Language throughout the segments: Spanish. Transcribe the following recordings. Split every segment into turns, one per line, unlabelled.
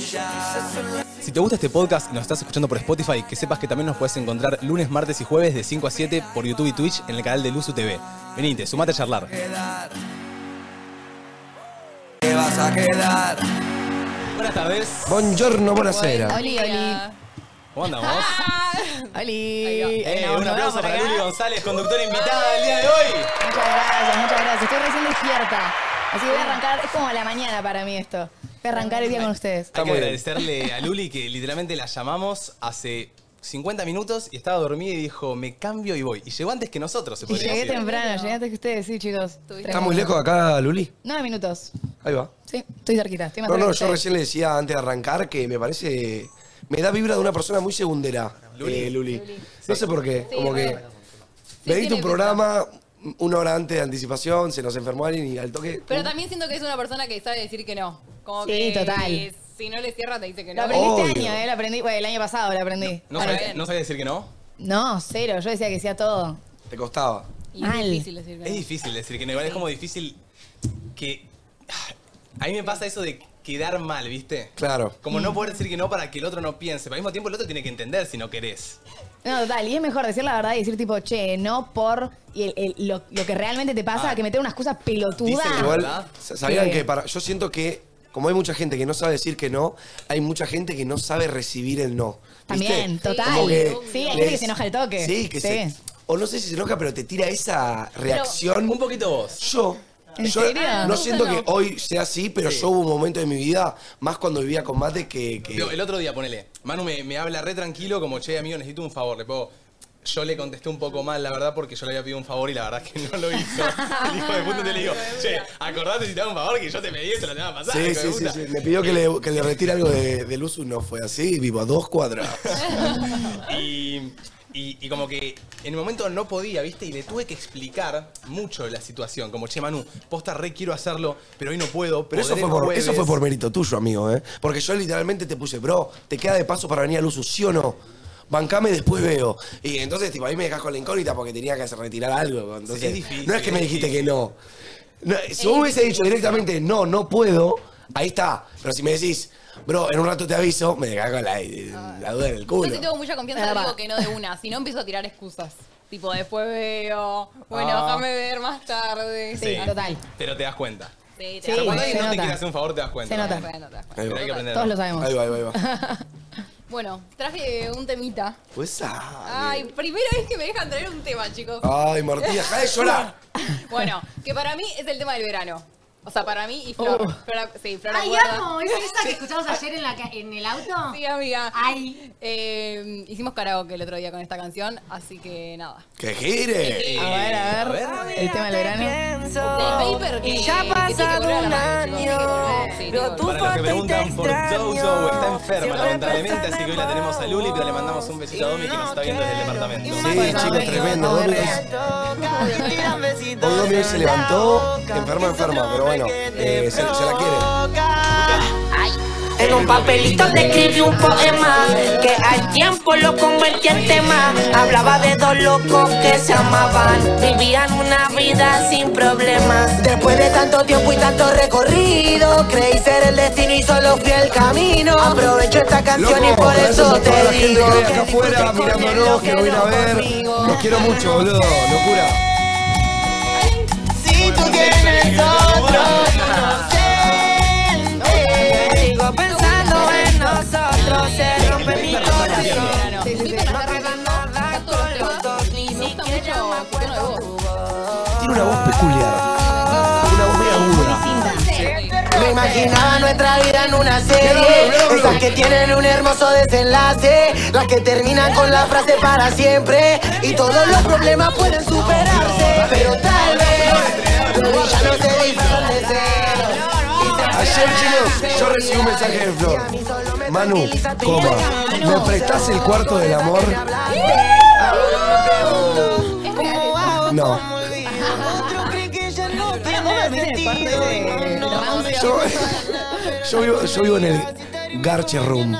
Si te gusta este podcast y nos estás escuchando por Spotify, que sepas que también nos puedes encontrar lunes, martes y jueves de 5 a 7 por YouTube y Twitch en el canal de Luzu TV. Venite, sumate a charlar.
Te vas a quedar.
Buenas tardes.
Buongiorno, buonasera.
Oli, oli.
¿Cómo andamos?
Oli.
Eh,
Vamos,
un
vamos
aplauso
para
para
acá.
Luli González, conductora invitada del día de hoy.
Muchas gracias, muchas gracias. Estoy recién despierta. Así que voy a arrancar, es como la mañana para mí esto. Voy a arrancar el día con ustedes.
Hay que
muy bien.
agradecerle a Luli que literalmente la llamamos hace 50 minutos y estaba dormida y dijo, me cambio y voy. Y llegó antes que nosotros, se
Y
podría
llegué
decir.
temprano, llegué antes que ustedes, sí, chicos.
¿Está muy lejos acá, Luli?
Nueve minutos.
Ahí va.
Sí, estoy cerquita. Estoy más
No,
cerca
no,
que
yo
ustedes.
recién le decía antes de arrancar que me parece. Me da vibra de una persona muy segundera, Luli. Luli. No sé por qué. Como que. Veniste un
tiene pinta.
programa una hora antes de anticipación, se nos enfermó alguien y al toque.
Pero también siento que es una persona que sabe decir que no. Como
Sí,
que
total.
Si no le cierra, te dice que no.
Lo aprendí este
Obvio.
año, eh, lo aprendí, bueno, el año pasado lo aprendí.
¿No
Ahora-
sabía, no sabía decir que no?
no, cero, yo decía que sea todo.
Te costaba.
Y es
Mal.
difícil decir que
Es
no.
difícil decir que no, igual es como difícil que... A mí me pasa eso de quedar mal, ¿viste?
Claro.
Como no poder decir que no para que el otro no piense, pero al mismo tiempo el otro tiene que entender si no querés.
No, total, y es mejor decir la verdad y decir tipo, che, no por y el- el- lo, lo que realmente te pasa,
Ah.
que meter una excusa pelotuda.
Dice
Igual,
¿Verdad?
sa- sabían
Sí.
que para. Yo siento que, como hay mucha gente que no sabe decir que no, hay mucha gente que no sabe recibir el no. ¿viste?
También, total.
Como que
Sí, hay
les-
gente que se enoja al toque.
Sí, que se. O no sé si se enoja, pero te tira esa reacción.
Un poquito vos.
Yo.
¿En
yo
serio? Ah,
No
no,
siento
no.
que hoy sea así, pero yo hubo un momento de mi vida, más cuando vivía con Mate, que. que-
Digo, El otro día, ponele, Manu me, me habla re tranquilo como, che, amigo, necesito un favor. Le pongo, yo le contesté un poco mal, la verdad, porque yo le había pedido un favor y la verdad que no lo hizo. el hijo de puta te le digo, che, acordate si te hago un favor que yo te pedí eso, la te va a pasar.
Sí,
hijo de
sí, sí,
puta".
sí. Me pidió que le, que le retire algo de, del uso, no fue así, vivo a dos cuadras.
Y, y- y como que en un momento no podía, ¿viste? Y le tuve que explicar mucho la situación. Como, che, Manu, posta re quiero hacerlo, pero hoy no puedo.
Pero eso
podré
fue,
el
por,
jueves".
eso fue por mérito tuyo, amigo, ¿eh? Porque yo literalmente te puse, bro, te queda de paso para venir al uso, ¿sí o no? Bancame después veo. Y entonces, tipo, ahí me dejas con la incógnita porque tenía que retirar algo. Entonces,
Sí, es difícil,
no es que me
es
dijiste
difícil.
que no. No, Si vos me hubiese dicho directamente, no, no puedo, ahí está. Pero si me decís, bro, en un rato te aviso, me dejas con la, la duda en el
Yo
culo.
sí tengo mucha confianza,
Es verdad.
digo que no de una. Si no, empiezo a tirar excusas. Tipo, después veo. Bueno,
Ah.
déjame ver más tarde.
Sí, total.
Pero te das cuenta.
Sí,
Sí.
te das
Cuando
cuenta.
alguien
se
no te
nota.
quiere hacer un favor, te das cuenta.
Se nota.
Te das cuenta, te das cuenta.
Ahí
Pero
va,
hay que aprender.
Todos lo sabemos.
ahí va, ahí va.
Bueno, traje un temita.
Pues,
Ay,
ay,
primera vez que me dejan traer un tema, chicos.
ay Martí, deja de llorar.
Bueno, que para mí es el tema del verano. O sea, para mí y Flor.
Oh.
Uh.
Flor- sí, Flor
Ay,
acuerda.
amo, ¿es esa que escuchamos ayer en, la, ca- en el auto?
Sí, amiga.
Ay.
Eh, hicimos karaoke el otro día con esta canción, así que nada.
Que gire.
A ver, a ver, el tema del verano.
Del paper que-
Y ya
que tiene que
pasado
volver a
un
la mano,
año,
sí, tiene que
pero tu
volver.
Para los
foto
que
y te
preguntan por Jojo, está
extraño.
enferma
Siempre
lamentablemente,
pensando
así que hoy la
en
tenemos a Luli, pero le mandamos un besito a Domi que nos está viendo desde el departamento.
Sí, chicos, tremendo.
Vamos,
Domi,
real.
Hoy
Hoy
Domi hoy se levantó, enferma, enferma, pero bueno, eh, se, se la quiere.
En un papelito le escribí un poema que al tiempo lo convertí en tema. Hablaba de dos locos que se amaban, vivían una vida sin problemas. Después de tanto tiempo y tanto recorrido, creí ser el destino y solo fui el camino. Aprovecho esta canción y
Loco,
por
gracias
eso
a toda la
te
gente que
digo.
hay acá
disfrutes
afuera
con él,
mirándonos, que
lo
nos viene a
no
ver.
conmigo.
Los quiero mucho, boludo. Locura.
Si tú tienes otro inocente, sigo pensando en nosotros. Se rompe mi corazón.
Verano.
Sí, sí, sí.
No queda nada con los dos, ni
Me gusta mucho
siquiera me
tu tono de
acuerdo.
voz.
Tiene una voz peculiar. Una voz muy aguda.
Me imaginaba nuestra vida en una serie. Esas que tienen un hermoso desenlace. Las que terminan con la frase para siempre. Y todos los problemas pueden superarse. Pero tal vez los villanos se disfrazan de cero.
Ayer, chicos, yo recibí un mensaje de Flor. Manu, coma, ¿me prestás el cuarto del amor? No. Yo, yo vivo, yo vivo en el Garche Room.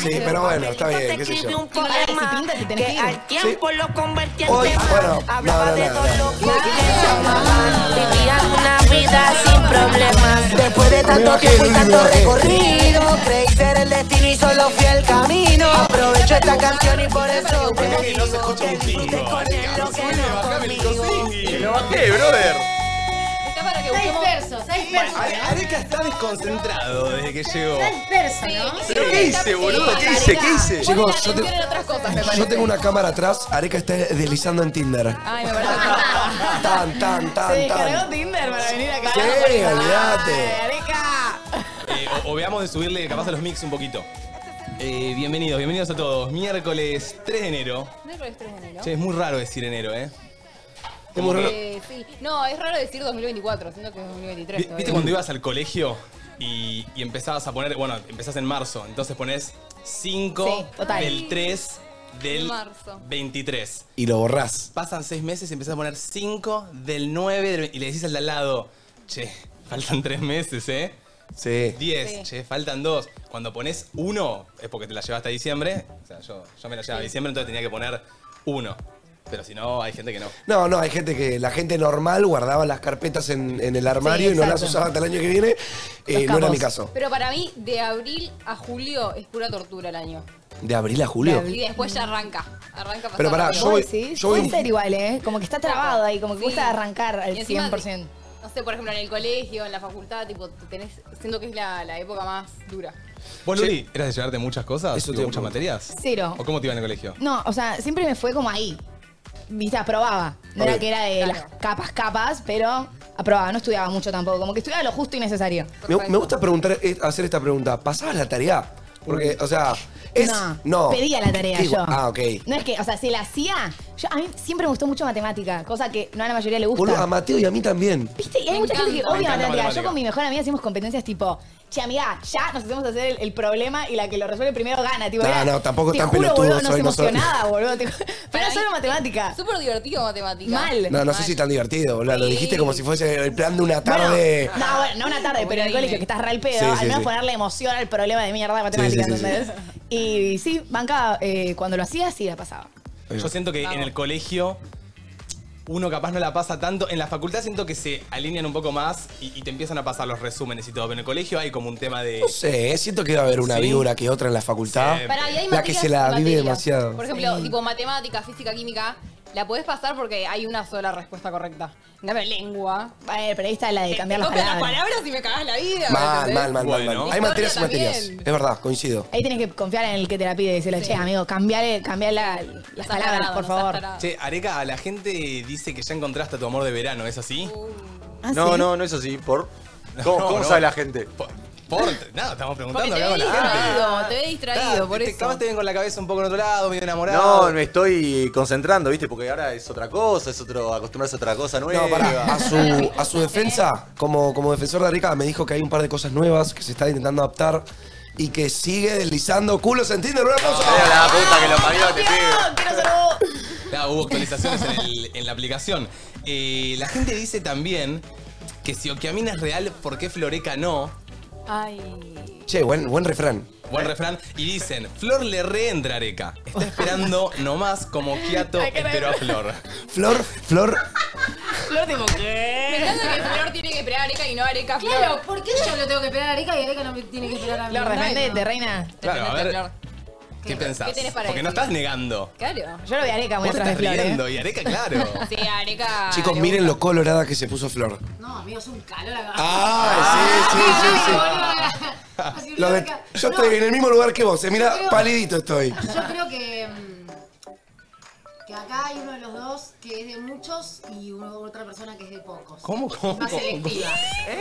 Sí, pero bueno, está bien, qué sé yo.
Pará, si pinta, te tenés que ir.
tiempo lo convertí en
Hoy,
tema.
bueno, no,
Hablaba
no,
de
no,
todo
no.
lo que se amaban. Vivían una vida sin problemas. Después de
Me
tanto
bajé,
tiempo y
Luli, me
tanto
bajé.
recorrido,
Creí ser el destino y solo fui el camino. Aprovecho esta canción y por eso te
Acá que no se
digo
escucha un
que
cingo.
viniste con él, lo que no
Bajame el
conmigo.
cocingi. Lo bajé, brother.
Está para que
Seis
busquemos.
versos, seis versos.
Ale- Areca está desconcentrado desde que llegó.
Seis versos,
Sí,
¿no?
¿Pero qué hice, boludo? ¿Qué hice? ¿Qué hice?
Chicos,
Chicos, yo
atención
te-
en otras cosas, me parece.
Yo tengo una cámara atrás, Areca está deslizando en Tinder.
Ay, me parece.
Tan, tan,
Se
tan,
descargó
tan.
Tinder para venir acá.
Sí, olvídate.
Ay, Areca.
Eh, o, o veamos de subirle capaz a los mix un poquito. Eh, bienvenidos, bienvenidos a todos. Miércoles 3 de enero.
Miércoles 3 de enero.
Che, es muy raro decir enero, ¿eh? Es muy raro.
Eh, sí. No, es raro decir 2024, siento que es 2023.
Vi-
todavía.
¿Viste cuando ibas al colegio y, y empezabas a poner, bueno, empezás en marzo, entonces pones 5
Sí, total.
del 3 del
Marzo.
23.
Y lo borrás.
Pasan 6 meses y empezás a poner 5 del 9 del ve- y le decís al de al lado, che, faltan 3 meses, ¿eh?
Sí.
10,
Sí.
che, faltan 2. Cuando pones 1 es porque te la llevaste a diciembre, o sea, yo, yo me la llevaba a diciembre, entonces tenía que poner 1. Pero si no, hay gente que no.
No, no, hay gente que, la gente normal guardaba las carpetas en, en el armario y no las
exacto.
usaba hasta el año que viene. Eh,
Los
no era
capos.
mi caso.
Pero para mí, de abril a julio es pura tortura el año.
De abril a julio.
Y después ya arranca. Arranca
Pero pará,
rápido.
yo voy-
Vos decís,
yo voy-
Puede ser igual, ¿eh? Como que está trabado ahí, como que
Sí.
cuesta arrancar al
Y encima,
100%.
No sé, por ejemplo, en el colegio, en la facultad, tipo, te tenés, siento que es la, la época más dura.
¿Vos, Luli, eras de llevarte muchas cosas?
Eso te
Tipo,
iba a
¿Muchas materias?
Cero.
¿O cómo te iba en el colegio?
No, o sea, siempre me fue como ahí. Viste, aprobaba. No
Ok.
era que era de
Claro.
las capas, capas, pero aprobaba. No estudiaba mucho tampoco. Como que estudiaba lo justo y necesario.
Me, me gusta preguntar, eh, hacer esta pregunta. ¿Pasabas la tarea? Porque, o sea, es.
no,
No.
Pedía la tarea
Igual-
yo.
Ah, ok.
No es que, o sea, si la hacía. Yo, a mí siempre me gustó mucho matemática, cosa que no a la mayoría le gusta.
Boludo, a Mateo y a mí también.
Viste, y hay
Me
mucha gente que
encanta.
Me
odia
encanta
matemática. Yo
matemática.
con mi mejor amiga hacíamos competencias tipo, che, amiga, ya nos hacemos hacer el, el problema y la que lo resuelve primero gana. Tipo,
No,
era-
no, tampoco
te
tan
juro,
pelotudo
boludo, nos
soy, no soy.
emocionaba, boludo. te- Pero
Para
solo
mí-
matemática.
Súper divertido matemática.
Mal.
No, no sé si tan divertido, boludo. Lo
Sí.
dijiste como si fuese el plan de una
Bueno,
tarde.
no, bueno, no una tarde, pero en el colegio que estás re al pedo,
Sí, sí,
al menos
sí.
ponerle emoción al problema de mierda de matemática,
Sí, sí, sí, sí.
¿entendés? Y sí, bancaba, eh, cuando lo hacía, sí la pasaba.
Yo siento que en el colegio uno capaz no la pasa tanto. En la facultad siento que se alinean un poco más y, y te empiezan a pasar los resúmenes y todo. Pero en el colegio hay como un tema de.
No sé, ¿eh? siento que va a haber una
Sí.
víbora que otra en la facultad.
Sí.
Para, y hay
La que
materias-
se la vive
materias.
demasiado.
Por ejemplo, tipo matemática, física, química, la podés pasar porque hay una sola respuesta correcta. Dame lengua.
A ver, pero ahí está la de cambiar las
Copio
palabras.
y me cagás la vida.
Mal, mal,
¿entendés?
mal, mal,
Bueno.
mal. Hay materias y
Historia
materias.
¿eh? también.
Es verdad, coincido.
Ahí tenés que confiar en el que te la pide y decirle, che, amigo, cambiale, cambiale la- las
Estás
palabras,
tarado,
por
no
favor.
estás tarado.
Che, Areca, la gente dice que ya encontraste a tu amor de verano, ¿es así?
Uh.
Ah,
No,
¿sí?
no, no es así. ¿Por?
No,
¿Cómo, cómo
no.
sabe la gente?
Por, por- nada, estamos
Porque
preguntando,
te ve
hablamos con la gente.
distraído, te ve distraído,
Está,
por
te-
eso.
Capaz te ven con la cabeza un poco en otro lado, medio enamorado.
No, me estoy concentrando, ¿viste? Porque ahora es otra cosa, es otro acostumbrarse a otra cosa nueva.
No, pará, a su, a su defensa, como, como defensor de Rica, me dijo que hay un par de cosas nuevas que se está intentando adaptar y que sigue deslizando culos en Tinder. ¡Un aplauso!
Mira la puta que lo parió este pibe.
¡Que no se lo-
Claro, hubo actualizaciones en, el- en la aplicación. Eh, la gente dice también que si Okiamina es real, ¿por qué Floreca no?
Ay.
Che, buen, buen refrán.
Buen refrán. Y dicen, Flor le reentra Areca. Está esperando nomás como Kiato
Ay, qué
esperó a Flor.
Flor, Flor,
Flor, tipo, ¿qué?
Me encanta que Flor tiene que esperar a Areca y no Areca a Flor.
Claro, ¿por qué yo lo tengo que esperar a Areca y Areca no me tiene que esperar a mí?
Flor, defendete, reina.
Claro, a
Defendete,
ver, ¿qué pensás?
¿Qué tenés para
Porque no
decir?
estás negando.
Claro.
Yo lo vi a Areca muy
Vos te
atrás de Flor,
estás
¿eh?
riendo y Areca, claro.
Sí, Areca.
chicos,
le
miren
gusta.
lo colorada que se puso Flor.
No, amigo, es un calor acá.
¡Ah! Sí, sí, sí, sí.
sí.
Lo de- yo estoy en el mismo lugar que vos, eh, mira,
Creo-
palidito estoy.
Yo creo que. mm, Que acá hay uno de los dos que es de muchos y uno- otra persona que es de pocos.
¿Cómo,
Oh.
cómo?
Más
cómo?
selectiva. Acá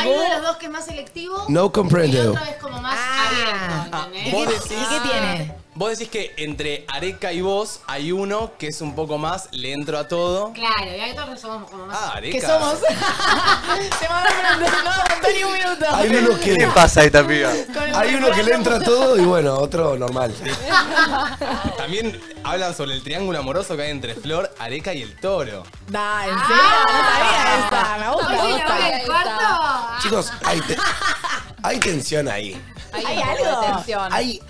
Hay uno de los dos que es más selectivo.
¿Eh? No comprendo.
Y el otro es como más
Ah.
Ah,
abierto, ¿entendés?
vos decís,
¿Y qué tiene?
vos decís que entre Areca y vos hay uno que es un poco más, le entro a todo.
Claro, y hay otros que somos como más.
Ah, Areca.
Que somos. Se mandaron pronto, no aguantó ni un minuto.
Hay uno
¿Qué
que,
le pasa a esta piba?
Con el
hay uno que le entra todo y bueno, otro normal.
También hablan sobre el triángulo amoroso que hay entre Flor, Areca y el toro.
Da, en serio,
Ah.
no sabía esta. Me gusta, me
Oye, ¿no?
gusta.
gusta.
¿El cuarto?
Chicos, hay, te- hay tensión ahí.
un
¿Hay
poco de
algo?
tensión.
Hay,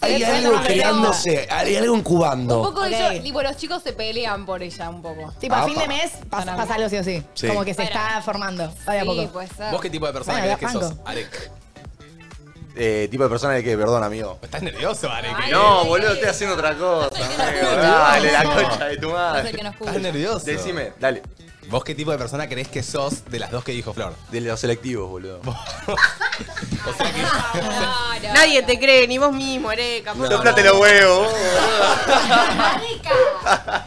hay
Sí,
algo
pero-
creándose, hay algo
Un
incubando.
poco
Ok.
ellos, tipo, los chicos se pelean por ella un poco.
Tipo, a
Apa.
fin de mes pasa, pasa algo sí o sí.
Sí.
Como que se
Para.
está formando. Vaya
sí,
poco.
puede ser.
¿Vos qué tipo de persona
Bueno,
crees que
banco.
sos, Areca?
eh, tipo de persona de que, perdón, amigo.
Estás nervioso, Ale. que-
No, boludo, estoy haciendo otra cosa. amigo. Dale, la concha de tu
No sé el que
madre.
nos
Estás
cubre.
nervioso.
Decime, dale.
¿Vos qué tipo de persona crees que sos de las dos que dijo Flor?
De los selectivos, boludo.
Claro.
Nadie te cree, ni vos mismo, Ereca. por favor.
Tócate los huevos.
¡Rica!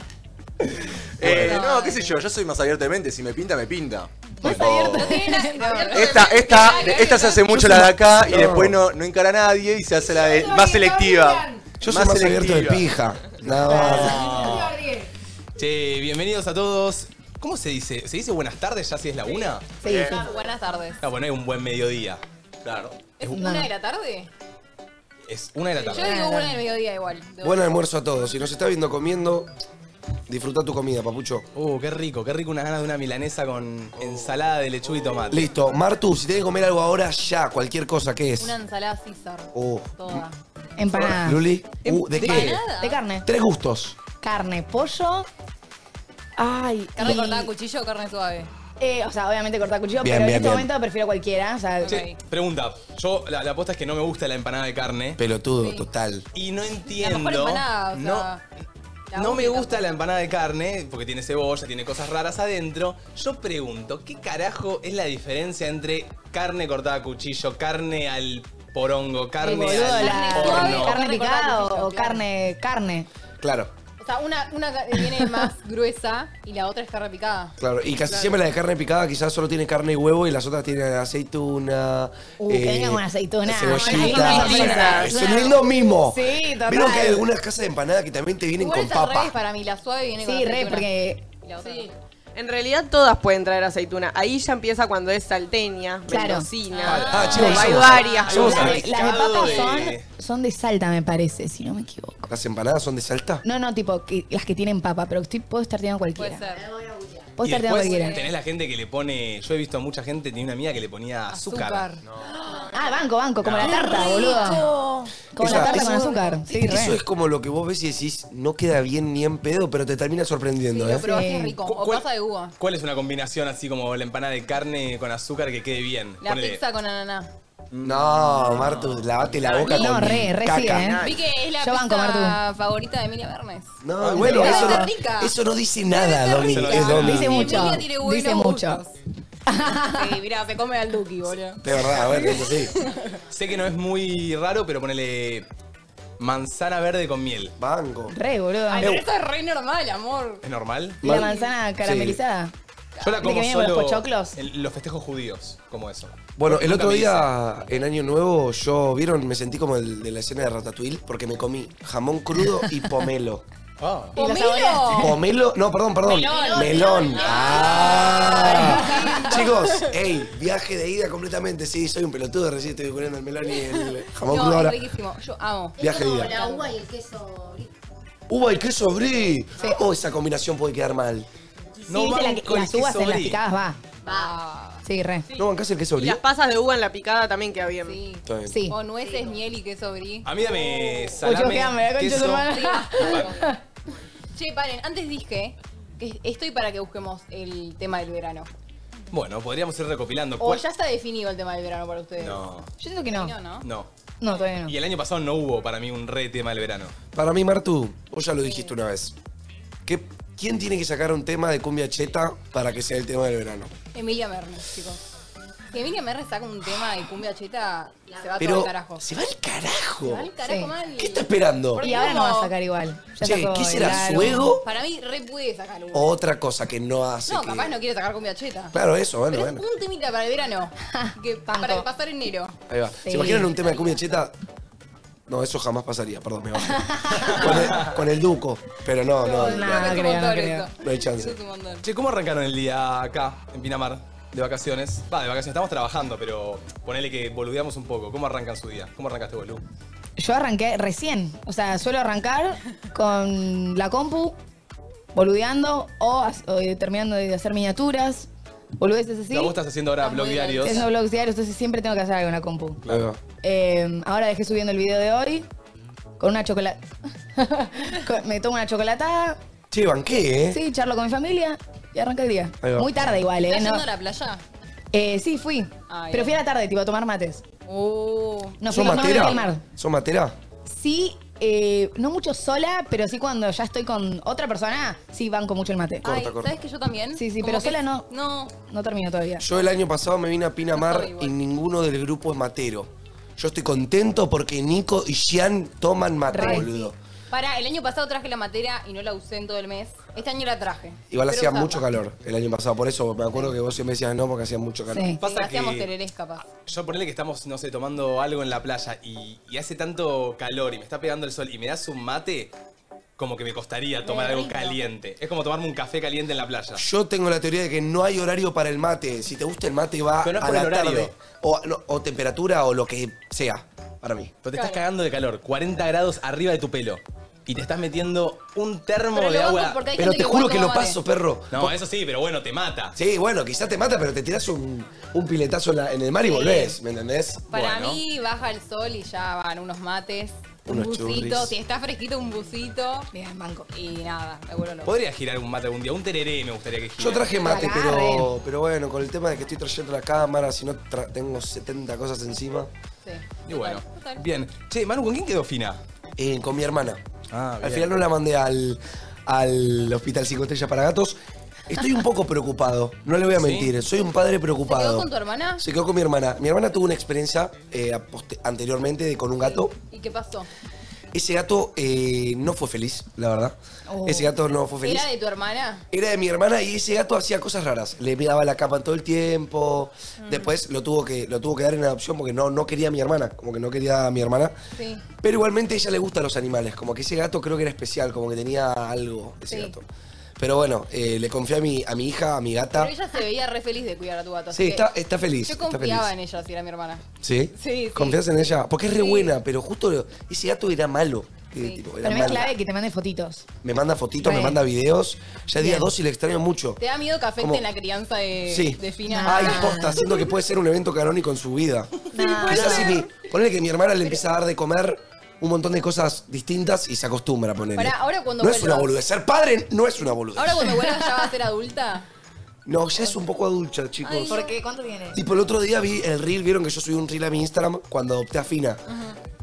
Eh, no, qué sé yo, yo soy más abierto de mente. Si me pinta, me pinta. Tipo,
No tiene nada- abierto de
Esta,
mente,
esta,
claro,
esta se hace mucho la de acá y después no, no encara a nadie y se hace la de,
Yo soy
más
de
selectiva.
Gabriel.
Yo soy más abierto de
selectiva.
pija. Nada
Dios, Riel.
Che, bienvenidos a todos. ¿Cómo se dice? ¿Se dice buenas tardes ya si es la una?
Sí, sí.
claro. Buenas tardes.
No, bueno, hay un buen mediodía.
Claro.
¿Es
No.
una de la tarde?
Es una de la
Yo
tarde.
digo una del mediodía igual.
más. Buen almuerzo a todos. Si nos está viendo comiendo, disfruta tu comida, papucho.
Uh, qué rico, qué rico una gana de una milanesa con
Oh.
ensalada de lechuga y tomate.
Listo. Martu, si tenés que comer algo ahora, ya, cualquier cosa, ¿qué es?
Una ensalada César.
Oh.
Toda.
Empanada.
Luli, uh, ¿de qué?
Empanada.
De carne.
Tres gustos.
Carne, pollo. Ay.
¿Carne
y-
cortada a cuchillo o carne suave?
Eh, o sea, obviamente cortar cuchillo,
Bien,
pero
bien,
en este
bien.
momento prefiero cualquiera. O sea,
Sí.
Che, pregunta. Yo, la, la aposta es que no me gusta la empanada de carne.
Pelotudo,
Sí.
total.
Y no
La
entiendo.
mejor empanada, o sea.
no,
la
No me
única.
gusta la empanada de carne, porque tiene cebolla, tiene cosas raras adentro. Yo pregunto, ¿qué carajo es la diferencia entre carne cortada a cuchillo, carne al porongo,
eh,
carne
boludo,
al
la-
suave
horno?
o
carne
carne
picada
cortada
o,
cuchillo,
o
claro.
carne, carne.
Claro,
O sea, una, una viene más gruesa y la otra es carne picada.
claro. Y casi siempre la de carne picada quizás solo tiene carne y huevo y las otras tienen aceituna. eh,
Uh, que venga con aceituna.
Cebollita.
Ay, una
Es
aceituna.
lo mismo.
Sí, total.
Vieron que hay algunas casas de empanada que también te vienen
Igual
con
es al revés
papa.
para mí, la suave viene con
Sí, re,
aceituna.
porque.
Y la otra no.
En realidad todas pueden traer aceituna. Ahí ya empieza cuando es salteña,
Claro.
mendocina.
Ah, chicos,
hay
somos-
varias.
somos-
Las de,
salpicado
las de papas
de-
son, son de salta, me parece, si no me equivoco.
¿Las empanadas son de
Ah.
Salta?
No, no, tipo, que- las que tienen papa, pero estoy, puedo estar tirando
Puede
cualquiera.
ser.
Puedo
Y
estar tirando
después
cualquiera.
tenés la gente que le pone. Yo he visto mucha gente, tenía una amiga que le ponía azúcar.
Azúcar.
Ah, banco, banco, como la tarta, boludo. Como
Esa-
la tarta con
esa-
azúcar. Sí, re.
Eso es como lo que vos ves y decís, no queda bien ni en pedo, pero te termina sorprendiendo,
Pero
¿eh?
probás
Sí.
que es rico.
¿Cu-
O
cuál-
pasa de uva.
¿Cuál es una combinación así como la empanada de carne con azúcar que quede bien?
La
Ponele,
pizza con ananá.
No, Martu, lavate la boca
No,
con
re, re
caca.
sí, ¿eh?
Vi que es la
Yo banco,
pizza favorita de Emilia Bernes.
No, bueno, eso
está
no,
rica.
eso no dice nada, Domi.
rica.
Es Domi.
Dice mucho.
Emilia tiene buenos
Dice mucho.
gustos. Sí, mirá, se come al Duki, boludo.
De verdad, bueno, eso sí.
Sé que no es muy raro, pero ponele manzana verde con miel.
Banco.
Re, boludo.
Ay, pero eso es re normal, amor.
¿Es normal?
¿Y la manzana caramelizada?
Yo la
¿De
como
que viene con
solo
los pochoclos?
en los festejos judíos, como eso.
Bueno,
Nunca
el otro
me hice.
día, en Año Nuevo, yo, ¿vieron? Me sentí como el de la escena de Ratatouille porque me comí jamón crudo y pomelo.
Ah.
¿Y lo
¡Pomelo!
¿Pomelo? No, perdón, perdón.
Melón.
Melón. Ah. Chicos, ey, viaje de ida completamente. Sí, soy un pelotudo, recién estoy poniendo el melón y el jamón crudo
No,
ahora.
es riquísimo. Yo amo.
Es
Viaje de
como
ida.
la uva y el queso.
Uva y queso brie. ¿Cómo esa combinación puede quedar mal?
No
sí, dice la,
van
que-
con
las uvas
queso
en las
brie.
picadas va.
Ah,
Sí, re.
¿No bancás el queso
Y
brie?
las pasas de uva en la picada también queda bien.
sí.
Está bien.
Sí.
O nueces, miel y queso brie.
A mí dame
Uy, yo
salame,
qué hambre, la concha de tu
queso.
hermana.
Che, paren, antes dije que estoy para que busquemos el tema del verano.
Bueno, podríamos ir recopilando.
O
¿Cuál-
ya está definido el tema del verano para ustedes.
No,
Yo siento que no.
No, no.
no.
No, todavía no.
Y el año pasado no hubo para mí un re tema del verano.
Para mí, Martu, vos ya lo dijiste una vez. ¿Qué- ¿Quién tiene que sacar un tema de cumbia cheta para que sea el tema del verano?
Emilia Mernes, chicos. Si Emilia Mernes saca un tema de cumbia cheta, se va todo
Pero
al carajo.
se va al carajo.
Al carajo
Sí.
mal.
¿Qué está esperando?
Porque
Y ahora no
como-
va a sacar igual. Ya
Che,
sacó
¿qué
el
será su
álbum.
ego
Para mí, re puede sacar uno.
o otra cosa que no hace?
no,
que-
capaz no quiere sacar cumbia cheta.
Claro, eso, bueno,
Pero
bueno.
un temita para el verano. que para
Banco.
pasar enero.
Ahí va. ¿Se
Sí.
imaginan un tema de cumbia cheta? No, eso jamás pasaría, perdón, me bajé. con, el, con el Duco, pero no, no,
No,
no,
no
es un
creo, no
montón
creo.
esto.
no hay chance.
Eso es un montón.
Che, ¿cómo arrancaron el día acá, en Pinamar, de vacaciones? Va, de vacaciones, estamos trabajando, pero ponele que boludeamos un poco. ¿Cómo arrancan su día? ¿Cómo arrancaste, bolú?
Yo arranqué recién. O sea, suelo arrancar con la compu, boludeando o, as- o, eh, terminando de hacer miniaturas, boludeces así.
Vos estás haciendo ahora
Estás
blog
muy
diarios.
Tengo blogs diarios, entonces siempre tengo que hacer algo en la compu.
Ahí va.
Eh, ahora dejé subiendo el video de hoy con una chocolate. Me tomo una chocolatada,
Che, banqué, ¿eh?
sí, charlo con mi familia y arranca el día.
Ahí va.
Muy tarde igual, ¿eh?
¿Estás
¿no?
yendo a la playa?
Eh, sí, fui.
Ah,
pero
bien.
fui a la tarde, tipo, a tomar mates.
Wow.
No, Uh.
¿Son
no me voy a
matera?
quemar.
¿Son matera?
Sí, eh, no mucho sola, pero sí cuando ya estoy con otra persona, sí banco mucho el mate.
Ay, ¿sabes que yo también?
Sí, sí,
Como
pero
que-
sola no.
No.
No termino todavía.
Yo el año pasado me vine a Pinamar y ninguno del grupo es matero. Yo estoy contento porque Nico y Gian toman mate,
Re.
boludo.
Para, el año pasado traje la materia y no la usé en todo el mes. Este año la traje.
Igual
Espero
hacía
usarla.
mucho calor el año pasado, por eso me acuerdo que vos siempre decías no porque hacía mucho calor.
Sí,
Pasa
hacíamos
que-
tererés, capaz.
Yo ponele que estamos, no sé, tomando algo en la playa y, y hace tanto calor y me está pegando el sol y me das un mate, como que me costaría tomar algo caliente. Es como tomarme un café caliente en la playa.
Yo tengo la teoría de que no hay horario para el mate. Si te gusta el mate va
Pero no es
a
por
la
el horario.
tarde. O, no, o temperatura o lo que sea para mí.
Pero te estás cagando de calor, 40 grados arriba de tu pelo. Y te estás metiendo un termo
Pero lo
de
banco
agua.
porque hay
Pero te
gente que
juro
igual
que lo
toma mate.
paso, perro.
No, eso sí, pero bueno, te mata.
Sí, bueno, quizás te mata, pero te tiras un, un piletazo en, la- en el mar y
Sí.
volvés, ¿me entendés?
Para
Bueno.
mí baja el sol y ya van unos mates,
Unos
un bucito.
churris.
Si está fresquito, un bucito.
Bien, banco.
Y nada, me vuelvo loco.
Podría girar un mate algún día, un tereré me gustaría que girara.
Yo traje mate,
Acá,
pero, pero bueno, con el tema de que estoy trayendo la cámara, si no tra- tengo 70 cosas encima.
Sí.
Y bueno,
Total, total.
bien. Che, Manu, ¿con quién quedó fina?
Eh, con mi hermana.
Ah,
al
bien.
final no la mandé al, al hospital psicoestrella para gatos. Estoy un poco preocupado, no le voy a mentir. Soy un padre
¿Te
preocupado.
quedó con tu hermana?
Se quedó con mi hermana. Mi hermana tuvo una experiencia eh, a poste- anteriormente de- con un gato.
¿Y qué pasó?
Ese gato eh, no fue feliz, la verdad.
Oh.
Ese gato no fue feliz.
¿Era de tu hermana?
Era de mi hermana y ese gato hacía cosas raras. Le pegaba la capa todo el tiempo.
Mm.
Después lo tuvo que, lo tuvo que dar en adopción porque no, no quería a mi hermana. Como que no quería a mi hermana.
Sí.
Pero igualmente a ella le gustan los animales. Como que ese gato creo que era especial, como que tenía algo ese
Sí.
gato. Pero bueno, eh, le confié a mi, a mi hija, a mi gata.
Pero ella se veía re feliz de cuidar a tu gato. así
Sí,
que
está, está feliz.
Yo
está
confiaba
feliz.
en ella si era mi hermana.
¿Sí?
Sí, sí.
¿Confías en ella? Porque es re
Sí.
buena, pero justo ese gato era malo. Eh, tipo, era
Para mí es
malo.
clave que te mande fotitos.
Me manda fotitos,
Re.
me manda videos. Ya día
Bien.
dos y le extraño mucho.
¿Te da miedo que afecte
¿Cómo?
en la crianza de,
Sí.
Eh, de Fina?
Ay, posta, siento que puede ser un evento canónico en su vida.
Nah.
Es así, mi, ponele que mi hermana le empieza a dar de comer un montón de cosas distintas y se acostumbra a ponerle.
Pará, ahora cuando
no es
vuelvas.
una boludez. Ser padre no es una boludez.
Ahora cuando vuelvas ya va a ser adulta.
No, ya es un poco adulta, chicos.
Ay,
¿Por qué? ¿Cuánto tiene?
Tipo, el otro día vi el reel, vieron que yo subí un reel a mi Instagram cuando adopté a Fina.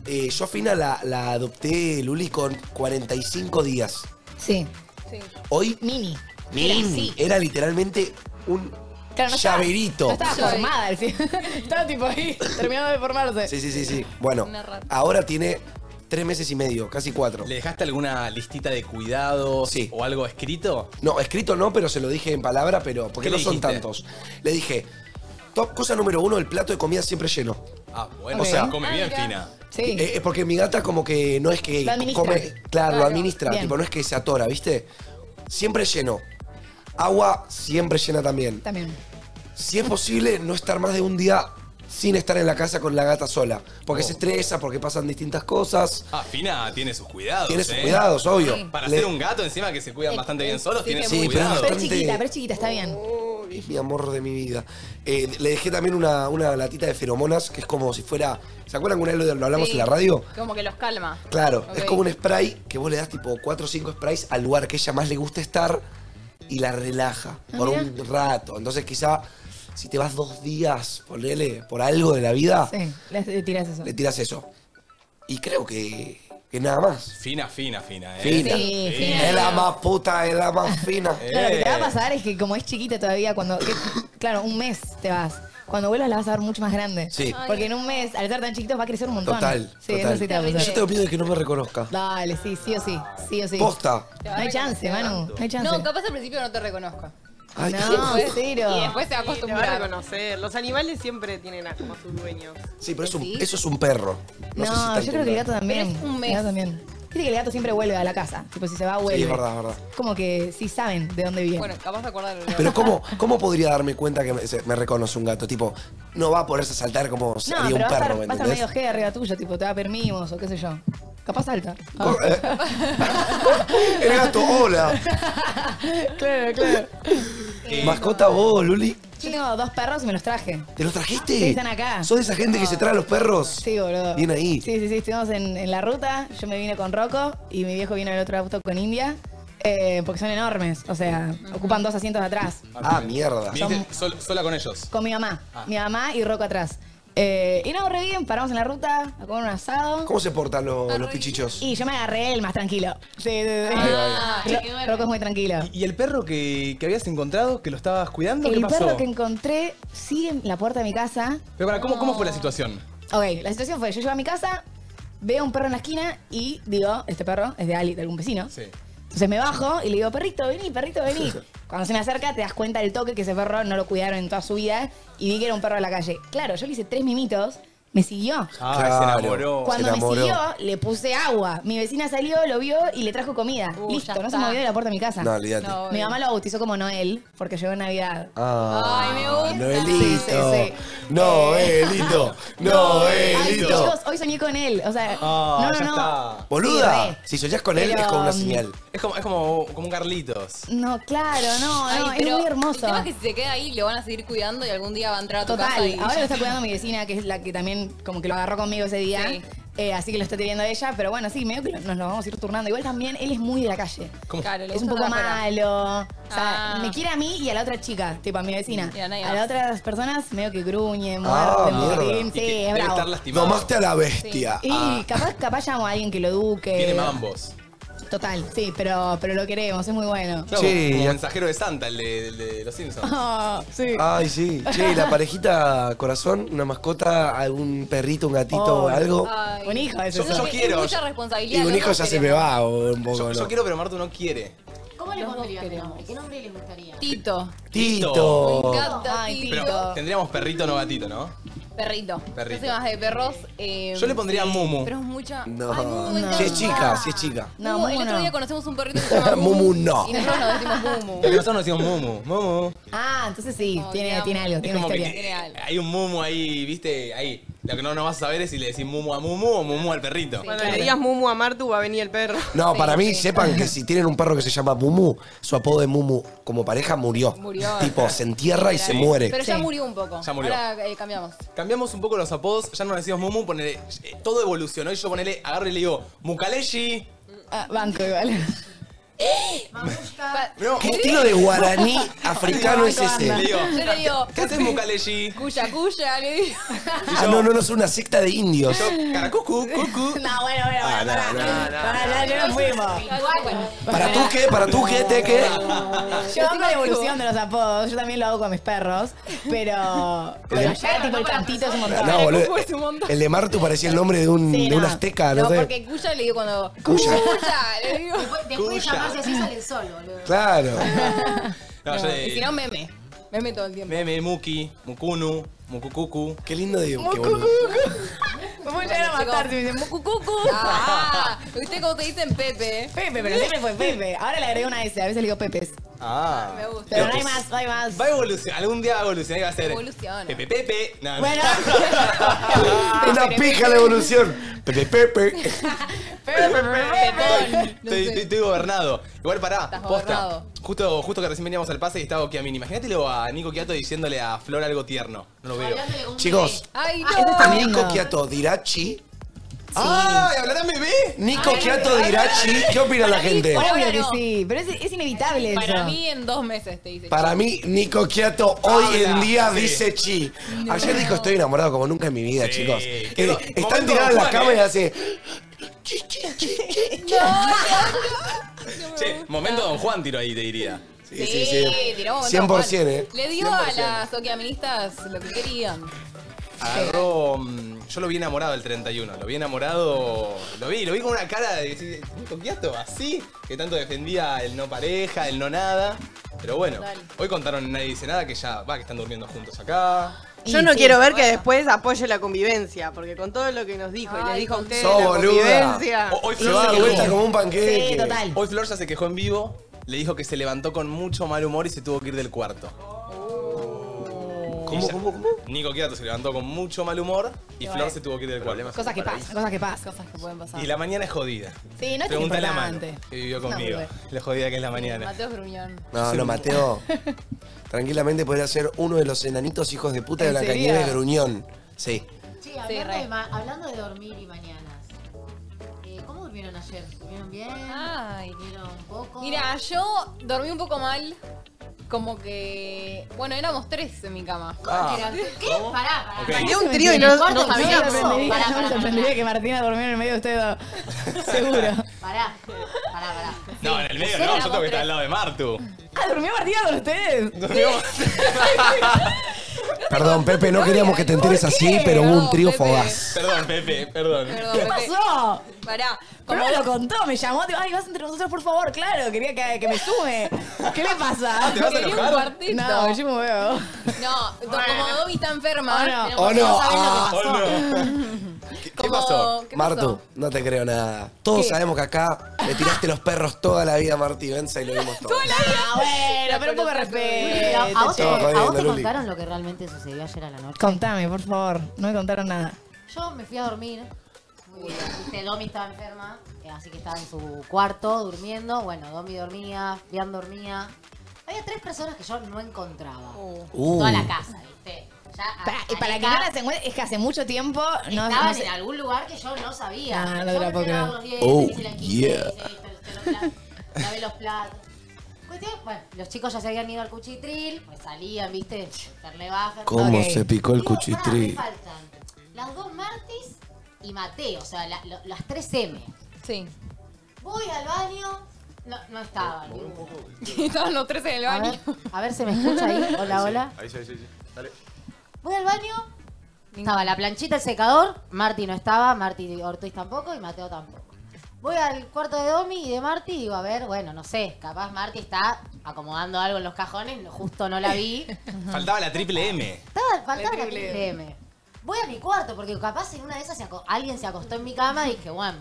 Eh, yo a Fina la, la adopté, Luli, con 45 días.
Sí.
Sí.
Hoy,
Mini.
Mimi era literalmente un
Claro, no estaba-
llaverito.
No estaba formada al fin. estaba tipo ahí, terminando de formarse.
Sí, sí, sí, sí. Bueno,
Una rata.
ahora tiene tres meses y medio, casi cuatro.
¿Le dejaste alguna listita de cuidados
Sí.
o algo escrito?
No, escrito no, pero se lo dije en palabra, pero porque
¿Qué
no
le
son
dijiste?
tantos. Le dije, top, cosa número uno, el plato de comida siempre lleno.
Ah, bueno,
O
o
sea-
sea, come bien,
Ah,
Fina.
Sí.
Eh, es porque mi gata como que no es que
Lo administra.
come, claro, lo
Claro,
administra,
bien.
tipo no es que se atora, ¿viste? Siempre lleno. Agua siempre llena también.
También.
Si es posible, no estar más de un día sin estar en la casa con la gata sola,
Oh.
porque se estresa, porque pasan distintas cosas.
Ah, Fina tiene sus cuidados.
Tiene sus
¿eh?
cuidados, obvio.
Para
Le-
ser un gato, encima que se cuidan bastante bien solos, tiene
sí,
sus
pero-
cuidados.
Pero es
Bastante-
chiquita, pero es chiquita, está bien.
Oh, es mi amor de mi vida. Eh, le dejé también una, una latita de feromonas, que es como si fuera. ¿Se acuerdan que una vez lo hablamos
Sí.
en la radio?
Como que los calma.
Claro,
Ok.
es como un spray que vos le das tipo 4 o 5 sprays al lugar que ella más le gusta estar y la relaja
Ah,
por un rato. Entonces, quizá si te vas dos días, ponele, por algo de la vida,
Sí, le tirás eso.
le tiras eso. Y creo que, que nada más.
Fina, fina, fina, ¿eh?
Fina.
Sí, fina.
Es la más puta, es la más fina.
Claro, lo que te va a
Eh.
pasar es que como es chiquita todavía, cuando. que- claro, un mes te vas. Cuando vuelvas la vas a ver mucho más grande.
Sí.
Porque en un mes, al estar tan chiquitos, va a crecer un montón.
Eh, Total,
Sí,
total.
eso sí te va a pasar.
Yo tengo miedo de que no me reconozca.
Dale, sí, sí o sí. Sí o sí.
Posta.
Te
No
va a
hay chance,
reconocer.
Manu. No hay chance.
No, capaz al principio no te reconozco.
Ay,
No, cero.
Y después se va a
Sí, te va a
acostumbrar.
reconocer. Los animales siempre tienen a, como a sus dueños.
Sí, pero es un-
¿Sí?
eso es un perro. No,
No,
sé si tanto
yo creo que el
un
gato también.
Pero es un mes.
El gato también. Viste que el gato siempre vuelve a la casa. Tipo, si se va,
perro.
vuelve.
Sí, es verdad, es verdad.
Como que sí saben de dónde viene.
Bueno, capaz de acordar.
Pero ¿cómo, ¿cómo podría darme cuenta que me, se- me reconoce un gato? Tipo, no va a poderse saltar como
no,
salía
pero va
un
a estar,
perro, ¿me
va a estar medio
entendés?
G arriba tuyo, tipo, te va a pedir mimos o qué sé yo. Capaz salta. Ah.
Cor- eh. el gato, hola.
claro, claro.
Mascota vos, Luli.
Yo tengo dos perros y me los traje.
¿Te los trajiste?
Sí, están acá.
¿Sos de esa gente que se trae a los perros?
Sí, boludo.
Bien ahí.
Sí, sí, sí. Estuvimos en, en la ruta. Yo me vine con Rocco y mi viejo vino en el otro auto con India. eh, porque son enormes. O sea, ocupan dos asientos de atrás.
Ah, mierda.
Viniste sol- sola con ellos.
Con mi mamá. Mi mamá y Rocco atrás. Eh, y no, re bien, paramos en la ruta a comer un asado.
¿Cómo se portan lo- los pichichos?
Y yo me agarré el más tranquilo. Sí, sí, sí.
Ah,
Ro- Rocco es muy tranquilo.
¿Y el perro que, que habías encontrado, que lo estabas cuidando? ¿Qué
El
pasó?
perro que encontré sigue en la puerta de mi casa.
Pero para, ¿cómo, ¿cómo fue
Ah.
la situación?
Ok, la situación fue, yo llego a mi casa, veo un perro en la esquina y digo, este perro es de Ali, de algún vecino.
Sí.
Entonces me bajo y le digo, perrito, vení, perrito, vení. Cuando se me acerca te das cuenta del toque que ese perro no lo cuidaron en toda su vida y vi que era un perro de la calle. Claro, yo le hice tres mimitos, me siguió.
Ah,
Claro.
se enamoró.
Cuando
se
me
enamoró.
siguió, eh, le puse agua. Mi vecina salió, lo vio y le trajo comida.
Uh,
Listo,
ya
no se
está.
movió de la puerta de mi casa.
No, olvídate.
No.
mi mamá lo bautizó como Noel porque llegó Navidad.
Ah,
Ay, me gusta.
Noelito.
Sí, sí, sí.
Noelito.
Ay,
Noelito.
chicos, hoy soñé con él. O sea,
Ah,
no, no,
ya
no.
está.
Sí,
Boluda.
re.
Si soñás con él,
Pero,
es como una
mm,
señal.
Es como, es como, como un Carlitos.
No, claro, no,
Ay,
no, es
pero
muy hermoso.
El tema es que si se queda ahí, lo van a seguir cuidando y algún día va a entrar a tu casa
Total,
y
ahora lo está cuidando mi vecina, que es la que también como que lo agarró conmigo ese día.
Sí.
Eh, así que lo está teniendo ella, pero bueno, sí, medio que nos lo vamos a ir turnando. Igual también él es muy de la calle.
¿Cómo?
Claro, le
Es un
gusta
poco
estar afuera.
malo. O sea,
Ah.
me quiere a mí y a la otra chica, tipo a mi vecina.
Y a nadie
a
más.
las otras personas medio que gruñe, muerte,
Ah, mierda.
morín.
Y
Sí,
que
es
debe estar
bravo.
lastimado. Ah,
Tomaste a la bestia. Ah.
Y capaz, capaz llamo a alguien que lo eduque.
Tiene mambos.
Total, sí, pero, pero lo queremos, es muy bueno.
Claro,
Sí,
como
ya-
mensajero de Santa, el de, el de los Simpsons.
Ah, sí.
Ay, sí. Che, ¿y la parejita corazón, una mascota, algún perrito, un gatito,
Oh.
algo.
Ay.
Un hijo, eso.
Yo, creo
yo
que
quiero.
Es mucha
Y
responsabilidad.
un
los
hijo
dos
ya se me
queremos.
va o un poco,
Yo, yo
¿no?
quiero, pero Martu no quiere.
¿Cómo le
Los dos
pondrían el
queremos.
nombre? ¿Qué nombre les gustaría?
Tito.
Tito.
Me encanta
Ay,
Tito.
Pero tendríamos perrito no gatito, ¿no?
Perrito.
Perrito.
Yo soy más de perros. eh,
Yo le pondría Mumu.
Pero es mucha. Ay, Mumu, me
No. Si
encanta.
es chica, si es chica.
No,
Mumu, el
Mumu
otro
no.
día conocemos un perrito que se llama
Mumu no.
Y nosotros nos decimos Mumu.
Porque nosotros nos decimos Mumu. Mumu.
Ah, entonces sí,
Oh,
tiene,
digamos.
tiene algo,
Es
tiene una
como que
historia.
tiene- hay un Mumu ahí, viste, ahí. Lo que no, no vas a saber es si le decís Mumu a Mumu o Mumu al perrito.
Cuando le digas Mumu a Martu, va a venir el perro.
No,
Sí,
para mí, eh,
sí.
sepan que si tienen un perro que se llama Mumu, su apodo de Mumu como pareja murió.
Murió.
Tipo, se entierra y se muere.
Pero ya
Sí.
murió un poco.
Ya murió.
Ahora eh, cambiamos.
Cambiamos un poco los apodos, ya no le decimos Mumu, ponele, eh, todo evolucionó y yo ponele, agarro y le digo, Mukaleshi.
Ah, banco igual.
Mamushka.
Pa-
No,
¿Qué estilo de guaraní africano es
le
ese?
digo,
Yo le digo,
¿qué haces Mukaleshi?
cuya, cuya, le digo.
Ah, no, no, no, es una secta de indios.
Yo, caracucu, cucu.
No, bueno, bueno, bueno, pará. Pará, ya, ya nos fuimos.
Igual, bueno.
¿Para tú qué? ¿Para tú qué? ¿Te qué?
Yo amo la evolución de los apodos, yo también lo hago con mis perros, pero, pero ya tipo el cantito es un montón.
No, boludo.
Cucu es un montón.
El de Martu parecía el nombre Mm, de un,
Sí,
de un
no.
azteca, no,
No,
sé.
porque cuya le digo cuando.
Cuya.
Cuya, le digo.
Después, después de
Cuya.
llamarse así salen solo, boludo.
Claro.
No, yo le-
Y si no, meme. Meme todo el tiempo.
Meme, Muki, Mukunu, Mukukuku.
Qué lindo de qué boludo.
Me voy a llegar a matar si me dicen mucucucu.
Ah, ¿viste cómo te dicen Pepe?
Pepe, pero siempre fue Pepe. Ahora le agrego una S, a veces le digo Pepes.
Ah.
Me gusta.
Pero no hay más, no hay más.
Va a evolucionar, algún día va a evolucionar y va a ser.
Evoluciona.
Pepe Pepe. No, no.
Bueno,
Una pija la evolución. Pepe, pepe.
Pepón. No
Estoy, estoy-
sé.
estoy gobernado. Igual pará,
Estás
posta.
gobernado.
Justo, justo que recién veníamos al pase y estaba Kiamini. Imagínatelo a Nico Quiato diciéndole a Flor algo tierno. No lo veo.
Hablándole como un
Chicos,
Ay,
Ah,
no.
Nico
no.
Quiato dirá chi. Ah,
¡Ay! ¿Hablarán bebé?
Nico Quiato dirá chi. ¿Qué opina la gente?
obvio que
no.
sí, pero es, es inevitable
Para
eso.
mí en dos meses te dice.
Para mí, Nico Quiato hoy en
Habla,
día
sí.
dice chi. Ayer dijo estoy enamorado como nunca en mi vida,
Sí.
chicos. Eh,
Qué do-
están
momento
tiradas en la
Juan,
cama
eh.
y hace.
Che, momento Don Juan tiro ahí, te diría.
Sí, sí, sí.
tiró un montón.
100%, eh.
Le dio a las okeaministas lo que querían.
Agarró. mm, Yo lo vi enamorado el 31. Lo vi enamorado. Lo vi, lo vi con una cara de decir, Nico Quiato, así. Que tanto defendía el no pareja, el no nada. Pero bueno,
Dale.
hoy contaron en Nadie Dice Nada que ya va, que están durmiendo juntos acá.
Yo
Y
no
sí.
quiero ver que después apoye la convivencia, porque con todo lo que nos dijo y les
Ay,
dijo a
con
ustedes
todo.
la
Sos boluda.
convivencia.
O- hoy
Se va
Flor se
de vuelta
quejó.
como un panqueque.
Sí, total.
Hoy Flor ya se quejó en vivo, le dijo que se levantó con mucho mal humor y se tuvo que ir del cuarto. ¿Cómo, cómo, cómo? Nico Quiato se levantó con mucho mal humor y Flor se tuvo que ir del cuarto.
Cosas que pasan, cosas que pasan.
Cosas que pueden pasar.
Y la mañana es jodida.
Sí, no es tan
Pregúntale a Manu,
importante.
que vivió
No,
conmigo.
bebé.
la jodida que es la mañana.
Mateo Gruñón.
No, no, Mateo. Tranquilamente podría ser uno de los enanitos hijos de puta de
¿En
la
serio?
cañera de Gruñón. Sí.
Che, hablando,
re.
de ma- hablando de dormir y mañanas, eh, ¿cómo durmieron ayer? ¿Durmieron bien?
Ay.
¿Durmieron poco?
Mira, yo dormí un poco mal. como que. Bueno, éramos tres en mi cama.
Ah.
Eran-
¿Qué? Pará, pará.
Ok.
Salió un trío y no, no
Corten,
No me
sabíamos.
sorprendería,
Pará,
no me
pará,
sorprendería
pará.
que Martina durmiera en el medio de ustedes dos. Seguro.
Pará, pará, pará.
No, en el
Nosotros
medio no,
éramos
nosotros
tres.
que está al lado de Martu.
Ah, durmió Martina con ustedes.
Perdón, Pepe, no queríamos que te enteres
¿Por
así,
qué?
pero hubo un
No,
trío
Pepe.
fogaz.
Perdón, Pepe, perdón.
Perdón,
¿Qué
Pepe.
pasó?
Pará.
Pero
Como
me lo contó, me llamó, digo, ay, vas entre nosotros, por favor, claro, quería que, que me sume. ¿Qué le pasa?
¿Te vas a
quería un
enojar?
cuartito.
No, yo me veo.
No, do- como Domi está enferma.
Oh, no.
tenemos-
¿O no? Ah,
Oh, no. ¿Qué, qué
como-
pasó?
¿qué
Martu,
pasó?
no te creo nada. Todos sabemos que acá le tiraste los perros toda la vida a Martí Benza y lo vimos todo.
Ah, bueno, pero un poco de Eh,
Pero, ¿A vos, te,
Estaba
a
respeto.
vos
jodiendo,
te
Luli.
contaron lo que realmente sucedió ayer a la noche?
Contame, por favor, no me contaron nada.
Yo me fui a dormir. Muy bien. Viste, Domi estaba enferma, eh, así que estaba en su cuarto durmiendo. Bueno, Domi dormía, Bian dormía. Había tres personas que yo no encontraba.
Uh.
Toda la casa, ¿viste? Ya, a-
Para, Ah, y para que
Areca
no las encuentre, es que hace mucho tiempo no,
Estaban
no sé-
en algún lugar que yo no sabía.
Ah, no te
yo
la puedo
lavaba
creer.
los dientes,
Oh,
hice la quince,
yeah.
hice esto, hice los platos, lavé los platos. Cuestión, bueno, los chicos ya se habían ido al cuchitril, pues salían, viste, darle baja.
¿Cómo
Ok.
se picó el
Digo, pará, me
cuchitril?
faltan las dos Martis y Mateo, o sea, la- lo- las tres M.
Sí.
Voy al baño, no, no estaba.
Oh,
ninguno.
Estaban los tres en el
A
baño.
ver, a ver, ¿se me escucha ahí? Hola, hola.
Ahí Ah. sí, ahí sí, ahí sí. Dale.
Voy al baño. Estaba la planchita, el secador. Marti no estaba, Marti Ortiz tampoco y Mateo tampoco. Voy al cuarto de Domi y de Marti y digo, a ver, bueno, no sé, capaz Marti está acomodando algo en los cajones, no- justo no la vi.
Faltaba la triple M.
Estaba, faltaba la triple M. Voy a mi cuarto porque capaz en una de esas se aco- alguien se acostó en mi cama y dije, bueno,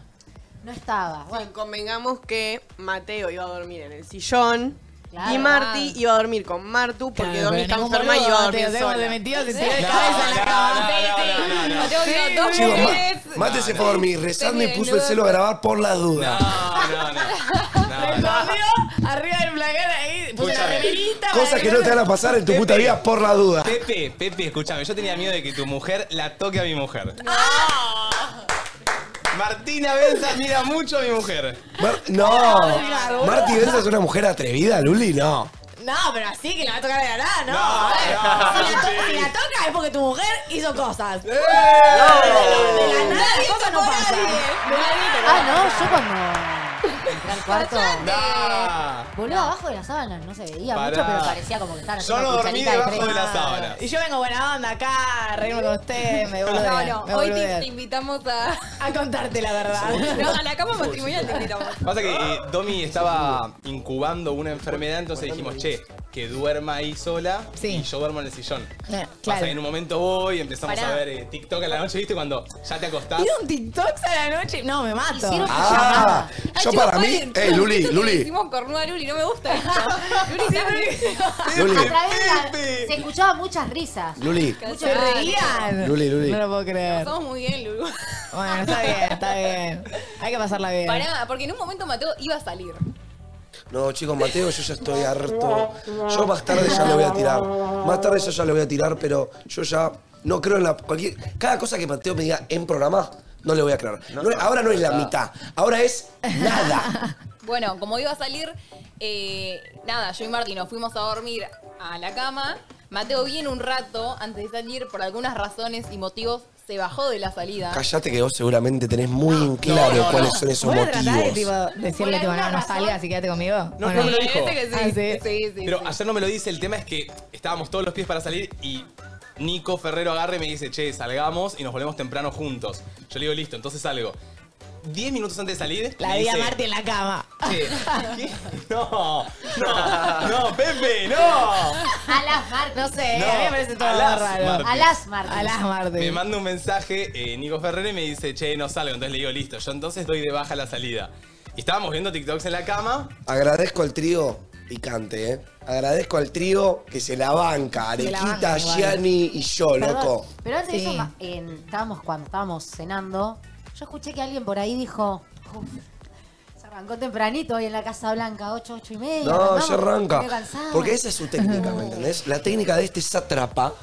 no estaba. Bueno,
Bueno, convengamos que Mateo iba a dormir en el sillón
Claro.
y Marti iba a dormir con Martu porque
Claro,
Domi
pero
está
ningún
enferma y
boludo,
iba a
te-
dormir
te-
sola.
te metió, se tiró de
No,
cabeza en la
no,
cama.
no, no, no, no.
Mateo quedó dos
Chicos, Ma-
veces.
Mate se fue a dormir rezando y
Pepe,
puso el
no.
celo a grabar por las dudas.
No, no, no.
Me
no, no.
escondió arriba del placar ahí, puse la
Escúchame.
remerita.
Cosas
para
que no te van a pasar en tu puta vida por la duda.
Pepe, Pepe, escúchame, yo tenía miedo de que tu mujer la toque a mi mujer. Martina Benza mira mucho a mi mujer.
Mar- no. Marti Benza es una mujer atrevida, Luli, no.
No, pero así que la va a tocar de la nada, ¿no?
No,
A ver,
no,
si, la to-
sí.
si la toca es porque tu mujer hizo cosas. De la
¡Eh!
nada las cosas no pasan.
ah, no, yo cuando entré al cuarto.
Nah.
Boludo, abajo de las sábanas no se veía
Pará.
mucho, pero parecía como que estaban
Yo
haciendo
no dormí
cucharita de
debajo de
fresa.
las sábanas.
Y yo vengo buena onda acá, a reírme con ustedes, me
No,
boludean,
no,
me
hoy te,
boludean.
te invitamos a.
A contarte la verdad.
No, a la cama matrimonial te invitamos.
Pasa que eh, Domi estaba incubando una enfermedad, entonces dijimos, che, que duerma ahí sola
Sí.
y yo duermo en el sillón.
Eh,
Pasa
claro.
que en un momento voy, empezamos
Pará.
a ver eh, TikTok a la noche, ¿viste? Cuando ya te acostás.
¿Hizo un TikTok a la noche? No, me mato.
Hicieron-
Ah,
Ay,
yo
chicos,
para mí.
paren,
eh,
Ey, Luli,
Este
esto que le
Luli.
Decimos cornuda a Luli, no me gusta esto. Luli, ¿sabes?
Luli.
A través de la-
Pepe.
se escuchaban muchas risas.
Luli,
¿Se reían?
Luli, Luli.
No lo puedo creer.
Estamos muy bien, Lulu.
Bueno, está bien, está bien. Hay que pasarla bien.
Pará, porque en un momento Mateo iba a salir.
No, chicos, Mateo, yo ya estoy harto. Yo más tarde ya lo voy a tirar. Más tarde yo ya lo voy a tirar, pero yo ya no creo en la. Cualquier, cada cosa que Mateo me diga en programa, no le voy a creer. No, ahora no es la mitad, ahora es nada.
Bueno, como iba a salir, eh, nada, yo y Martín nos fuimos a dormir a la cama. Mateo viene un rato antes de salir, por algunas razones y motivos, se bajó de la salida.
Cállate que vos seguramente tenés muy en claro
no, no.
cuáles son esos
¿Vos lo tratás de
motivos.
tipo, decirle tipo, no, no salgas y quédate conmigo?
No,
¿O
no me lo dijo.
Parece que sí.
Ah, sí.
sí, sí,
Pero
sí.
ayer no me lo dice, el tema es que estábamos todos los pies para salir y Nico Ferrero agarre y me dice, che, salgamos y nos volvemos temprano juntos. Yo le digo, listo, entonces salgo. Diez minutos antes de salir,
La
me
vi a
dice,
Marti en la cama.
"Che, ¿qué? No, no, no, Pepe, no.
Eh, A las Martis.
No sé,
No,
a mí me parece todo
a las
raro.
Marti.
A las Martis.
A las Marti.
Me manda un mensaje eh, Nico Ferrero y me dice, che, no salgo. Entonces le digo, listo, yo entonces doy de baja la salida. Y estábamos viendo TikToks en la cama.
Agradezco al trío picante, ¿eh? Agradezco al trío que se la banca.
Se la
Arequita,
banca, igual.
Gianni y yo,
Perdón,
loco.
Pero antes de
Sí.
eso, ma- en- estábamos, cuando estábamos cenando, yo escuché que alguien por ahí dijo. "Uf, Se arrancó tempranito hoy en la Casa Blanca, 8, 8 y media.
No,
arrancamos,
ya arranca.
estoy cansada".
Porque esa es su técnica, ¿me entendés? La técnica de este sátrapa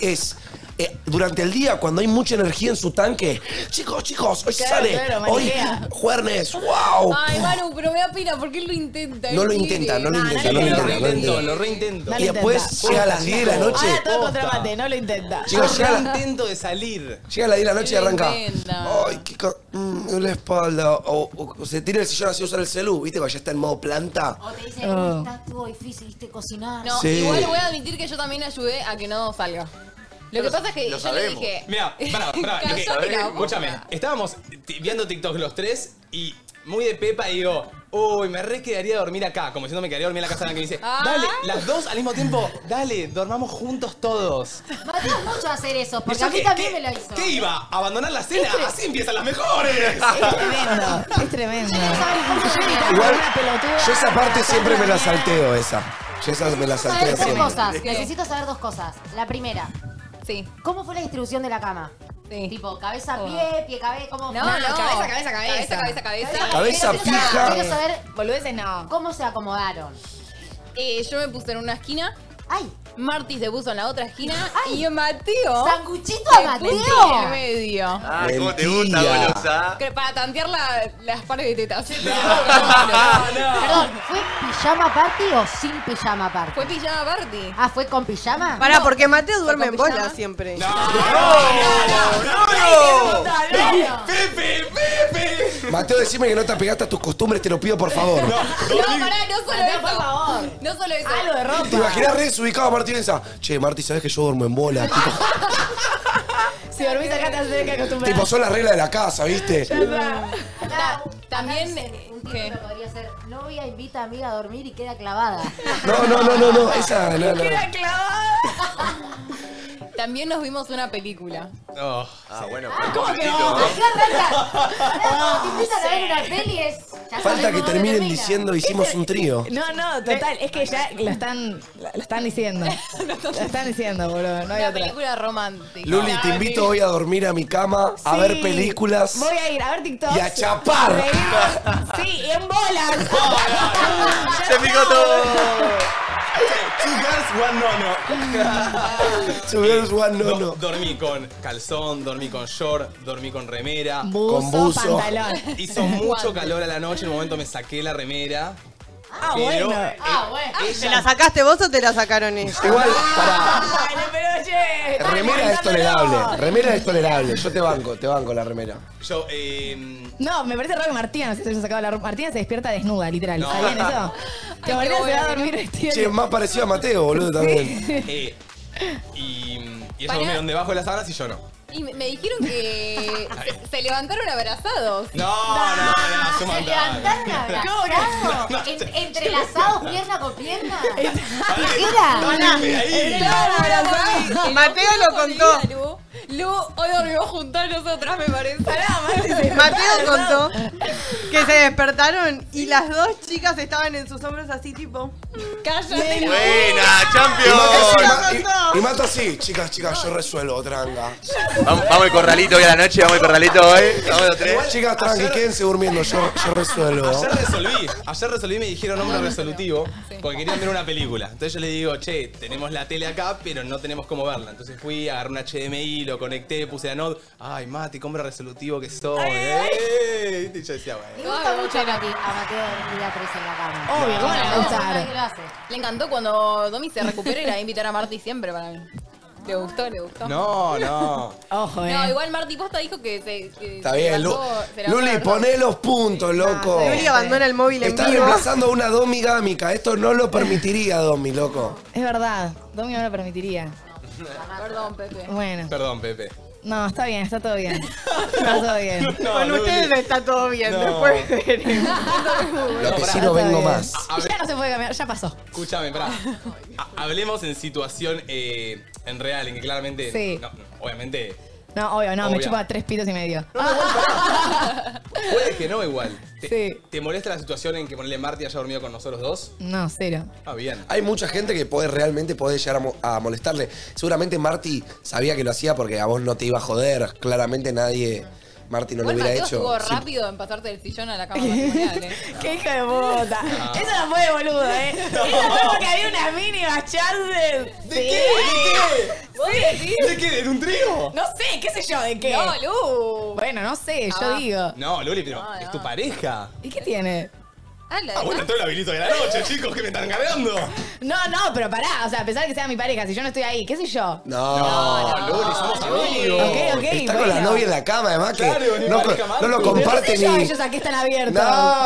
es eh, durante el día, cuando hay mucha energía en su tanque, chicos, chicos, hoy
Claro,
sale,
claro,
hoy
manijea.
juernes, wow.
Ay, Manu, pero me da pena porque él lo intenta.
No
él
lo
quiere.
intenta, no lo intenta,
Lo
no lo intenta. no lo
reintento,
intenta.
lo reintento.
No lo
Y después
intenta.
llega a las 10 de la noche.
Ah, todo contra mate, no lo intenta.
Chicos, llega a las
intento de salir.
Llega la 10 de la noche y
Lo
arranca.
intenta.
Ay, qué co- mm, duele la espalda. O, o- o se tira el sillón así a usar el celu, ¿viste? Cuando ya está en modo planta.
O te dice,
Ah.
"Uy, está- estuvo difícil, viste, cocinar.
No,
Sí.
igual voy a admitir que yo también ayudé a que no salga. Lo que pasa es que
lo
yo
sabemos.
le dije.
Mira, pará, pará. lo que-
Cállate la boca.
Escúchame, estábamos t- viendo TikTok los tres y muy de pepa digo, uy, me re quedaría a dormir acá, como si no me quedaría a dormir en la casa de la que me dice,
Ah.
dale, las dos al mismo tiempo, dale, dormamos juntos todos.
Mateo es mucho a hacer eso,
Y
porque
yo,
a mí
¿qué-
también
qué-
me lo hizo.
¿Qué iba? ¿A ¿Abandonar la cena? Así empiezan las mejores.
Ah, Es Este tremendo, es tremendo.
Igual,
Una pelotuda.
yo esa parte siempre me la salteo, esa. Yo esa me la
Saber
salteo
dos
siempre.
cosas. Necesito saber dos cosas. La primera,
Sí.
¿cómo fue la distribución de la cama?
Sí.
Tipo, cabeza, pie, pie, cabeza, ¿cómo
No,
fue?
no,
cabeza, cabeza, cabeza.
Cabeza, cabeza, cabeza.
Cabeza
Quiero
fija.
saber- Quiero saber
Boludeces no.
cómo se acomodaron.
Eh, yo me puse en una esquina,
¡Ay!
Marty se puso en la otra esquina
Ay.
y yo Mateo.
¡Sanguchito
se
a
puso En el
Mateo!
medio.
Ah, ¿cómo te
Mentira.
gusta, bolosa?
Que Para tantear la- las pares de tetas.
Perdón, ¿fue pijama party o sin pijama party?
Fue pijama Marty.
Ah, ¿fue con pijama?
Pará, porque Mateo duerme en
pijama?
bola siempre.
¡No, no!
Pepe, Pepe.
Mateo, decime que no te apegaste a tus costumbres, te lo pido por favor.
No, pará, no solo
Mateo,
eso.
por favor.
No solo eso.
Algo de
¿Te
ropa.
imaginas redes ubicado a Martín esa? Che, Marti, ¿sabes que yo duermo en bola? Tipo,
Si dormís acá te tenés que acostumbrar.
tipo, son las reglas de la casa, ¿viste?
Ta- también,
Acá un
¿qué?
título podría ser novia invita a amiga a dormir y queda clavada.
No, no, no, no, no. Esa, no, no.
También nos vimos una película.
No.
Ah, bueno,
Acá arranca. Cuando te invitan a ver una peli es... ya
Falta
sabemos
que
dónde
terminen
termina.
diciendo hicimos un trío.
No, no, total, es que ya lo están, lo están diciendo. Lo están diciendo, boludo, no hay
Una
otra.
película romántica.
Luli, te invito hoy a dormir a mi cama, a ver
Sí.
películas.
Voy a ir a ver TikTok.
Y a chapar.
Sí, y en bolas.
¡Se picó todo!
Two girls, one nono.
Ah,
Two girls, one
Do-
nono.
Dormí con calzón, dormí con short, dormí con remera.
Buzo,
Con buzo.
pantalón.
Hizo mucho calor a la noche, en un momento me saqué la remera. Ah,
bueno.
Ah, bueno.
¿Te la sacaste vos o te la sacaron ellos?
eh,
Ah.
Igual, para.
Dale, pero che. dale,
Remera es
mandámelo.
tolerable. Remera es tolerable. Yo te banco, te banco la remera.
Yo, eh.
No, me parece raro que Martina se haya sacado la ropa. Martina se despierta desnuda, literal.
No.
¿Sabían eso? Que Martina se va a dormir vestida.
Che, más parecido a Mateo, boludo, también.
eh, y, y ellos
Pará.
durmieron debajo de las sábanas y yo no.
Y me, me dijeron que se, se levantaron abrazados.
No, no, no,
Se
suma
levantaron abrazados, en- entrelazados pierna con pierna. Tijera.
Mateo lo contó.
Lu, Lu, hoy dormimos juntos a nosotras, me parece.
Mateo contó que se despertaron y las dos chicas estaban en sus hombros así tipo.
Cállate. Lu.
¡Buena,
Y Mato
champion!
así, y- y Mato así, chicas, chicas, yo resuelvo, tranga.
Vamos, vamos al corralito hoy a la noche, vamos al corralito hoy. Vamos los tres.
Chicas, tranqui,
ayer-
quédense durmiendo, yo, yo resuelvo.
Ayer resolví, ayer resolví, me dijeron
Ah,
nombre resolutivo porque querían ver una película. Entonces yo le digo, che, tenemos la tele acá, pero no tenemos cómo verla. Entonces fui, agarré un HDMI, lo conecté, puse la nod. Ay, Mati, qué hombre resolutivo que soy. ¿eh? Y yo decía,
Me
bueno.
gusta mucho a Mati- a Ah, Mateo dormir a tres en la cama.
Obvio, ¿cómo no le va a
Sabe
gustar?
que lo hace.
Le encantó cuando Domi se recupera y la va a invitar a Marty siempre para mí. ¿Le gustó? ¿Le gustó?
No, no.
Ojo, eh.
No, igual Marty Posta dijo que se. que
Está
se
bien, Lu-
levantó- se levantó
Luli,
abrazados.
poné los puntos, loco.
Luli abandona el móvil en
Está
vivo.
reemplazando a una Domi gámica. Esto no lo permitiría, Domi, loco.
Es verdad, Domi no lo permitiría.
Perdón, Pepe.
Bueno,
Perdón, Pepe.
no, está bien, está todo bien. Está todo bien.
Con
Luli.
ustedes está todo bien,
No.
después veremos.
Lo que sí
Está
no
todo
vengo
bien.
más.
A- a ver-
Ya no se puede cambiar, ya pasó.
Escúchame, pará. Ha- Hablemos en situación eh, en real, en que claramente.
Sí.
no, no, obviamente.
No, obvio, no, me
Obvio.
chupa tres pitos y medio.
Puede que no, igual. ¿Te,
Sí.
¿Te molesta la situación en que ponerle Marty haya dormido con nosotros dos?
No, cero.
Ah, bien.
Hay mucha gente que puede, realmente puede llegar a, mo- a molestarle. Seguramente Marty sabía que lo hacía porque a vos no te iba a joder. Claramente nadie Marti no lo
Igual
hubiera
Mateo
hecho.
estuvo
sin-
rápido en pasarte del sillón a la cama matrimonial, eh.
¡Qué hija de puta!
No.
Eso no fue de boludo, ¿eh? Eso fue porque había unas mínimas chances. ¿De qué? ¿De qué?
¿De qué? ¿De un trío?
No sé, qué sé yo, ¿de qué?
No, Lu.
Bueno, no sé, yo
Ah.
digo.
No, Luli, pero es tu pareja.
¿Y qué tiene?
Ah, la-
Ah, bueno, entonces la habilito de la noche, chicos, que me están cargando.
No, no, pero pará, o sea, a pesar de que sea mi pareja, si yo no estoy ahí, qué sé yo.
No,
Luli, somos amigos.
Ok, ok.
Está con
bueno.
la novia en la cama, además que
Claro, ni
no,
marca
co-
Marti.
no lo
Pero
Pero
qué
comparte
sé yo,
ni.
ellos a qué están
No,
abiertos.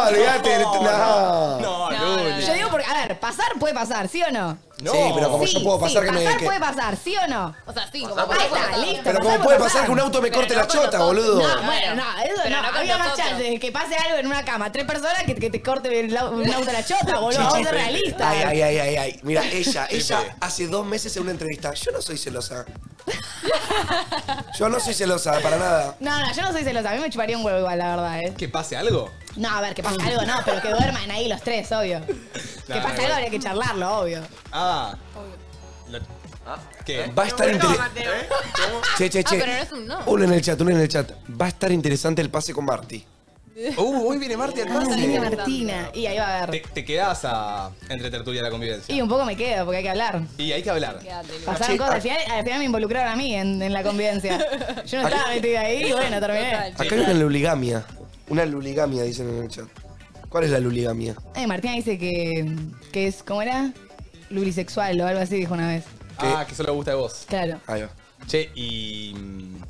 olvídate, no.
No,
No, no,
Luli.
Yo digo porque, a ver, pasar puede pasar, ¿sí o no?
No.
Sí, pero como
sí,
yo puedo pasar
sí,
que me.
pasar
que-
puede pasar, ¿sí o no?
O sea, sí, como
Ahí está, listo.
pero
pasar
como puede
puede
pasar que un
pasar.
auto me
Pero
corte
no
la
con
chota,
nosotros.
boludo.
No, bueno, no, eso
Pero
no,
no con
había más
nosotros.
chances de que pase algo en una cama. Tres personas que, que te corte el, au- un auto a la chota, boludo. Vamos a ser realistas.
Ay, ay, ay, ay, ay. Mira, ella,
Pepe.
ella hace dos meses en una entrevista. Yo no soy celosa. Yo no soy celosa, para nada.
No, no, yo no soy celosa. A mí me chuparía un huevo igual, la verdad, ¿eh?
¿Que pase algo?
No, a ver, que pase algo, no, pero que duerman ahí los tres, obvio. que pase
igual.
algo habría que charlarlo, obvio.
Ah. Lo- ¿Qué?
Va a estar interesante.
Mateo.
Che, che,
Ah,
che.
pero no es un no.
Uno en el chat, uno en el chat. Va a estar interesante el pase con Marty.
Uh, hoy viene Marti al
Ah,
pase.
viene Martina. Y ahí va a
Te,
ver.
te quedás a entre tertulia la convivencia.
Y un poco me quedo, porque hay que hablar.
Y hay que hablar.
Quédate, Lu.
Pasaron
Sí,
cosas.
ah.
Al final, al final me involucraron a mí en, en la convivencia. Yo no estaba metida ahí y bueno, terminé.
Total.
Acá hay una luligamia. Una luligamia, dicen en el chat. ¿Cuál es la luligamia?
Eh, Martina dice que, que es, ¿cómo era? Lurisexual o algo así dijo una vez.
Ah, que solo gusta de vos.
Claro.
Ahí va.
Che, y. mm,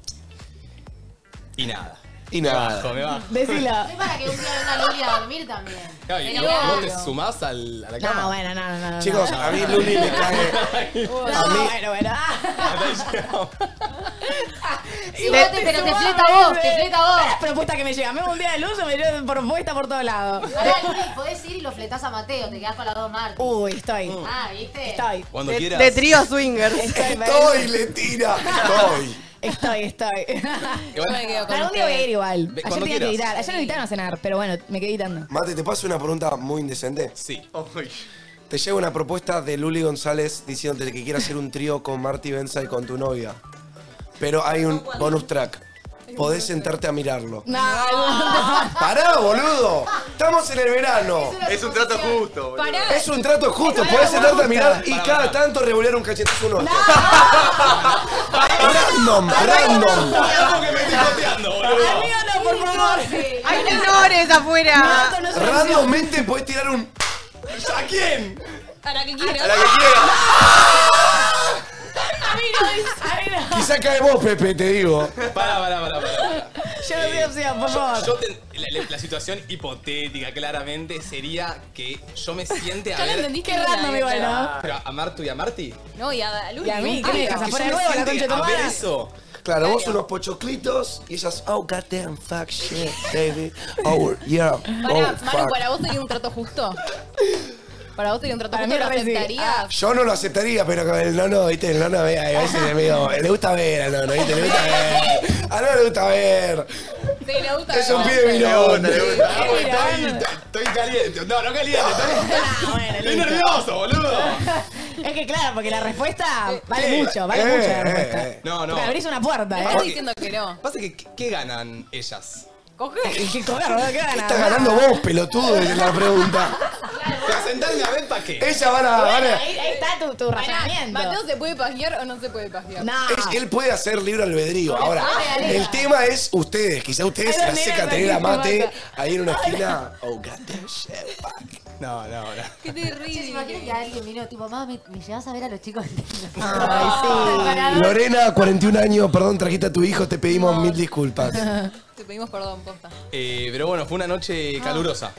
Y nada.
Y
Me
nada.
bajo, me bajo.
Decilo.
Es para que un día venga Luli a dormir también.
Claro, y
Pero
vos,
claro.
vos te sumás al, a la cama.
No, bueno, no, no, no, no.
Chicos, a mí Luli me cae.
no,
a mí-
bueno, bueno.
Hasta ahí llegamos.
Sí, vos te- eh, pero te fleta vos, te fleta vos.
Las propuestas que me llegan. Me hago un día de luz o me llevo propuesta por todos lados.
Ahora, Luli, podés ir y lo fletás a Mateo, te quedás con las dos Marti.
Uy, estoy.
Ah, ¿viste?
Estoy.
Cuando
De,
quieras.
de trío swingers.
Estoy.
Estoy, le tira. Estoy.
Estoy, estoy.
Igual-
Yo me quedo con
Algún día voy a ir
ustedes.
igual.
Ve,
Ayer
cuando
tenía que
quieras.
editar. Ayer me invitaron a cenar, pero bueno, me quedé editando.
Mate, ¿te paso una pregunta muy indecente?
Sí.
Te llega una propuesta de Luli González diciéndote que quiere hacer un trío con Marty Benza y con tu novia. Pero hay un bonus track. Podés sentarte a mirarlo.
No, no, no.
¡Pará, boludo! Estamos en el verano.
Es un trato justo, boludo.
Pará.
Es un trato justo. Podés sentarte a mirar y
Pará,
cada
pará.
tanto revolear un cachetazo a un otro. ¡Random! ¡Random!
Algo que me estoy copiando, boludo.
Amigo, no, por favor.
Hay tenores afuera.
Esto no es una
Randommente podés tirar un.
¿A quién?
¿Para qué quiero?
La que quiera.
A mí no, dice- a mí no.
Quizá cae vos, Pepe, te digo.
Pará, pará, pará, pará.
Yo no soy opción, por favor.
Yo ten- la, la- la situación hipotética, claramente, sería que yo me siente a
Ya lo
ver.
entendí
Qué random igual, ¿no?
Pero a Martu y a Marti.
No, y a Luli.
Y a mí, ¿qué me dejas
Que yo
afuera
me
de nuevo la
siente
concha de tu
a ver
madre?
eso.
Claro, vos unos pochoclitos y ellas, oh goddamn fuck shit, baby. Oh, yeah.
Para,
Oh,
Manu,
fuck.
¿para vos sería un trato justo? ¿Para vos sería un trato
Para
justo?
mí
¿Lo
re sí.
aceptarías?
Yo no lo aceptaría, pero con el nono, viste, el nono ve, a veces le digo, "Eh, le gusta ver al nono, viste, le gusta ver. Al nono le gusta ver.
Sí, le gusta.
Es un
¿verdad?
pibe mirón.
gusta, le gusta.
Ah, bueno, estoy, estoy caliente. No, no caliente. Estoy,
Ah, bueno,
estoy
listo.
nervioso, boludo.
Es que claro, porque la respuesta vale
eh,
mucho, vale
eh,
mucho la
eh,
respuesta.
eh.
No, no.
Porque abrís una puerta,
Me
¿eh?
estás diciendo que no.
Pasa que, ¿qué qué ganan ellas?
Coge.
¿Qué coger, boludo? ¿Qué ganas?
Estás ganando vos, pelotudo, es la pregunta.
¿Te asentás en la vez para qué?
Ellas van a. van a-
Ahí, ahí está tu, tu razonamiento.
Mateo se puede pajear o no se puede pajear.
No.
es- él puede hacer libre albedrío. Ahora, el tema es ustedes. Quizá ustedes se la secan tener a mate ahí en una esquina. Oh, goddamn shit, fuck.
No, no, no.
Qué
Che, ¿se imaginan que
terrible.
alguien vino tipo, mamá, me, me llevas a ver a los chicos?
Ay,
Lorena, 41 años, perdón, trajiste a tu hijo, te pedimos mil disculpas.
Te pedimos perdón, posta.
Eh, pero bueno, fue una noche calurosa.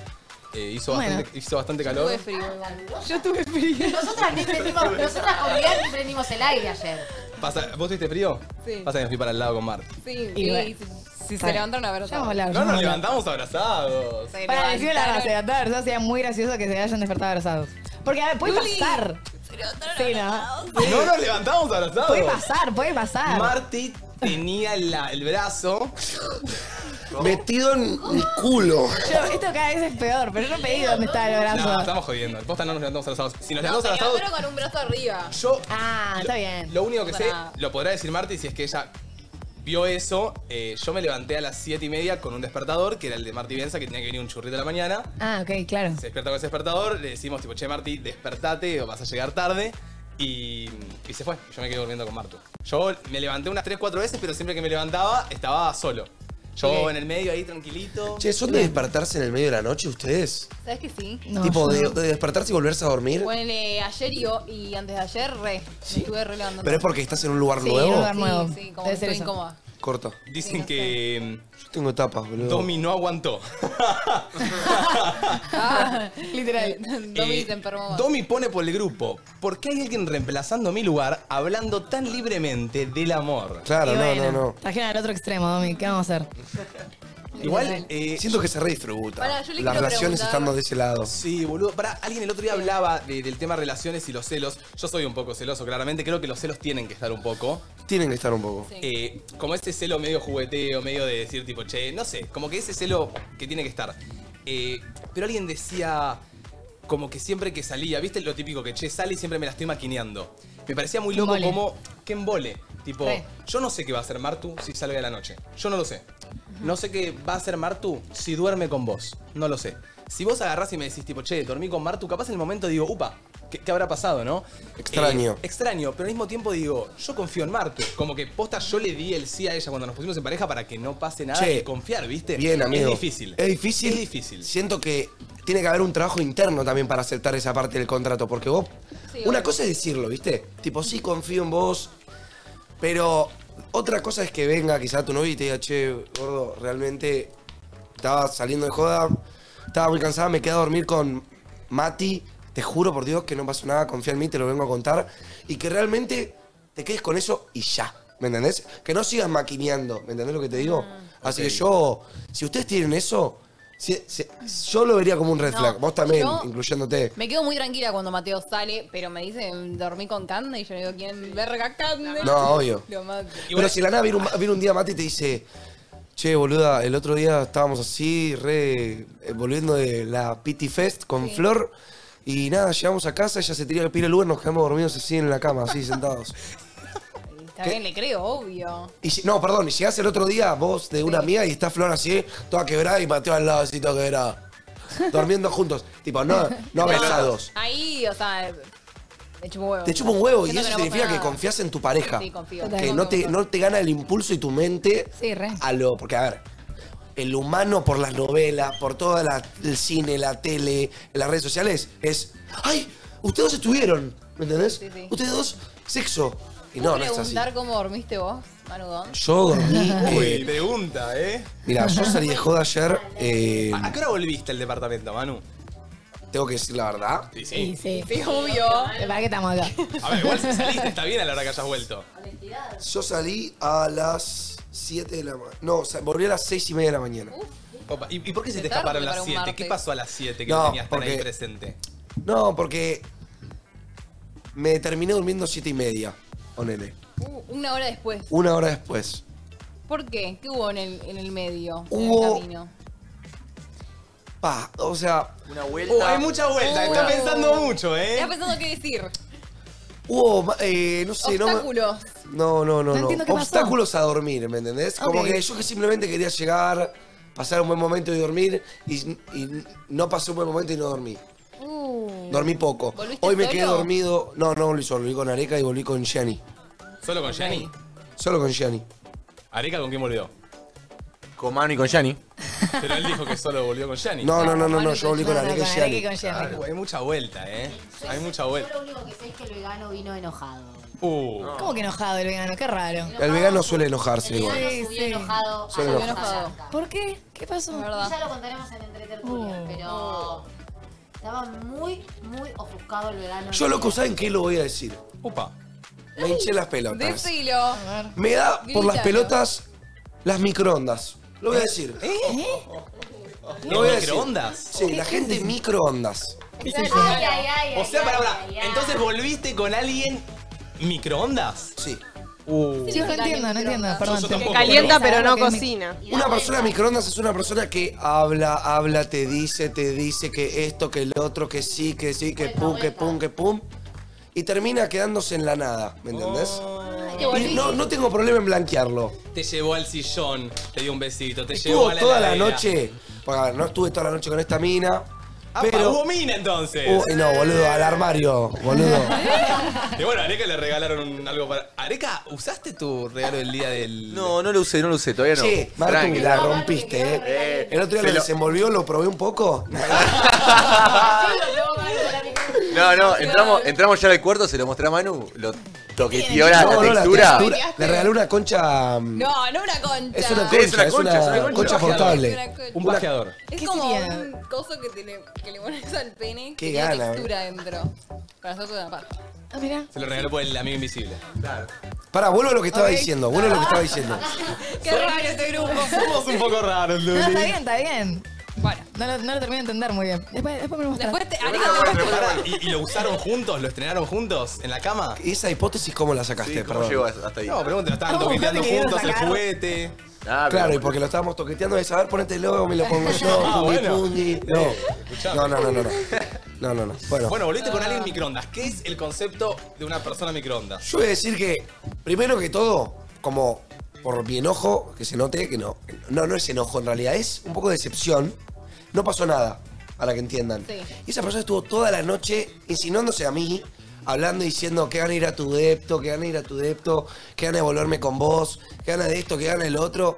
Eh, hizo,
Ah. Bueno.
bastante, hizo bastante ¿Este calor.
Tuve frío. igual.
Yo tuve frío.
Nosotras ni prendimos, nosotras con Miguel ni prendimos el aire ayer.
Pasa- ¿Vos tuviste frío?
Sí.
Pasa que me fui para el lado con Marte.
Sí,
Y
y,
bueno.
si- si se levantaron a ver
Ya vamos a hablar.
No, nos levantamos abrazados.
Se
Para decir la
levantaron-
verdad, la verdad sería muy gracioso que se hayan despertado abrazados. Porque, a ver, puede
Juli.
pasar.
se levantaron
Sí,
abrazados.
¿no?
No nos levantamos abrazados.
Puede pasar, puede pasar.
Marti tenía la- el brazo.
Metido en el culo.
Yo- esto cada vez es peor, pero yo no pedí dónde estaba el brazo.
No, estamos jodiendo. Posta no nos levantamos abrazados. Si nos
No,
levantamos
se
abrazados,
levantaron con un brazo arriba.
yo
Ah, está bien.
lo único que sé,
Pará.
lo podrá decir Marti si es que ella vio eso, eh, yo me levanté a las 7 y media con un despertador, que era el de Marti Benza, que tenía que venir un churrito a la mañana.
Ah, ok, claro.
Se despierta con ese despertador, le decimos tipo, che Marti, despertate o vas a llegar tarde. Y, y se fue, yo me quedé durmiendo con Martu. Yo me levanté unas 3, 4 veces, pero siempre que me levantaba estaba solo. Yo
Ok.
en el medio ahí tranquilito.
Che, ¿son de despertarse en el medio de la noche ustedes?
¿Sabes que sí?
tipo, de, de despertarse y volverse a dormir.
Ponele ayer y, ho- y antes de ayer, re. Me estuve re levantando.
Pero es porque estás en un lugar
Sí,
nuevo.
en un lugar nuevo. Sí, como que estoy incómoda.
Corto.
Dicen que
Yo tengo tapas, boludo.
Domi no aguantó.
Ah, Literal. Domi
Eh,
se enfermó.
Domi pone por el grupo. ¿Por qué hay alguien reemplazando mi lugar hablando tan libremente del amor?
Claro,
Y
no, no,
bueno,
no.
Trajeron al otro extremo, Domi. ¿Qué vamos a hacer?
Igual, eh,
Siento que se redistributa.
Pará, yo le
Las
quiero
relaciones
preguntar-
están más de ese lado.
Sí, boludo. Para, alguien el otro día hablaba de- del tema relaciones y los celos. Yo soy un poco celoso, claramente. Creo que los celos tienen que estar un poco.
Tienen que estar un poco.
Eh, como ese celo medio jugueteo, medio de decir tipo, che, no sé. Como que ese celo que tiene que estar. Eh, pero alguien decía, como que siempre que salía, ¿viste lo típico que che, sale y siempre me la estoy maquineando? Me parecía muy loco
Embole.
como, que embole. Tipo,
Re.
yo no sé qué va a hacer Martu si sale a la noche. Yo no lo sé. No sé qué va a hacer Martu si duerme con vos. No lo sé. Si vos agarrás y me decís, tipo, che, dormí con Martu, capaz en el momento digo, upa, ¿qué, qué habrá pasado, no?
Extraño.
Eh, extraño, pero al mismo tiempo digo, yo confío en Martu. Como que posta, yo le di el sí a ella cuando nos pusimos en pareja para que no pase nada
Che,
y confiar, ¿viste?
Bien, amigo.
Es difícil.
Es difícil.
Es difícil.
Siento que tiene que haber un trabajo interno también para aceptar esa parte del contrato, porque vos.
Sí,
una
obvio.
cosa es decirlo, ¿viste? Tipo, sí, confío en vos, pero otra cosa es que venga quizá tu novio y te diga, che, gordo, realmente estaba saliendo de joda, estaba muy cansada, me quedé a dormir con Mati, te juro por Dios que no pasó nada, confía en mí, te lo vengo a contar, y que realmente te quedes con eso y ya, ¿me entendés? Que no sigas maquineando, ¿me entendés lo que te digo?
Mm.
Así que yo, si ustedes tienen eso, si- si- yo lo vería como un red
No,
flag, vos también,
yo-
incluyéndote.
Me quedo muy tranquila cuando Mateo sale, pero me dice, dormí con Cande y yo le digo, ¿quién verga Cande?
No, obvio.
Lo mato.
Pero si la nada viene un, viene un día Mati y te dice, che, boluda, el otro día estábamos así, re, eh, volviendo de la Pity Fest con Flor, y nada, llegamos a casa, ella se tiró el pie del Uber, nos quedamos dormidos así en la cama, así sentados.
Está bien, le creo, obvio.
Y, lle- no, perdón, y llegás el otro día vos de una amiga y está Flor así, toda quebrada y Mateo al lado así, toda quebrada. Durmiendo juntos. Tipo, no, no besados.
Ahí, o sea, me chupo huevo.
Te chupa un huevo y
Siento
eso
que no
significa
pasa
que
nada.
confías en tu pareja.
Sí, confío.
Que no te, no te gana el impulso y tu mente
Sí, re.
a lo. Porque, a ver, el humano por las novelas, por todo el cine, la tele, las redes sociales, es. ¡Ay! Ustedes dos estuvieron. ¿Me entendés?
Sí, sí.
Ustedes dos, sexo. Y no,
¿Puedo
no es así.
preguntar cómo dormiste vos, Manudón?
Yo dormí.
Uy,
eh,
pregunta, ¿eh?
Mira, yo salí de joda ayer. eh,
¿A a qué hora volviste al departamento, Manu?
tengo que decir la verdad.
Sí,
Sí, sí.
Sí, obvio.
eh. ¿Para qué estamos acá?
A ver, igual si saliste está bien a la hora que hayas vuelto.
Yo salí a las 7 de la mañana. No, sa- volví a las 6 y media de la mañana.
Opa, ¿Y, y por qué se te
Tarde
escaparon
para
las
un
7? ¿Qué
martes.
pasó a las 7 que
No,
no, tenías tan ahí
porque-
presente?
No, porque. Me terminé durmiendo 7 y media. Ponele.
Uh, una hora después.
Una hora después.
¿Por qué? ¿Qué hubo en el, en el medio? En
Hubo-
el camino.
Pa, o sea,
Una vuelta.
Uh, hay mucha vuelta, está
Oh.
pensando mucho, ¿eh?
Estaba pensando qué decir.
hubo. ma- eh, no sé, no me-
Obstáculos.
No, no, no,
No
no.
entiendo qué pasó.
Obstáculos a dormir, ¿me entendés? Como
Ok.
que yo que simplemente quería llegar, pasar un buen momento y dormir, y, y no pasé un buen momento y no dormí.
Mm.
dormí poco.
¿Volviste
Hoy me quedé
solo?
dormido. No, no volví solo, volví con Areca y volví con Gianni.
Solo con Yanni.
Solo con Gianni.
Areca con quién volvió.
Con Manu y con Yanni.
Pero él dijo que solo volvió con Yanni.
No, no, no, no,
Manu
no,
y
yo
con
volví con
No, no,
Areca y
con Areca y
Gianni.
con Jerry.
Claro, hay mucha vuelta, ¿eh? Hay mucha vuelta.
Yo lo único que sé es que el vegano vino enojado.
Uh,
¿Cómo que enojado el vegano? Qué raro.
El vegano suele enojarse
El
igual.
vegano subió
Sí, sí.
enojado a
Suele
la
enojarse.
Vallarta.
¿Por qué? ¿Qué pasó?
Es verdad.
Y Ya lo contaremos en Entretertulia,
Oh.
pero estaba muy, muy ofuscado el vegano.
Yo loco, ¿saben qué lo voy a decir?
upa.
Me hinché las pelotas.
Decilo.
Me da por las
Grítalo.
pelotas las microondas. Lo voy a decir.
¿Eh?
¿En
voy a decir.
microondas?
Sí, la gente microondas.
Ay, ay, ay.
O sea,
ay,
para,
ay,
para.
ay, ay.
Entonces volviste con alguien microondas.
Sí.
Uh.
Sí, no entiendo, no entiendo. Perdón.
Yo
te-
tampoco.
Calienta
Porque
pero no
sabe lo que es mi-
cocina.
Y da
Una
vuelta.
persona microondas es una persona que habla, habla, te dice, te dice que esto, que el otro, que sí, que sí, que
Vuelta,
pum, que
vuelta.
pum, que pum. Y termina quedándose en la nada, ¿me entendés?
Ay,
que
Y
volviste.
no, no tengo problema en blanquearlo.
Te llevó al sillón, te dio un besito, te llevó
Estuvo
a la
toda la
heladera.
noche. Porque, a ver, no estuve toda la noche con esta mina.
Ah,
Pero.
hubo mina entonces.
Uy, no, boludo, al armario, boludo.
Y bueno, a Areca le regalaron un- algo para. Areca, ¿usaste tu regalo del día del.?
No, no lo usé, no lo usé, todavía no.
Che, Martu,
Tranqui.
la rompiste, eh. El otro día
Se
lo
lo-
desenvolvió, lo probé un poco.
No, no, entramos, entramos ya al cuarto, se lo mostré a Manu, lo toqueteó la,
No,
la
no, la
textura.
textura. Le regaló una concha. mm,
No, no una concha.
Es una
Sí, es
concha,
una
es
concha, es una
una
concha.
concha
Una
portable.
concha.
Un plagiador.
Es
¿Qué
como
sería?
un coso que, tiene, que le pones al pene.
Qué eh.
que tiene
gana,
textura dentro. Para hacerte una paja.
Ah, mira.
Se lo regaló por el amigo invisible.
Pará, vuelvo a lo que estaba diciendo, vuelvo a lo que estaba diciendo.
Qué raro este grupo.
Somos un poco raros,
Ah,
No, está
Luli.
bien, está bien.
Bueno,
No lo, no lo termino de entender muy bien. Después, después me lo mostrás.
después te. Arica,
Pero
te-
pará, pero pará, ¿Y, y lo usaron juntos? ¿Lo estrenaron juntos? ¿En la cama?
Esa hipótesis, ¿cómo la sacaste?
Sí, ¿Cómo
Perdón.
llegó hasta ahí?
No, pregúntelo, estaban
No,
toqueteando
no te querían
juntos el
sacar.
juguete.
Ah, pero-
Claro, y porque lo estábamos toqueteando de saber, ponete el logo, me lo pongo yo,
Ah,
puñi,
bueno.
puñi.
Eh,
No.
escuchame.
no, no, no, no, no. No, no, no. Bueno,
Bueno, volviste con alguien microondas. ¿Qué es el concepto de una persona microondas?
yo voy a decir que, primero que todo, como por mi enojo, que se note que no. No, no es enojo en realidad, es un poco de decepción. No pasó nada, para que entiendan.
Sí.
Y esa persona estuvo toda la noche insinuándose a mí, hablando y diciendo que van a ir a tu depto, que van a ir a tu depto, que van a volverme con vos, que van a de esto, que van a el otro.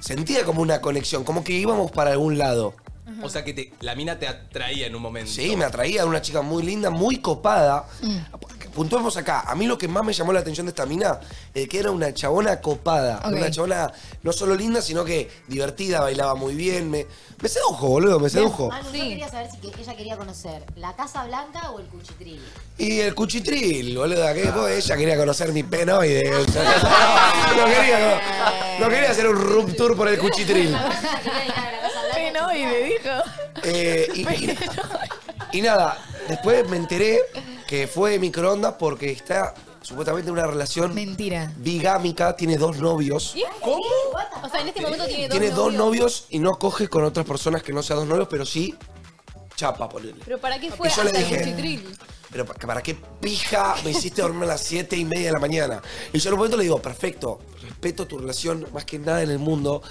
Sentía como una conexión, como que íbamos para algún lado.
O sea que te- la mina te atraía en un momento.
Sí, me atraía, era una chica muy linda, muy copada. Puntuemos acá, a mí lo que más me llamó la atención de esta mina es que era una chabona copada,
Ok.
una chabona no solo linda, sino que divertida, bailaba muy bien, me, me sedujo, boludo, me sedujo.
Manu, Ah, yo
Sí.
quería saber si que ella quería conocer la Casa Blanca o el Cuchitril.
Y el cuchitril, boludo, que vos, ella quería conocer mi penoide. o sea, no, quería, no quería hacer un room tour por el cuchitril.
Ella quería ir a la Casa Blanca.
Penoide, dijo.
Eh, y, y- y nada, después me enteré que fue de microondas porque está supuestamente en una relación
Mentira.
bigámica, tiene dos novios.
¿Cómo?
O sea, en este momento tiene dos.
Tiene dos novios y no coge con otras personas que no sean dos novios, pero sí chapa, ponele.
Pero para qué fue
yo le
hasta el
dije-
cuchitril?
Pero ¿para para qué pija me hiciste dormir a las 7 y media de la mañana? Y yo en un momento le digo, perfecto, respeto tu relación más que nada en el mundo.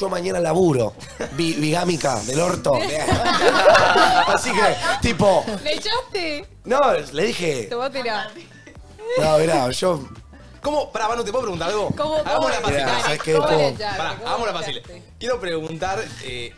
Yo mañana laburo, Bi- bigámica, del orto. Así que, tipo,
¿Le echaste?
no, le dije,
Te voy a tirar.
no, mirá, yo,
¿Cómo? Pará, Manu, ¿te puedo preguntar algo?
¿Cómo?
Hagamos una
cómo
fácil.
le
Mirá,
Pará,
¿sabes
echaste?
qué?
¿Cómo le
Todo.
echaste?
Pará,
¿Cómo
hagámosla
le
fácil.
echaste?
Quiero preguntar, eh,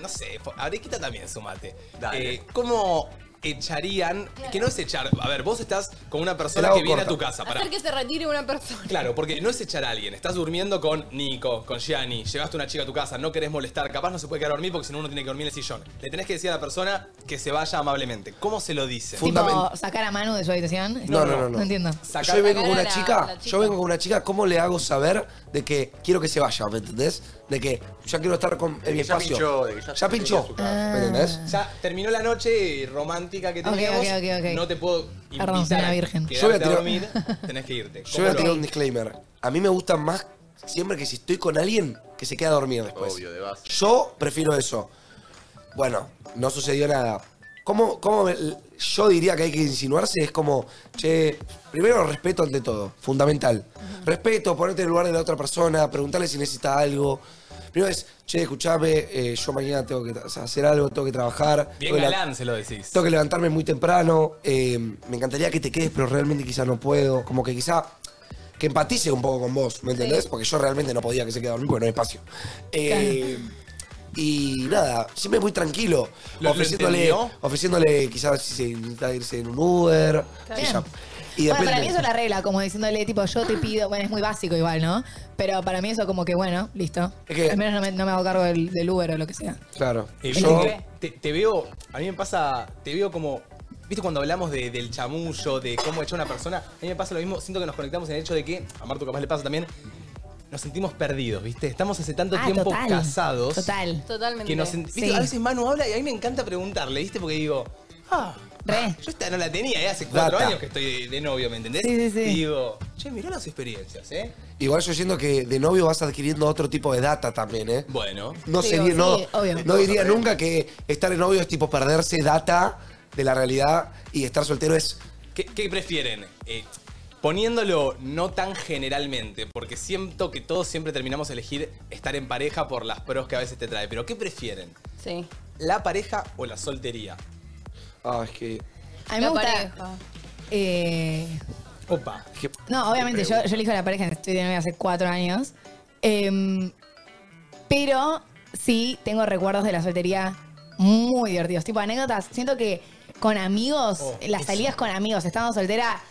no sé, fo- Arequita también sumate.
Dale.
Eh, ¿Cómo echarían, que no es echar, a ver, vos estás con una
Te la
persona
hago
que viene a
corta.
tu
Ah,
casa, pará.
Hacer que se retire una persona.
Claro, porque no es echar a alguien. Estás durmiendo con Nico, con Gianni, llevaste una chica a tu casa, no querés molestar, capaz no se puede quedar a dormir porque si no uno tiene que dormir en el sillón. Le tenés que decir a la persona que se vaya amablemente. ¿Cómo se lo dice?
Tipo,
Fundament-
sacar a Manu de su habitación.
No, no, no, no.
No entiendo.
Sacá-
yo vengo con
Sacar a
una
la-
chica,
la chica.
yo vengo con una chica, ¿cómo le hago saber de que quiero que se vaya, ¿me entendés? De que ya quiero estar con en mi
ya
espacio.
pinchó, de que ya-
ya pinchó,
Ah.
¿me entendés?
Ya terminó la noche romántica que
Ok,
teníamos.
ok, ok, ok.
No te puedo invitar
Perdón, soy una
a
virgen.
quedarte
Yo voy a tirar-
dormir. Tenés que irte.
Yo voy a
¿Cómo lo-
tirar un disclaimer. A mí me gusta más siempre que si estoy con alguien que se queda dormido después.
Obvio, de base.
Yo prefiero eso. Bueno, no sucedió nada. ¿Cómo, cómo me- yo diría que hay que insinuarse? Es como, che, primero respeto ante todo, fundamental. Respeto, ponerte en el lugar de la otra persona, preguntarle si necesita algo. Primero es, che, escuchame, eh, yo mañana tengo que tra- hacer algo, tengo que trabajar.
Bien
tengo que la-
galán se lo decís.
tengo que levantarme muy temprano. eh, me encantaría que te quedes, pero realmente quizá no puedo. Como que quizá que empatice un poco con vos, ¿me entendés? Porque yo realmente no podía que se quede a dormir porque no hay espacio. Eh, y nada, siempre muy tranquilo.
¿Lo- lo
ofreciéndole,
entendió?
ofreciéndole quizás si se necesita irse en un Uber.
bien.
quizá. Y
Bueno, para
depende.
mí eso es la regla, como diciéndole, tipo, yo te pido, bueno, es muy básico igual, ¿no? Pero para mí eso como que, bueno, listo.
Es que-
Al menos no me, no me hago cargo del, del Uber o lo que sea.
Claro.
Eh,
Yo-
viste que te, te veo, a mí me pasa, te veo como, viste cuando hablamos de- del chamullo, de cómo echa una persona, a mí me pasa lo mismo, siento que nos conectamos en el hecho de que, a Marto capaz le pasa también, nos sentimos perdidos, viste, estamos hace tanto
Ah,
tiempo
total.
casados.
Total.
Totalmente.
Que nos, sen- viste,
Sí.
a veces Manu habla y a mí me encanta preguntarle, viste, porque digo, ah,
Re.
yo esta no la tenía, eh, hace cuatro
Data.
años que estoy de, de novio, ¿me entendés?
Sí, sí, sí.
Y digo, che, mirá las experiencias, ¿eh?
Igual yo siento que de novio vas adquiriendo otro tipo de data también, ¿eh?
Bueno.
No
Sí,
sería,
sí,
no,
obvio.
no diría nunca que estar en novio es tipo perderse data de la realidad y estar soltero es.
¿Qué, qué prefieren? Eh, Poniéndolo no tan generalmente, porque siento que todos siempre terminamos a elegir estar en pareja por las pros que a veces te trae. Pero ¿qué prefieren?
Sí.
¿La pareja o la soltería?
Ah, es que.
A mí me gusta. eh,
Opa.
no, obviamente, yo, yo elijo a la pareja, estoy de novia hace cuatro años. Em, pero sí tengo recuerdos de la soltería muy divertidos. Tipo anécdotas. Siento que con amigos,
Oh,
las salidas con amigos, estando soltera,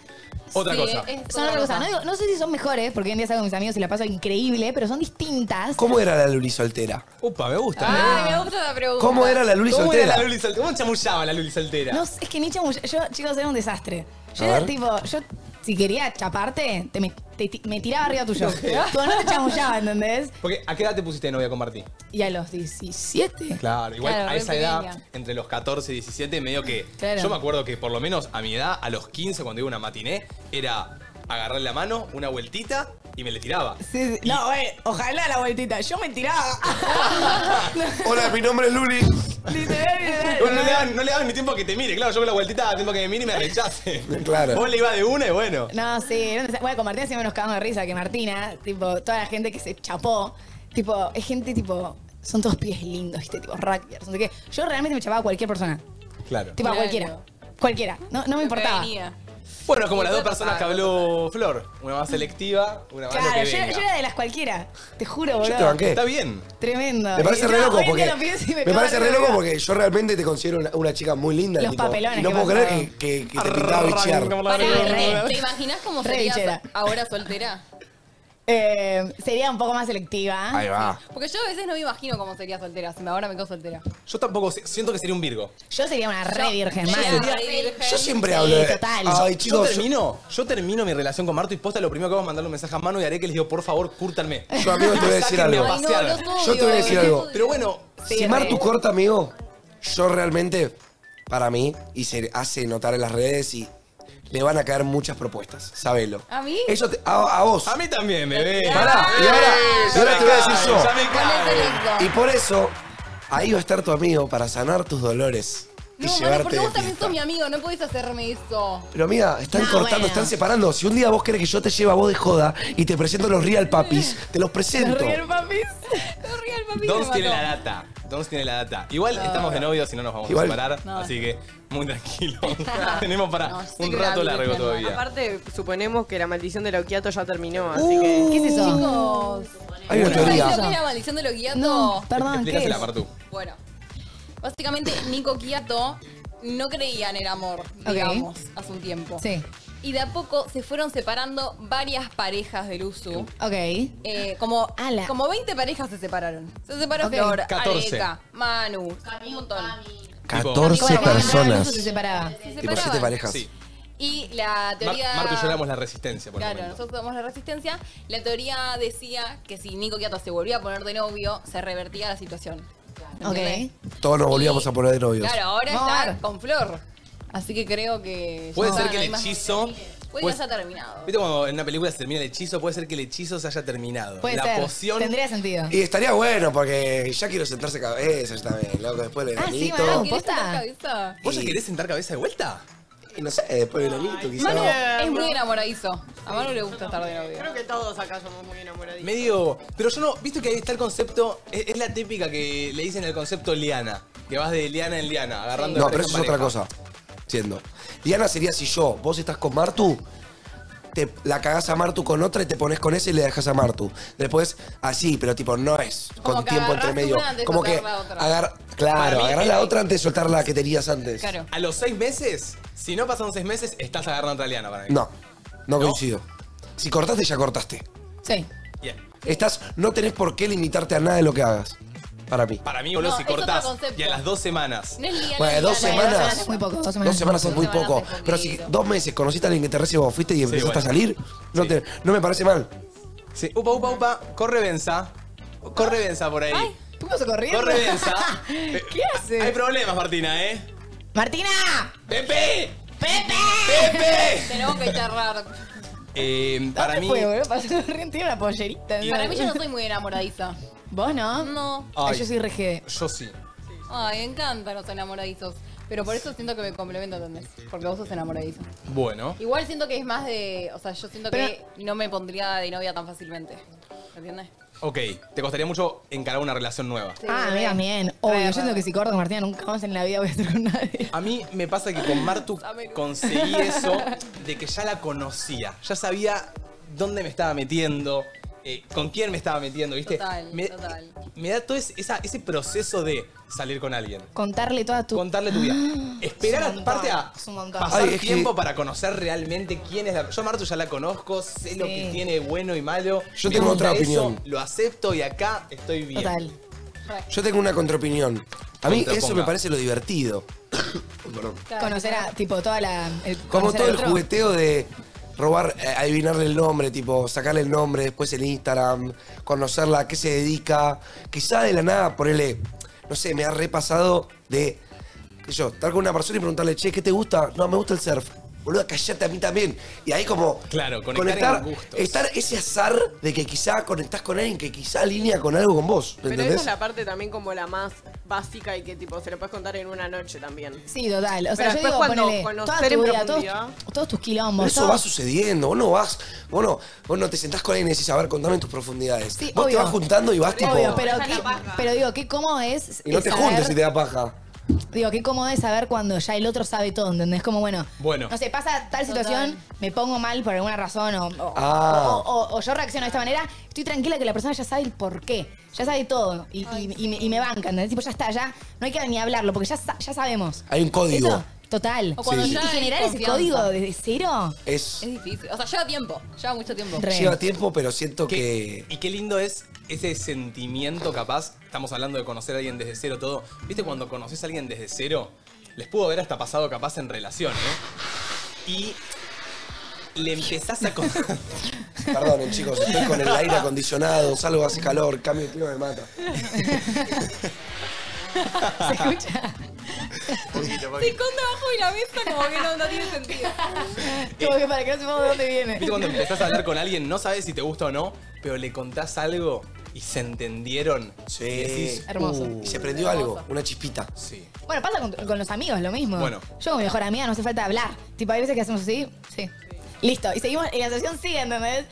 Otra
Sí,
cosa.
es- son otra cosa. No, digo- no sé si son mejores, porque hoy en día salgo con mis amigos y la paso increíble, pero son distintas.
¿Cómo era la Luli soltera?
Opa, me gusta.
me gusta la pregunta.
¿Cómo era la Luli
¿Cómo era
soltera?
la Luli soltera? ¿Cómo chamullaba la Luli soltera?
No, es que ni chamull- Yo, chicos, era un desastre. Yo
A
era
ver.
tipo, yo si quería chaparte, te me, te ti- me tiraba arriba tuyo.
Ok.
Tipo, no te chamullaba, ¿entendés?
Porque ¿a qué edad te pusiste de novia con Martí?
Y a los 17.
Claro, igual
Claro,
a
re
esa
pequeña.
edad, entre los 14 y 17, medio que.
Claro.
Yo me acuerdo que por lo menos a mi edad, a los 15, cuando iba a una matiné, era agarrar la mano, una vueltita y me le tiraba.
Sí, sí. No, güey, ojalá la vueltita. Yo me tiraba.
Hola, mi nombre es Luli.
No, no le daban, no le daban ni tiempo que te mire, claro. Yo con la vueltita daba tiempo que me mire y me rechace.
Claro.
Vos le ibas de una y bueno.
No, sí. era un desa- Bueno, con Martina siempre nos cagamos de risa, que Martina, tipo, toda la gente que se chapó, tipo, es gente tipo, son todos pies lindos, ¿viste? Tipo, rugbyers, no sé qué. Yo realmente me chapaba a cualquier persona.
Claro.
Tipo, a cualquiera. Cualquiera. No, no me importaba.
Bueno, como las dos personas que habló Flor. Una más selectiva, una más lo
Claro,
que
yo,
venga.
yo era de las cualquiera. Te juro, boludo.
te banqué.
Está bien.
Tremendo.
Me parece
Y
re
no,
loco
hoy en
porque.
día lo pienso y
Me,
cago
parece
en la
re loco
vida.
porque yo realmente te considero una, una chica muy linda.
Los
tipo,
papelones
Y no
que
puedo
me
creer
han
que, que- que te pintaba bichear.
Pará, ¿Te imaginas cómo
Re
serías
bichera.
ahora soltera?
Eh, sería un poco más selectiva.
va.
Porque yo a veces no me imagino cómo sería soltera. Si me- ahora me quedo soltera.
Yo tampoco sé- siento que sería un Virgo.
Yo sería una re virgen,
yo
mal.
sería re virgen.
Yo siempre
Sí,
hablo de.
total.
Ay,
yo
chicos. yo-
termino, yo termino mi relación con Marto y posta lo primero que hago es mandarle un mensaje a mano y haré que les digo, por favor, cúrtanme.
Yo, amigo, te voy a decir
Sáquenme
algo.
Ay, no, eh. los
pasear.
odio.
Yo te voy a decir
los
algo.
odio.
Pero bueno, eh.
Si Martu corta, amigo, yo realmente, para mí, y se hace notar en las redes y le van a caer muchas propuestas, sabelo.
¿A mí? Ah,
Eso te- a, a vos.
a mí también me ve.
Pará, y ahora, y ahora te voy a decir yo.
Ya me cae.
Y por eso, ahí va a estar tu amigo para sanar tus dolores y
No, mano,
llevarte
porque
de
vos también Ah,
fiesta.
sos mi amigo. No podés hacerme eso.
Pero amiga, están
No,
cortando,
bueno.
están separando. Si un día vos querés que yo te lleve a vos de joda y te presento los Real Papis, te los presento.
Real papis.
No ría el papi.
Dons
me
tiene la
mató.
data. Dons tiene la data. Igual estamos de novios y no nos vamos
Igual-
a separar,
No.
así que muy tranquilo. Tenemos para
No, sí
un
que
rato
la
largo
virgen,
todavía.
Aparte, suponemos que la maldición de Loquiato ya terminó,
Uh,
así que.
¿Qué es eso?
Chicos,
Hay una
¿no sabés
teoría.
lo que es la maldición de los guiatos?
No, perdón, ¿qué
Explícasela,
es?
Martu.
Bueno, básicamente Nico Quiato no creía en el amor, digamos, hace un tiempo.
Sí,
Y de a poco se fueron separando varias parejas del USU.
ok.
Eh, como,
Ala.
como 20 parejas se separaron. Se separó
Ok.
Flor,
14.
Areca, Manu, un montón.
Como
14
la que me entraba en el
personas.
uso se separaba.
Se
Tipo, siete
separaban.
parejas.
Sí.
Y la
Mar-
teoría...
Martu y yo éramos la resistencia, por el
Claro,
momento.
nosotros somos la resistencia. La teoría decía que si Nico Quiato se volvía a poner de novio, se revertía la situación.
Ok.
¿Entendés?
Todos nos volvíamos
Y-
a poner de novios.
Claro, ahora
Vamos a
está
ver.
con Flor. Así que creo que.
Puede
ya
ser
está,
que
no
el
hay más-
hechizo.
Puede que
puede-
ya haya terminado.
¿Viste cuando en una película se termina el hechizo? Puede ser que el hechizo se haya terminado.
Puede
la
ser.
poción.
Tendría sentido.
Y estaría bueno porque ya quiero sentarse cabeza, yo también, loco, después del
Ah, sí,
veranito.
Manu,
¿Querés
¿Posta?
sentar cabeza?
¿Vos ya querés sentar cabeza de vuelta?
y no sé, después del veranito quizás.
Manu es muy enamoradizo. A Manu le gusta estar de novio.
Creo que todos acá somos muy enamoraditos.
Medio. Pero yo no. Viste que ahí está el concepto. Es, es la típica que le dicen el concepto liana. Que vas de liana en liana, agarrando.
No,
de
pero
pareja
eso
en
es otra
pareja.
cosa. Entiendo. Diana sería si yo, vos estás con Martu, te la cagás a Martu con otra y te pones con ese y le dejas a Martu. Después, así, pero tipo, no es
Como
con
que
tiempo
agarrás
entre medio.
una antes de
Como que
soltar la otra.
agar- claro,
Para mí,
agarrás la
eh,
otra antes de soltar la que tenías antes.
Claro.
A los seis meses, si no pasaron seis meses, estás agarrando otra liana para mí.
No, no coincido. Si cortaste, ya cortaste.
Sí.
Bien.
Estás, no tenés por qué limitarte a nada de lo que hagas. Para mí.
Para mí, boludo,
No,
si
es otro
cortás
concepto.
y a las dos semanas.
No es liana,
Bueno,
es
dos
liana.
semanas.
es muy poco. Dos semanas.
Dos semanas es muy
Dos semanas
poco.
es
Pero si
poquito.
dos meses conociste a alguien que te recibe fuiste y empezaste
bueno.
a salir, no,
Sí.
te- no me parece mal.
Sí, upa, upa, upa, corre venza. Corre venza por ahí.
Ay.
¿Cómo se corriendo?
Corre venza.
¿Qué hace?
Hay problemas, Martina, ¿eh?
¡Martina!
¡Pepe! ¡Pepe! ¡Pepe!
Tenemos que charlar.
Eh, para
¿Dónde
mí.
fue, boludo? Pasó corriendo, tiene una pollerita. ¿no?
Para mí, yo no soy muy enamoradiza.
¿Vos no?
No.
Ay,
Ay.
yo soy RGD.
Yo sí.
Ay, me encantan los enamoradizos. Pero por eso siento que me complemento, ¿entendés? Porque vos sos enamoradizo.
Bueno.
Igual siento que es más de. O sea, yo siento que no me pondría de novia tan fácilmente. ¿Entiendes?
Ok, te costaría mucho encarar una relación nueva.
ah, a mí también. Obvio, yo siento que si corto con Martina nunca más en la vida voy a estar con nadie.
A mí me pasa que con Martu conseguí eso de que ya la conocía. Ya sabía dónde me estaba metiendo, eh, con quién me estaba metiendo, ¿viste?
Total,
me,
total.
me da todo ese, esa- ese proceso de salir con alguien.
Contarle toda tu.
Contarle tu vida. Esperar
Es un
aparte
montón,
a
es un montón.
Pasar
Ay, es que-
tiempo para conocer realmente quién es la. Yo a Martu ya la conozco, sé lo que
Sí.
tiene bueno y malo.
Yo
me
tengo
gusta
otra
eso,
opinión.
Lo acepto y acá estoy bien.
Total.
Yo tengo una contraopinión. A mí
Contraponga.
eso me parece lo divertido. Perdón.
Conocer a, tipo, toda la. el-
Como
conocer
todo
al
el
otro.
jugueteo de robar, eh, adivinarle el nombre, tipo, sacarle el nombre, después el Instagram, conocerla, a qué se dedica. Quizá de la nada, ponele, no sé, me ha repasado de, qué sé yo, estar con una persona y preguntarle, che, ¿qué te gusta? No, me gusta el surf. Boludo, callate a mí también. Y ahí como...
Claro, conectar
Conectar,
en gustos.
estar ese azar de que quizá conectás con alguien que quizá alinea con algo con vos. ¿me
Pero
¿Entendés?
esa es la parte también como la más básica y que tipo se lo puedes contar en una noche también.
Sí, total. O
Pero
sea, yo
después
digo,
cuando
ponele, toda
conocer
tu
en
vida, todos,
profundidad.
todos tus
Pero
quilombos.
eso
todo-
va sucediendo, vos no vas, vos no, vos no te sentás con alguien y decís, a ver, contame tus profundidades.
Sí,
vos
obvio.
te vas juntando y vas tipo.
Obvio, pero, qué- pero digo, qué cómodo es.
y no te
saber-
juntes y te da paja.
Digo, qué cómodo es saber cuando ya el otro sabe todo, ¿entendés? Como, bueno,
Bueno.
no sé, pasa tal situación, me pongo mal por alguna razón o, o-
Ah.
o- o- o yo reacciono de esta manera, estoy tranquila que la persona ya sabe el porqué, ya sabe todo y, y- y me, y me banca, ¿entendés? Tipo, ya está, ya no hay que ni hablarlo porque ya, sa- ya sabemos.
Hay un código.
Eso, total.
O cuando
y,
ya
y
hay
generar ese
confianza.
código desde cero.
Es,
Es difícil. O sea, lleva tiempo. Lleva mucho tiempo.
lleva tiempo, pero siento que.
Y qué lindo es ese sentimiento capaz. Estamos hablando de conocer a alguien desde cero, todo. ¿Viste cuando conoces a alguien desde cero? Les pudo haber hasta pasado capaz en relación, ¿eh? Y le empezás a conocer.
Perdonen, chicos, estoy con el aire acondicionado, salgo, hace calor, cambio de clima me mata.
¿Se escucha?
Se esconde abajo de la mesa como que no, no tiene sentido.
Como que para que no sepamos de dónde viene.
¿Viste cuando empezás a hablar con alguien, no sabes si te gusta o no, pero le contás algo y se entendieron? Sí.
Hermoso.
Uh. Y se prendió algo, una chispita.
Sí.
Bueno, pasa con, con los amigos, lo mismo.
Bueno.
Yo con mi mejor amiga no hace falta hablar. Tipo, hay veces que hacemos así, sí. Listo. Y seguimos, y la sesión sigue, ¿entendés?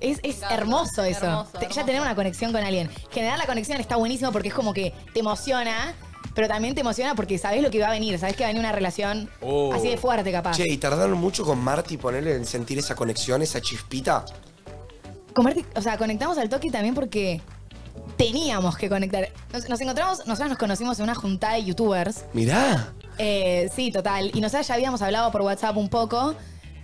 Es, es hermoso eso.
hermoso,
Te- Ya tener una conexión con alguien. Generar la conexión está buenísimo porque es como que te emociona, pero también te emociona porque sabés lo que va a venir. Sabés que va a venir una relación
Oh.
así de fuerte, capaz.
Che, ¿y tardaron mucho con Marty ponerle en sentir esa conexión, esa chispita?
Comerte- o sea, conectamos al toque también porque teníamos que conectar. Nos, nos encontramos, nosotros nos conocimos en una juntada de youtubers.
Mirá.
Eh, sí, total. Y nosotros ya habíamos hablado por WhatsApp un poco,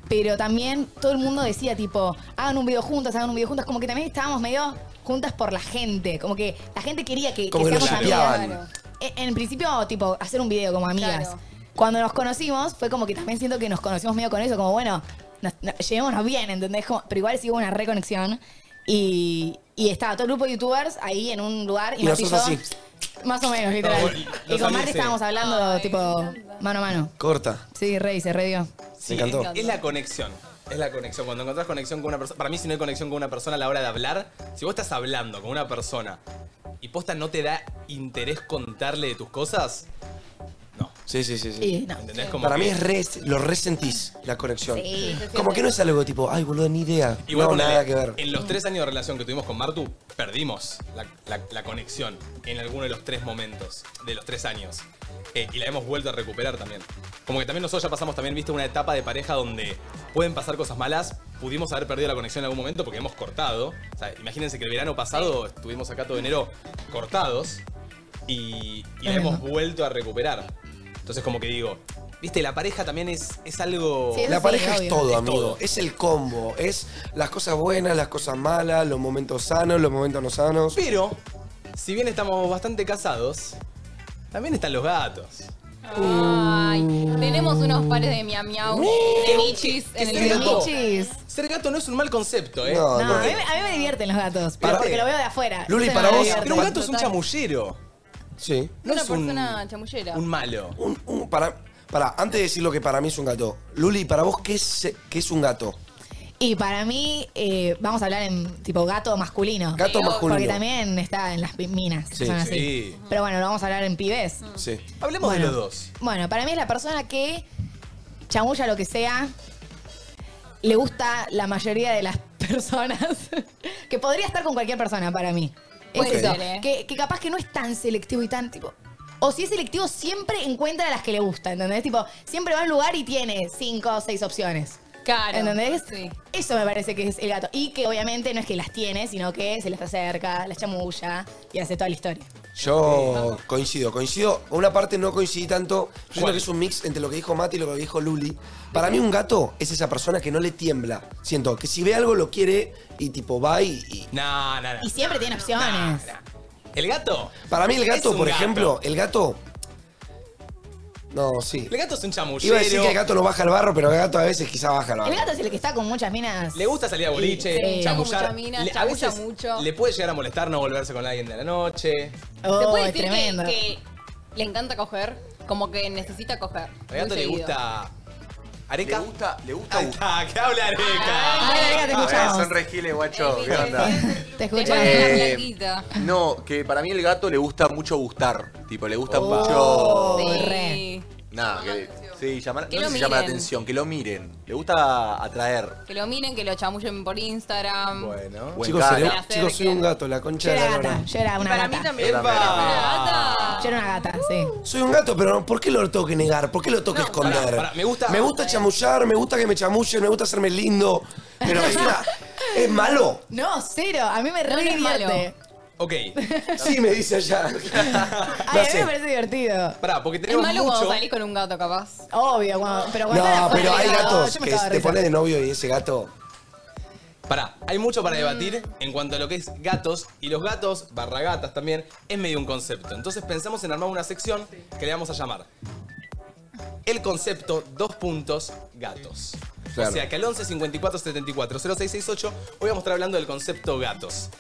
pero también todo el mundo decía tipo, hagan un video juntas, hagan un video juntas. Como que también estábamos medio juntas por la gente. Como que la gente quería que,
Como que nos
seamos amigas.
chapeaban.
En, en principio, tipo, hacer un video como amigas.
Claro.
Cuando nos conocimos, fue como que también siento que nos conocimos medio con eso, como bueno, nos, nos- llevémonos bien, ¿entendés? Como- pero igual sí hubo una reconexión. Y, y estaba todo el grupo de youtubers ahí en un lugar y,
Y
Marti y
nosotros
yo- Más o menos, literal.
No, bueno,
y
los
con
aliens,
Marti
sí.
estábamos hablando, tipo, mano a mano.
Corta.
Sí, rey, se redió.
Sí,
Me encantó.
Es, es la conexión. Es la conexión. Cuando encontrás conexión con una persona. Para mí, si no hay conexión con una persona a la hora de hablar, si vos estás hablando con una persona y posta no te da interés contarle de tus cosas,
Sí, sí, sí. sí.
Y no. ¿Entendés? Como
Para
que-
mí es re- lo resentís, la conexión.
Sí, se
Como
siente.
que no es algo tipo, ay, boludo, ni idea.
Igual
no,
ponele,
nada que ver.
En los tres años de relación que tuvimos con Martu, perdimos la, la- la conexión en alguno de los tres momentos de los tres años. Eh, y la hemos vuelto a recuperar también. Como que también nosotros ya pasamos también, viste, una etapa de pareja donde pueden pasar cosas malas, pudimos haber perdido la conexión en algún momento porque hemos cortado. O sea, imagínense que el verano pasado estuvimos acá todo enero cortados y, y la
Tremendo.
hemos vuelto a recuperar. Entonces como que digo, viste, la pareja también es, es algo...
la pareja es todo, amigo. Es el combo. Es las cosas buenas, las cosas malas, los momentos sanos, los momentos no sanos.
Pero, si bien estamos bastante casados, también están los gatos.
Uh.
Ay, tenemos unos pares de miau miau, de michis en el
ser
grupo.
gato, ser gato no es un mal concepto, ¿eh?
No, a, mí, a mí me divierten los gatos, pero
Para-
porque lo veo de afuera.
Luli,
Entonces
para
no me
vos,
divierten.
pero un gato es un
Total.
chamullero.
Sí.
No
una
es un,
persona chamullera.
un malo.
un- para, para, antes de decir lo que para mí es un gato. Luli, para vos, ¿qué es, qué es un gato?
Y para mí, eh, vamos a hablar en tipo gato masculino.
Gato Sí, masculino.
Porque también está en las pi- minas. que
Ah, Sí,
son así.
sí.
Pero bueno, lo vamos a hablar en pibes.
Sí. Hablemos
Bueno.
de los dos.
Bueno, para mí es la persona que chamulla lo que sea, le gusta la mayoría de las personas, que podría estar con cualquier persona para mí. Es
Puede
eso,
ser, ¿eh?
que, que capaz que no es tan selectivo y tan tipo... O si es selectivo, siempre encuentra a las que le gusta, ¿entendés? Tipo, siempre va a un lugar y tiene cinco o seis opciones.
Claro.
¿Entendés? Eso me parece que es el gato. Y que obviamente no es que las tiene, sino que se las acerca, las chamulla y hace toda la historia.
Yo coincido, coincido. Con Una parte no coincidí tanto. Yo siento que es un mix entre lo que dijo Mati y lo que dijo Luli. Para mí un gato es esa persona que no le tiembla. Siento que si ve algo lo quiere y tipo va y... y-
No, no, no.
Y siempre tiene opciones.
Ah, ¿El gato?
Para mí el
Es
gato,
un
por
gato.
ejemplo, el gato... No, sí.
El gato es un chamullero.
Iba a decir que el gato no baja el barro, pero el gato a veces quizá baja el
El
barro.
gato es el que está con muchas minas.
Le gusta salir a boliche,
Sí.
chamullar.
Mucha mina,
Le- a
chamulla
veces
mucho.
le puede llegar a molestar no volverse con alguien de la noche.
Se
Oh,
puede decir que- que, le encanta coger, como que necesita coger.
Al gato
muy
le
seguido.
gusta. ¿Areca? Le
Ah,
gusta, le gusta. ¿Qué habla
Ah, Areca, te
Areca?
escuchamos. Eh,
Son regiles, guacho. ¿Qué onda?
Te
escucho.
Eh,
Blanquita.
no, que para mí el gato le gusta mucho gustar. Tipo, le gusta
Oh.
oh,
mucho.
Sí.
Nada, que. Sí, llamar,
Que
no
lo
sé si llama la
miren.
atención, que lo miren. Le gusta atraer.
Que lo miren, que lo chamullen por Instagram.
Bueno.
Buen
Chicos,
cara.
soy- chicos, soy un gato, la concha
Yo
de
era
la
gata,
lora.
yo era una
Para
gata.
mí también.
Ah.
Yo era una gata,
Uh.
sí.
Soy un gato, pero ¿por qué lo tengo que negar? ¿Por qué lo tengo que esconder?
pará, pará, me gusta-
Me gusta chamullar, me gusta que me chamullen, me gusta hacerme lindo. Pero es, una- es malo.
No, cero. A mí me
No,
re
no es malo.
divierte.
Ok,
Sí, me dice allá.
Ay,
No
a mí me
sé.
parece divertido.
pará, porque
Es
tenemos
malo
mucho.
cuando salís con un gato, capaz.
Obvio, cuando- pero cuando era
No,
fuera
pero
de
hay
gato,
gatos
yo me
que
cagaba de
te
risa.
pones de novio y ese gato.
Pará, hay mucho para debatir en cuanto a lo que es gatos y los gatos, barra gatas también, es medio un concepto. Entonces pensamos en armar una sección que le vamos a llamar El concepto, dos puntos, gatos.
Claro.
O sea que al 11 54 74 0668 hoy vamos a estar hablando del concepto gatos.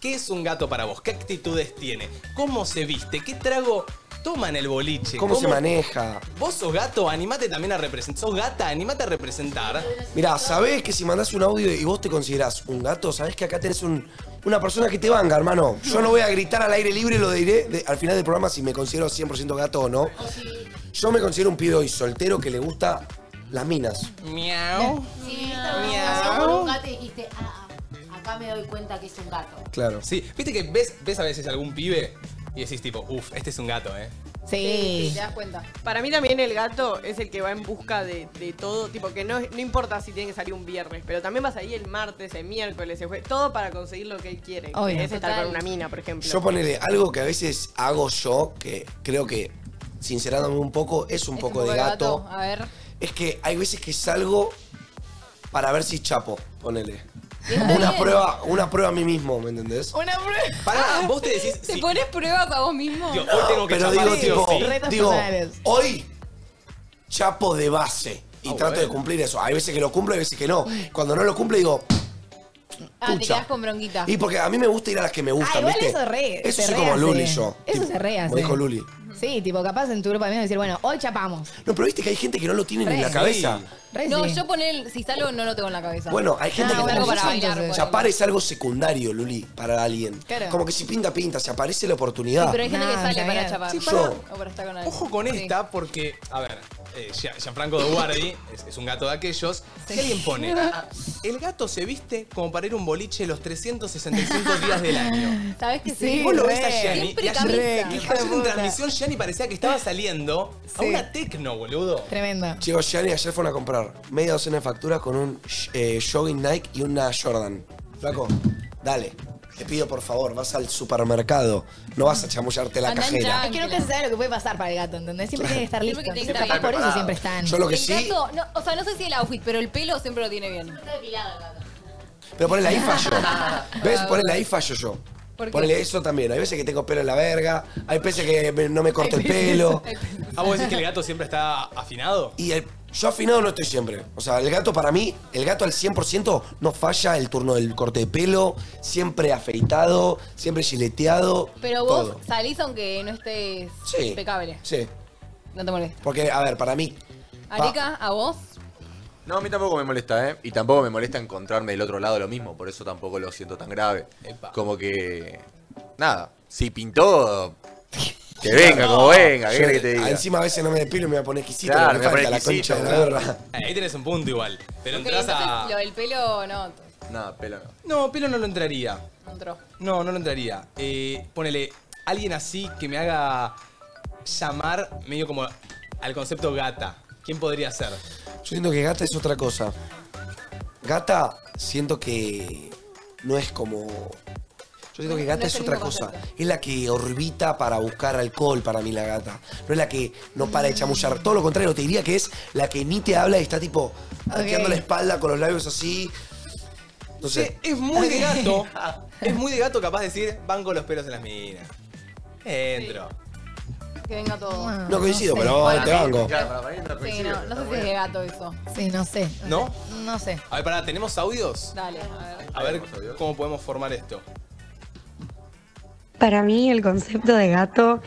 ¿Qué es un gato para vos? ¿Qué actitudes tiene? ¿Cómo se viste? ¿Qué trago toma en el boliche?
¿Cómo se maneja?
Vos sos gato, animate también a representar. Sos gata, animate a representar.
Mirá, sabés que si mandás un audio y vos te considerás un gato, sabés que acá tenés un- una persona que te vanga, hermano. Yo no voy a gritar al aire libre, lo diré de- al final del programa si me considero 100% gato o no. Yo me considero un pibe hoy soltero que le gusta las minas.
Miau.
Si viste alguna situación con un gato y dijiste, ah, ah, acá me doy cuenta que es un gato.
Claro.
Sí, viste que ves, ves a veces algún pibe y decís tipo, uff, este es un gato, ¿eh?
Sí.
Te das cuenta.
Para mí también el gato es el que va en busca de, de todo, tipo que no, no importa si tiene que salir un viernes, pero también vas ahí el martes, el miércoles, el jueves, todo para conseguir lo que él quiere,
Obvio.
que es estar
Total.
con una mina, por ejemplo.
Yo ponele algo que a veces hago yo, que creo que, sincerándome un poco, es un
Es
poco de gato.
A ver.
Es que hay veces que salgo para ver si chapo, ponele.
Está
Como una
bien.
prueba, una prueba a mí mismo, ¿me entendés?
Una prueba.
Pará, vos te decís.
¿Te
sí,
pones pruebas a vos mismo?
digo, hoy tengo que
Pero
llamar
digo,
sí o
tipo,
sí.
Retos
digo,
personales.
hoy chapo de base. Y
Ah,
trato de
bueno.
cumplir eso. Hay veces que lo cumplo, hay veces que no.
Mm.
Cuando no lo cumple, digo,
Ah, te
pucha.
quedás con bronquita.
Y porque a mí me gusta ir a las que me gustan,
Ah, igual
¿viste?
eso re.
Eso
se
soy
re
como
hace.
Luli yo.
Eso
Tipo,
se re hace.
Como dijo Luli.
Sí, tipo, capaz en tu grupo de amigos decir, bueno, hoy chapamos.
No, pero viste que hay gente que no lo tiene ni en
Re.
la cabeza.
Re
No,
sí.
yo poner, si salgo no lo tengo en la cabeza.
Bueno, hay gente
Ah,
que
bueno,
está
salgo
como
para
yo,
bailar.
entonces.
ponele.
Chapar es algo secundario, Luli, para alguien.
Claro.
Como que si pinta, pinta, se aparece la
Sí,
oportunidad.
pero hay gente que
No,
sale
Ah, está
para
bien.
chapar.
Sí, pará.
O para estar con alguien.
Ojo con
Sí.
esta porque, a ver, eh, Gia- Gianfranco de Guardi es, es un gato de aquellos. que alguien pone? "Ah, El gato se viste como para ir a un boliche los 365 días del año.
¿Sabes que sí?
Sí,
Vos lo
re.
ves a Gianni.
Siempre
y ayer-
camisa.
y
Hija de
ayer en
puta.
transmisión Gianni parecía que estaba saliendo a
Sí.
una tecno, boludo.
Tremendo.
Chicos, Gianni ayer fueron a comprar media docena de facturas con un eh, jogging Nike y una Jordan. Flaco, dale. Te pido por favor, vas al supermercado. No vas a chamullarte la
Andá en
cajera.
Es que nunca se sabe lo que puede pasar para el gato, ¿entendés? Siempre tiene que estar listo.
Siempre tiene que
Capaz
estar
por eso
preparado.
siempre están.
Yo lo que
el
sí.
gato, no, o sea, no sé si el outfit, pero el pelo siempre lo tiene bien. Ah,
Está depilado el gato.
Pero ponele ahí fallo. ¿Ves? Ponele ahí fallo yo.
¿Por qué?
Ponele eso también. Hay veces que tengo pelo en la verga. Hay veces que me- no me corto el pelo.
¿A vos decís que el gato siempre está afinado?
Y el- yo afinado no estoy siempre. O sea, el gato para mí, el gato al 100% no falla el turno del corte de pelo, siempre afeitado, siempre gileteado.
Pero vos
todo.
salís aunque no estés
Sí.
impecable.
Sí.
No te molestes.
Porque, a ver, para mí. pa-
Arica, ¿a vos?
No, a mí tampoco me molesta, ¿eh? Y tampoco me molesta encontrarme del otro lado lo mismo, por eso tampoco lo siento tan grave. Como que. Nada, si pintó. Que venga, como venga, ¿qué
Yo-
querés que te diga?
Encima a veces no me despilo y me voy a poner exquisito.
Claro,
me
me voy a poner
falta la concha
exquisito,
de la
claro.
gorra.
Eh, Ahí tenés un punto igual. Pero
Ok,
entras a.
entonces lo del pelo no,
No, pelo no.
No, pelo no lo entraría.
no entró.
No, no lo entraría. Eh, ponele, alguien así que me haga llamar medio como al concepto gata. ¿Quién podría ser?
Yo siento que gata es otra cosa. Gata, siento que no es como. Yo siento que
No
gata
es
es,
el
otra
mismo
cosa.
concepto.
Es la que orbita para buscar alcohol para mí, la gata. No es la que no para de chamullar. Todo lo contrario, te diría que es la que ni te habla y está tipo arqueando la espalda con los labios así. No sé.
Es muy de gato. es muy de gato capaz de decir, van con los pelos en las minas. Entro.
Que venga todo.
No coincido,
sé.
pero te banco.
Claro, para mí no
Sí,
coincide,
no, no
pero
sé si es de gato eso.
Sí, no sé.
¿No?
No sé.
A ver, pará, ¿tenemos audios?
Dale, a ver.
A ver cómo podemos formar esto.
Para mí el concepto de gato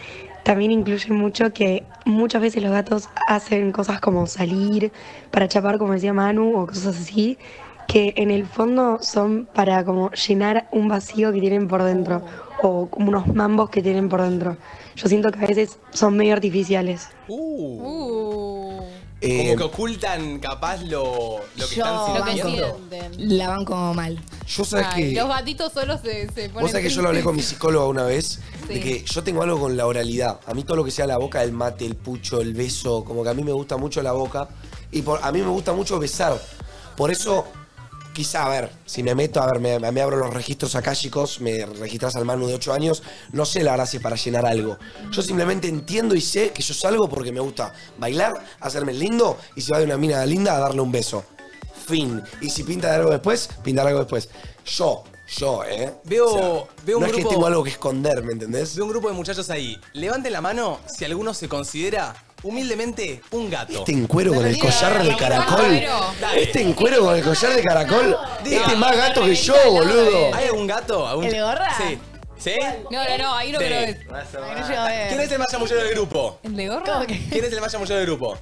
también incluye mucho que muchas veces los gatos hacen cosas como salir para chapar, como decía Manu, o cosas así, que en el fondo son para como llenar un vacío que tienen por dentro, o como unos mambos que tienen por dentro. Yo siento que a veces son medio artificiales.
Uh,
Uh,
Eh,
como que ocultan capaz lo, lo que
yo
lo
están
que
sintiendo.
sienten.
La banco mal.
yo sabes
Ay,
que.
Los gatitos solo se, se ponen.
Vos sabés que yo lo hablé con mi psicóloga una vez,
Sí.
de que yo tengo algo con la oralidad. A mí todo lo que sea la boca, el mate, el pucho, el beso, como que a mí me gusta mucho la boca. Y por- a mí me gusta mucho besar. Por eso, quizá, a ver, si me meto, a ver, me, me abro los registros acá, chicos, me registras al Manu de 8 años, no sé la verdad si es para llenar algo. Yo simplemente entiendo y sé que yo salgo porque me gusta bailar, hacerme el lindo, y si va de una mina linda, a darle un beso. Fin. Y si pinta de algo después, pintar algo después. Yo, yo, ¿eh?
Veo- veo un
no es
grupo-
que tengo algo que esconder, ¿me entendés?
Veo un grupo de muchachos ahí. Levanten la mano si alguno se considera humildemente un gato.
Este en cuero con el collar de caracol. Este en cuero con el collar de caracol. Este es más gato que yo, boludo.
Oh, ¿Hay algún gato? ¿Algún
¿El gorra?
Sí. ¿Sí?
No, no, no, ahí no
Sí.
creo es.
Ay, no llego a ver.
¿Quién es el más chamullero del grupo?
¿El de gorra?
¿Cómo que?
¿Quién es el más chamullero del grupo?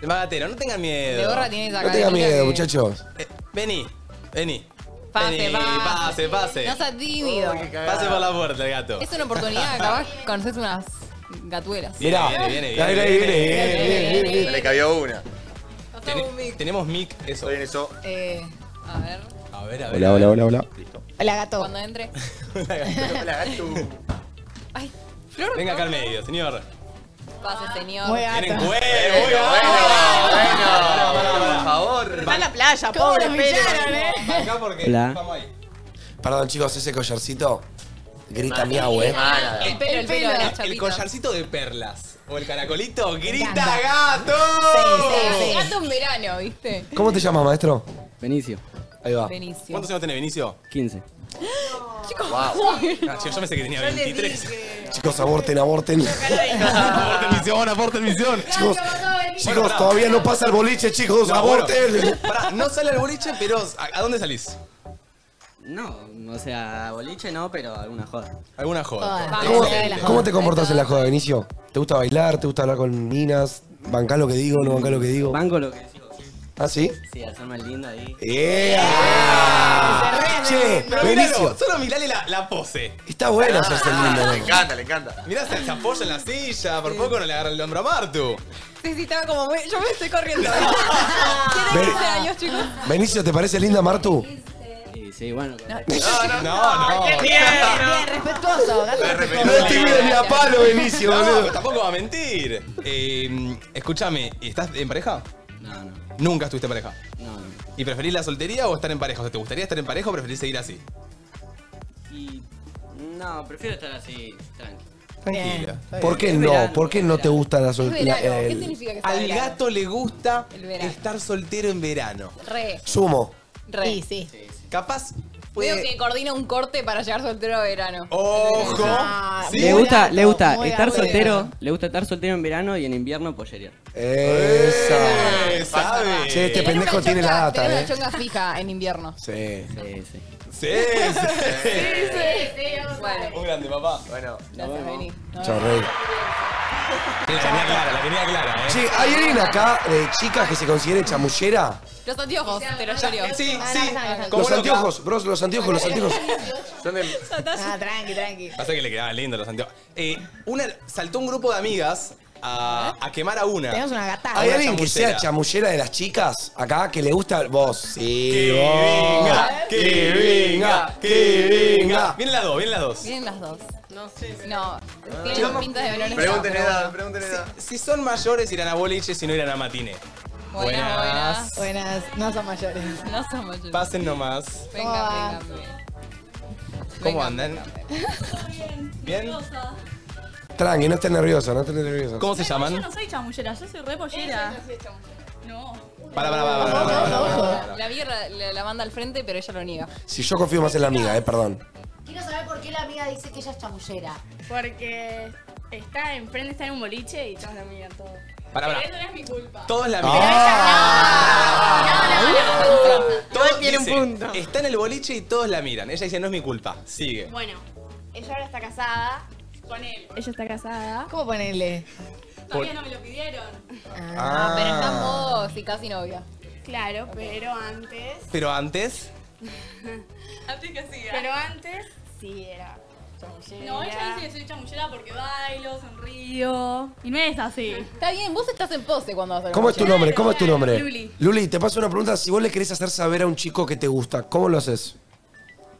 El más gatero, no tengan
El de
miedo.
gorra tiene esa
No tengan
carita
miedo,
que-
muchachos.
Eh, vení, vení.
Pase,
Vení,
pase.
Eh, pase, pase.
No seas tímido.
Pase por la puerta el gato.
Es una oportunidad, capaz conoces unas gatuelas.
Viene,
Mirá.
viene, viene,
Ahí,
viene,
ahí,
viene.
viene, viene, viene, viene.
No le cabía una.
Ten- tenemos mic, eso.
Estoy en eso.
Eh, a ver,
A ver, a ver.
Hola,
a ver.
hola, hola, hola.
Listo.
La gato.
cuando entre.
Hola, gato.
Ay, Flor.
Venga acá al medio, señor.
Pase, señor.
Muy gato.
Tienen cuero, muy
Bueno, bueno, bueno. Por favor.
Está en la playa,
¿Cómo
pobre
lo
Pérez.
humillaron, eh?
Acá porque
Hola.
estamos ahí.
Perdón, chicos, ese collarcito grita miau, eh.
El pelo, el pelo de la
El
chapita.
collarcito de perlas o el caracolito grita
encanta.
gato.
Sí, Gato en verano, ¿viste?
¿Cómo te llamas, maestro?
Benicio,
Ahí va.
Benicio.
¿Cuántos años tenés, Vinicio?
15.
Ah, yo, yo pensé que tenía
Yo le
23.
dije.
Chicos, aborten, aborten.
Aporte misión, aporte misión.
Chicos,
Bueno,
chicos,
pará.
todavía no pasa el boliche, chicos,
No, bueno.
aborten.
Pará, no sale al boliche, pero ¿a, a dónde salís?
No, o sea, boliche no, pero alguna joda.
Alguna joda.
Joda.
¿Cómo,
Excelente.
cómo te comportás en la joda, Benicio? ¿Te gusta bailar? ¿Te gusta hablar con minas? ¿Bancás lo que digo? ¿No bancás lo que digo?
Banco lo que decimos.
¿Ah, sí?
Sí, hacerme el lindo ahí.
¡Ea! Che, Este
Pero míralo,
Benicio,
solo mirale la, la pose.
está bueno hacerse el lindo.
Ah, Le encanta, le encanta.
Mirá, se, se apoya en la silla, por poco no le agarra el hombro a Martu.
Sí, sí, estaba como muy... Yo me estoy corriendo.
Ven.
¿Tiene 15 años, chicos?
Benicio, ¿te parece linda Martu?
Y sí, bueno, con-
No, no, no.
Bien, respetuoso. gato.
No es tímido ni a palo, Benicio,
No,
boludo.
tampoco va a mentir. Eh, escúchame, ¿estás en pareja?
no, no,
Nunca estuviste en pareja.
no, no.
¿Y preferís la soltería o estar en pareja? O sea, ¿te gustaría estar en pareja o preferís seguir así?
Y no, prefiero estar así, tranqui.
Tranquila.
¿Por qué no? ¿Por qué no te gusta la
Es
sol- la-
verano. ¿Qué
el-
significa que sea
Al
verano?
gato le gusta
El verano.
estar soltero en verano.
Re,
Sumo.
re.
Sí, sí.
Capaz
Veo que
puede...
coordina un corte para llegar soltero a verano.
¡Ojo!
Ah,
¿Sí?
Le
muy
gusta,
gato,
le gusta
muy
estar
gato.
soltero, le gusta estar soltero en verano y en invierno pollería.
Esa.
Eh, ¿Sabe?
Che, este
Tener una
pendejo tiene la
chonga-
data,
tener
eh.
una chonga fija en invierno.
Sí.
Sí, sí.
Sí, sí.
Bueno,
Un grande, papá.
Bueno,
gracias, Beni.
Chao, Rey.
La tenía clara, la tenía clara, ¿eh?
Che, ¿hay alguien acá de chicas que se considere chamullera?
Los anteojos, te los lloreo.
Sí,
sí.
Los anteojos, bros, los anteojos, los anteojos.
Ah, tranqui, tranqui.
Pasa que le quedaban lindos los anteojos. Eh, una, saltó un grupo de amigas a, a quemar a una.
Tenemos una gatada.
¿Hay alguien que sea chamullera de las chicas acá que le gusta vos? Sí,
Que
vos.
venga, que venga, que venga. Vienen las dos, vienen las dos.
Vienen las dos. No sé.
Ah.
No, tienen
Chicos,
pintas de menores. de
pregúntenle
edad, pero
edad,
bueno.
Si son mayores irán a boliche, si no irán a matine.
Buenas, buenas.
Buenas, no son mayores.
No son mayores.
Pasen nomás.
Venga, venga,
¿Cómo va?
venga.
¿Cómo andan? ¿Bien?
Tranqui, no estés nervioso, no estés nervioso.
¿Cómo se
Yo
llaman?
no soy chamullera, yo soy repollera. No.
Para, para, para, para, para,
La birra la, la manda al frente, pero ella lo niega.
Si yo confío más en la amiga, eh, perdón.
Quiero saber por qué la amiga dice que ella es chamullera.
Porque está en prende, está en un boliche y todos la miran todo.
Para, para.
Pero eso no es mi culpa.
Todos la
Pero Ah. ella- no, no, no, no, no, no.
Todos tiene un punto. Está en el boliche y todos la miran. Ella dice, no es mi culpa. Sigue.
Bueno, ella ahora está casada con él. Ella está casada.
¿Cómo ponerle?
Todavía no me lo pidieron.
Ah, pero está en
Ah.
modo si casi novia.
Claro, pero antes.
Pero antes,
antes que hacía. Pero antes sí era chamullera. No, ella dice que soy chamullera porque bailo, sonrío. Y no es así.
Está bien, vos estás en pose cuando vas a la
¿Cómo es tu
noche.
nombre? ¿Cómo
eh,
es tu nombre?
Luli.
Luli, te paso una pregunta. Si vos le querés hacer saber a un chico que te gusta, ¿cómo lo haces?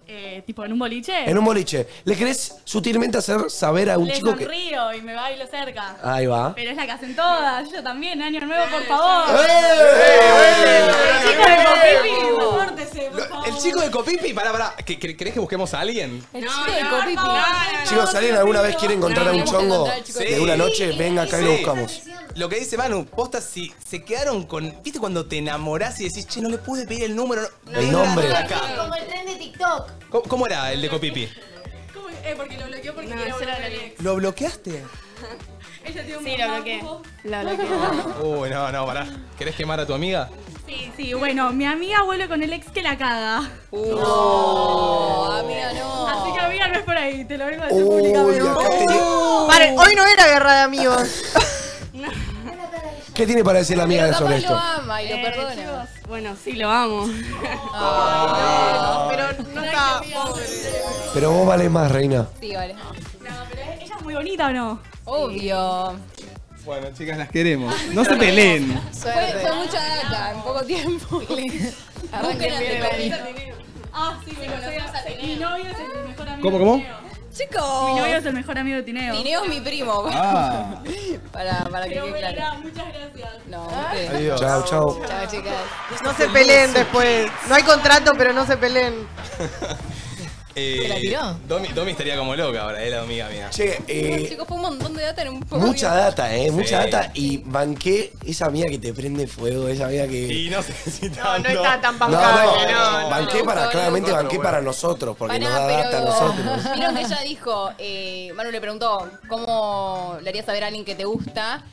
Eh, tipo, en un boliche.
En un boliche. ¿Le querés sutilmente hacer saber a un
le
chico que.?
sonrío y me bailo cerca.
Ahí va.
Pero es la que hacen todas. Yo también, año nuevo, por favor.
¡Eh! ¡Eh!
El chico de Copipi, compórtese, por favor.
el chico de Copipi, para, para. ¿Querés que busquemos a alguien?
El chico del copipi.
Chicos, ¿alguien alguna vez quiere encontrar a un
tenemos que
chongo
encontrar al chico
de una noche? Venga acá y lo
Sí.
buscamos.
Lo que dice Manu, posta, si se quedaron con. ¿Viste cuando te enamorás y decís, che, no le pude pedir el número? no,
El
no,
nombre.
no,
Es
acá.
como el tren de TikTok.
¿Cómo, cómo era el de Copipi?
¿Cómo? Eh, porque lo bloqueó porque quería volver al ex.
¿Lo bloqueaste?
Ella tiene un Sí, lo bloqueé. Lo bloqueé.
Uy, no, no, pará. ¿Querés quemar a tu amiga?
Sí, sí, bueno, mi amiga vuelve con el ex que la caga.
No, amiga, no.
Así que amiga, no es por ahí, te lo vengo a decir
Uy,
públicamente.
acá tiene-
Paren, hoy no era guerra de amigos.
¿Qué tiene para decir la amiga
Pero
de sobre
capaz lo
esto?
ama y lo
Eh,
perdona.
Bueno, sí, lo amo.
Pero no está.
Pero vos valés más, reina.
Sí, vale.
¿Ella es muy bonita o no?
Obvio.
Bueno, chicas, las queremos. No se peleen.
Fue, fue mucha data en poco tiempo. Busquen a Tecopi.
Ah, sí, bueno, Mi novio es el mejor amigo.
¿Cómo, cómo?
de Tineo.
Chicos.
Mi novio es el mejor amigo de Tineo.
Tineo es mi primo.
Ah.
Para, para que
Pero
quede
bueno,
claro.
nada, muchas gracias.
No, ustedes.
Adiós.
Chao, chao.
Chao, chicas.
No se peleen después. No hay contrato, pero no se peleen.
Eh,
¿Te la tiró?
Domi, Domi estaría como loca ahora, es la amiga mía.
Che, eh,
Chicos, fue un montón de data en un poco
Mucha
tiempo.
data, eh, mucha
Sí.
data. Y banqué esa amiga que te prende fuego, esa amiga que.
Y no sé si
No, no
tanto.
está tan
No,
bancable, no,
no,
no.
banqué para, claramente banqué para nosotros, porque nos da
Pará,
data a nosotros.
Vieron que ella dijo, eh, Manu le preguntó, ¿cómo le harías saber a alguien que te gusta?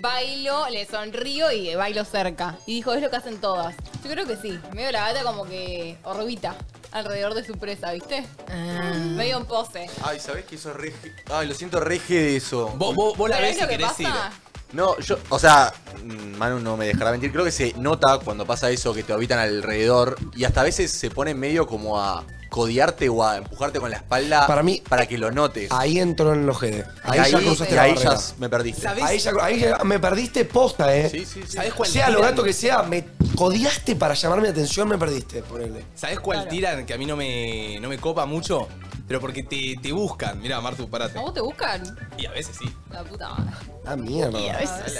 Bailo, le sonrío y eh, bailo cerca. Y dijo, es lo que hacen todas. Yo creo que sí. Medio la gata como que orbita alrededor de su presa, ¿viste?
Ah.
Medio en pose.
Ay, ¿sabés que eso es re... Ay, lo siento re de eso.
Vos, vos, vos la
Pero
ves
es
y
lo que
querés
pasa.
ir.
No, yo, o sea, mm, Manu no me dejará mentir, creo que se nota cuando pasa eso que te habitan alrededor y hasta a veces se pone medio como a codearte o a empujarte con la espalda
Para mí-
para que lo notes.
Ahí entró en los GD.
Y
Ahí, ya cruzaste
y
la
ahí
barrera.
ya me perdiste.
¿Sabés?
Ahí ya, ahí ya me perdiste posta, eh.
Sí, sí, sí.
¿Sabés cuál
Sea lo
tiran?
gato que sea, me codiaste para llamarme la atención, me perdiste, ponele.
¿Sabés cuál tiran que a mí no me, no me copa mucho? Pero porque te, te buscan. Mira, Martu, parate.
¿A vos te buscan?
Y a veces sí.
La puta madre.
Ah, mierda.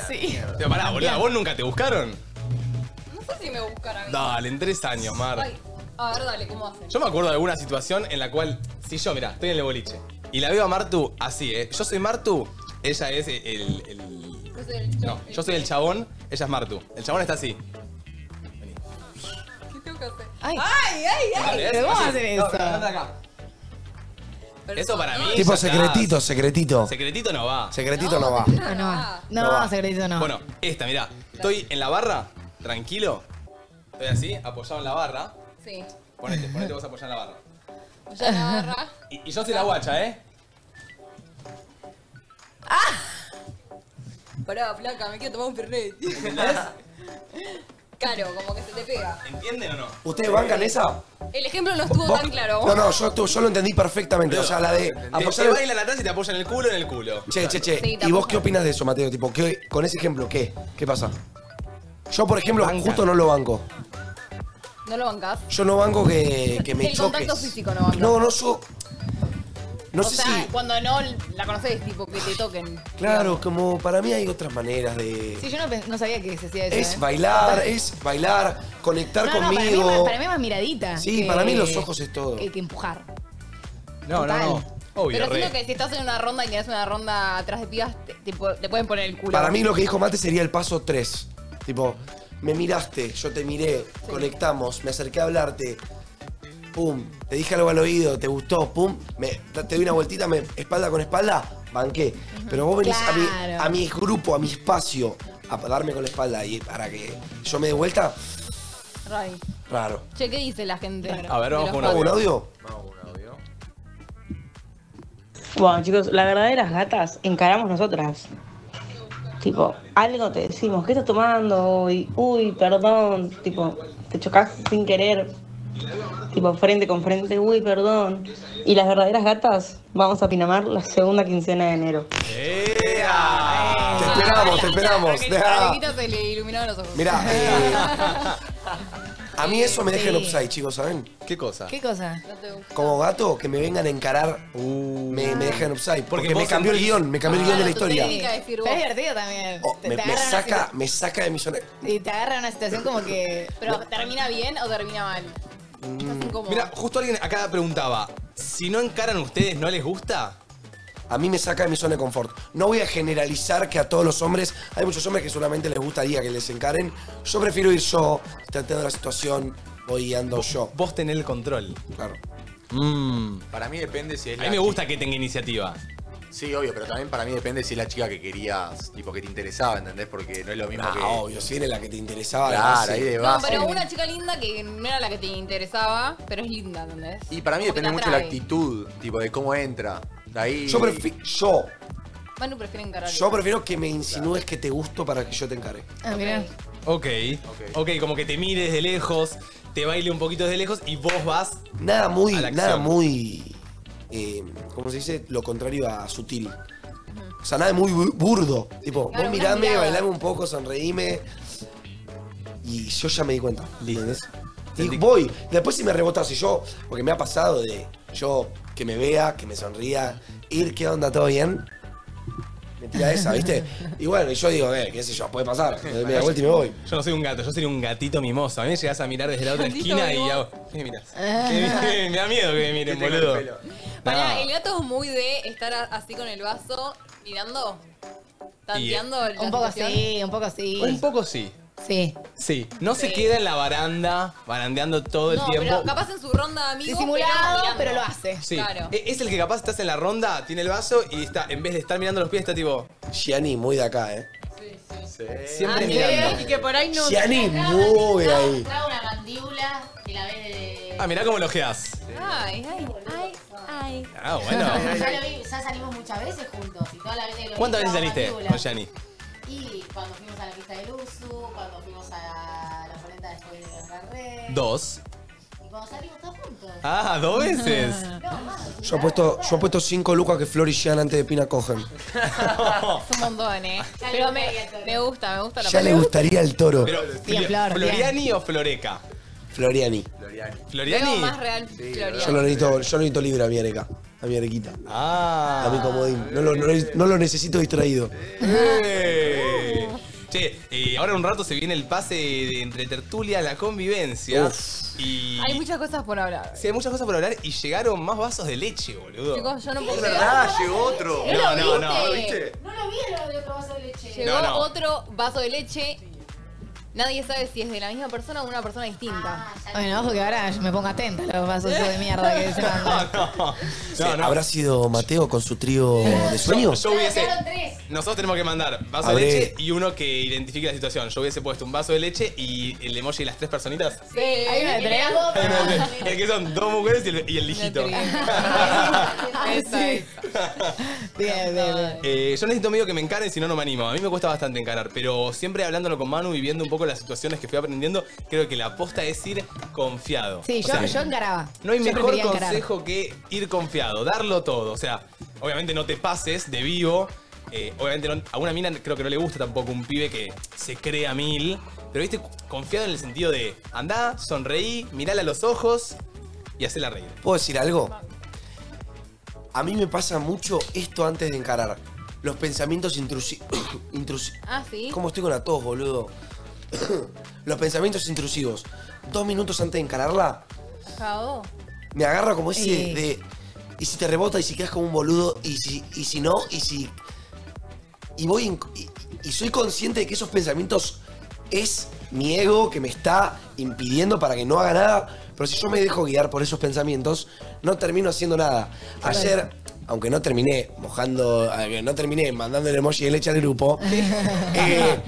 Sí.
Pero pará, boludo, ¿vos nunca te buscaron?
No sé si me buscan a mí.
Dale, en tres años, Mar.
Ay, a ver, dale, ¿cómo hacen?
Yo me acuerdo de alguna situación en la cual, si yo, mira, estoy en el boliche y la veo a Martu así, ¿eh? Yo soy Martu, ella es el. el-
Yo soy el chon-
no, yo soy el chabón, ella es Martu. El chabón está así. Vení.
¿Qué tengo que hacer?
Ay.
ay, ay. ay.
Dale,
pero
es
¿cómo
así.
hacen
No,
eso?
pero andá acá.
Pero-
Eso para mí.
Tipo
ya está.
secretito, secretito.
Secretito no va.
Secretito no va.
No, no va. No,
No va.
secretito no.
Bueno, esta, mirá. Estoy en la barra, tranquilo. Estoy así, apoyado en la barra.
Sí.
Ponete, ponete vos apoyado en la barra.
Ya la agarra.
Y, y yo soy la guacha, ¿eh?
pará, flaca, me quiero tomar un fernet. ¿Entendés? Claro, como que se te pega.
¿Entienden o no?
¿Ustedes bancan esa?
El ejemplo no estuvo tan claro.
No, no, yo, tu- yo lo entendí perfectamente. O sea, la de
Te,
apoyar
te
el-
bailan atrás y te apoyan el culo en el culo.
Che, che, che.
Sí,
¿Y
tampoco.
vos qué opinas de eso, Mateo? Tipo, ¿qué, con ese ejemplo, ¿qué? ¿Qué pasa? Yo, por ejemplo, justo no lo banco.
¿No lo bancás?
Yo no banco que, que me
El contacto
choques.
físico no bancás.
No, no, yo. No
o
sé
sea,
si.
cuando no la conoces, tipo, que te toquen.
Claro, como para mí hay otras maneras de.
Sí, yo no, pen- no sabía que se hacía eso.
Es
¿eh?
bailar, es bailar, conectar
No, no, para mí
conmigo.
más- para mí más miradita.
Sí,
que-
para mí los ojos es todo.
Que, que empujar.
No,
Total.
no, no. Obvio,
Pero
re.
siento que si estás en una ronda y tenés una ronda atrás de pibas, te, te pu- te pueden poner el culo.
Para mí lo que dijo Mate sería el paso 3. Tipo, me miraste, yo te miré, conectamos, me acerqué a hablarte. Pum, te dije algo al oído, te gustó, pum, me, te doy una vueltita, me, espalda con espalda, banqué. Pero vos venís a, mi,
Claro.
a mi grupo, a mi espacio, a darme con la espalda y para que yo me dé vuelta,
Ray.
raro.
Che, ¿qué dice la gente?
un audio. ¿Un audio?
Bueno, chicos, la verdaderas gatas encaramos nosotras. Tipo, algo te decimos, ¿qué estás tomando hoy? Uy, perdón. Tipo, te chocas sin querer. Tipo, frente con frente, uy, perdón. Y las verdaderas gatas vamos a Pinamar la segunda quincena de enero.
Eh.
Ah,
Te esperamos, te esperamos.
A
Deja.
Alequita se le iluminaron los ojos.
Mirá, eh, A mí eso me deja en upside, chicos, ¿saben?
¿Qué cosa?
¿Qué cosa?
Como gato, que me vengan a encarar,
Uh.
me, me dejan upside. Porque, me cambió el guión, me cambió el guión de
Ah,
la historia.
Es divertido también. Te-
Oh, Me,
te
me
agarra una
saca, me saca de mi zona.
situ- Y te agarra una situación como que.
Pero, ¿termina bien o termina mal? Estás incómodo.
Mira, justo alguien acá preguntaba, si no encaran ustedes, ¿no les gusta?
A mí me saca de mi zona de confort. No voy a generalizar que a todos los hombres, hay muchos hombres que solamente les gustaría que les encaren. Yo prefiero ir yo, tratando la situación, voy guiando yo.
Vos tenés el control.
Claro. Mm.
Para mí depende si es
A mí me gusta que tenga iniciativa.
Sí, obvio, pero también para mí depende si es la chica que querías, tipo que te interesaba, ¿entendés? Porque no es lo mismo
Ah,
que.
obvio, si era la que te interesaba.
Claro,
la base.
ahí de
No,
base.
pero una chica linda que no era la que te interesaba, pero es linda, ¿entendés?
Y para mí
Como que
depende
te
mucho la
atrae.
actitud, tipo de cómo entra. Ahí.
Yo prefi- yo,
Manu prefiere encarar.
yo prefiero que me insinúes que te gusto para que yo te encare.
Ah, mirá.
Ok. Ok, como que te mire desde lejos, te baile un poquito desde lejos y vos vas.
Nada muy,
a la
nada
acción.
muy, eh, ¿cómo se dice? Lo contrario a sutil. O sea, nada muy bu- burdo. Tipo, vos
Claro, una
mirame,
mirada.
bailame un poco, sonreíme. Y yo ya me di cuenta. ¿Entendés? Y voy. Después si me rebota, si yo, porque me ha pasado de yo que me vea, que me sonría, ir, ¿qué onda? ¿Todo bien? Me tira esa, ¿viste? Y bueno, y yo digo, eh, qué sé yo, puede pasar. Me doy media vuelta y me voy.
Yo no soy un gato, yo sería un gatito mimoso. A mí me llegás a mirar desde la otra
Gatito
esquina y
mimoso.
hago. ¿Qué me mirás? ¿Qué me- me da miedo que me miren,
Te tengo el
boludo.
pelo.
Pará,
No.
el gato es muy de estar a- así con el vaso, mirando, tanteando.
eh,
la
Un poco
situación.
así, un poco así.
Un poco sí.
Sí.
Sí. No se
Sí.
queda en la baranda, barandeando todo el
No,
tiempo.
pero capaz en su ronda de amigos.
Disimulado,
mirando.
pero lo hace.
Sí.
Claro.
E- Es el que capaz estás en la ronda, tiene el vaso y está, en vez de estar mirando los pies, está tipo.
Gianni, muy de acá, ¿eh?
Siempre
Ah, sí,
mirando.
Y que por ahí no.
Gianni, muy ahí.
Trae una mandíbula y la ves de.
Ah, mirá cómo lo geas.
Ay, ay, ay, ay.
Ah, bueno.
Ya, lo vi, ya salimos muchas veces juntos y todas las veces que lo
¿Cuántas
vi
veces
estaba
saliste
mandíbula.
con Yanni?
Y cuando fuimos a la pista del Usu, cuando fuimos a la polenta después de la red.
Dos.
Y cuando salimos todos juntos.
Ah, dos veces.
No, más.
Yo apuesto, yo apuesto cinco lucas que Flor y Gian antes de Pina cogen.
Es un montón, eh.
Ya
Pero
le
me,
gustaría todo.
me gusta, me gusta la
Ya le
palabra.
gustaría el toro.
Pero,
Bien,
Flo-
Flor,
¿Floriani o Floreca?
Floriani.
Veo
¿Floriani?
más real Florian.
Yo lo necesito, yo lo necesito libre a mi areca, a mi arequita.
Ah.
A mi comodín. No lo, no lo- no lo necesito distraído.
¡Eh! Che, eh, ahora en un rato se viene el pase de entre tertulia, la convivencia. Y.
Hay muchas cosas por hablar.
Sí, hay muchas cosas por hablar y llegaron más vasos de leche, boludo.
Chicos, yo no puedo
Es
creer.
verdad, llegó otro.
no, no,
viste?
no.
No lo vi lo de otro vaso de leche.
Llegó
No, no.
otro vaso de leche. Nadie sabe si es de la misma persona o una persona
Ah.
distinta.
Bueno, ojo que ahora me pongo atenta a los vasos de mierda que se mandan.
No, no.
¿Habrá sido Mateo con su trío de sueños?
Yo hubiese.
Quedaron tres.
Nosotros tenemos que mandar vaso
A
de
ver.
leche y uno que identifique la situación. Yo hubiese puesto un vaso de leche y el emoji de las tres personitas.
Sí. Hay
una de tres.
el que son dos mujeres y el, y el hijito.
trío.
esa,
Sí. Bien, bien, bien.
Eh, yo necesito medio que me encaren, si no, no me animo. A mí me cuesta bastante encarar, pero siempre hablándolo con Manu y viendo un poco las situaciones que fui aprendiendo, creo que la aposta es ir confiado.
Sí,
O
yo,
sea,
yo encaraba.
No hay
Yo
mejor
prefería encarar.
consejo que ir confiado, darlo todo. O sea, obviamente no te pases de vivo. eh, obviamente no- a una mina creo que no le gusta tampoco un pibe que se crea mil. Pero viste, confiado en el sentido de andá, sonreí, mirala a los ojos y hacela reír.
¿Puedo decir algo? A mí me pasa mucho esto antes de encarar. Los pensamientos intrusivos.
Ah, sí.
¿Cómo estoy con la tos, boludo? Los pensamientos intrusivos. Dos minutos antes de encararla,
Cagó.
me agarra como ese
Sí.
de. Y si te rebota, y si quedas como un boludo, y si, y si no, y si. Y voy. en- y, y soy consciente de que esos pensamientos es mi ego que me está impidiendo para que no haga nada. Pero si yo me dejo guiar por esos pensamientos, no termino haciendo nada. Ayer, aunque no terminé mojando. eh, No terminé mandando el emoji de leche al grupo. eh,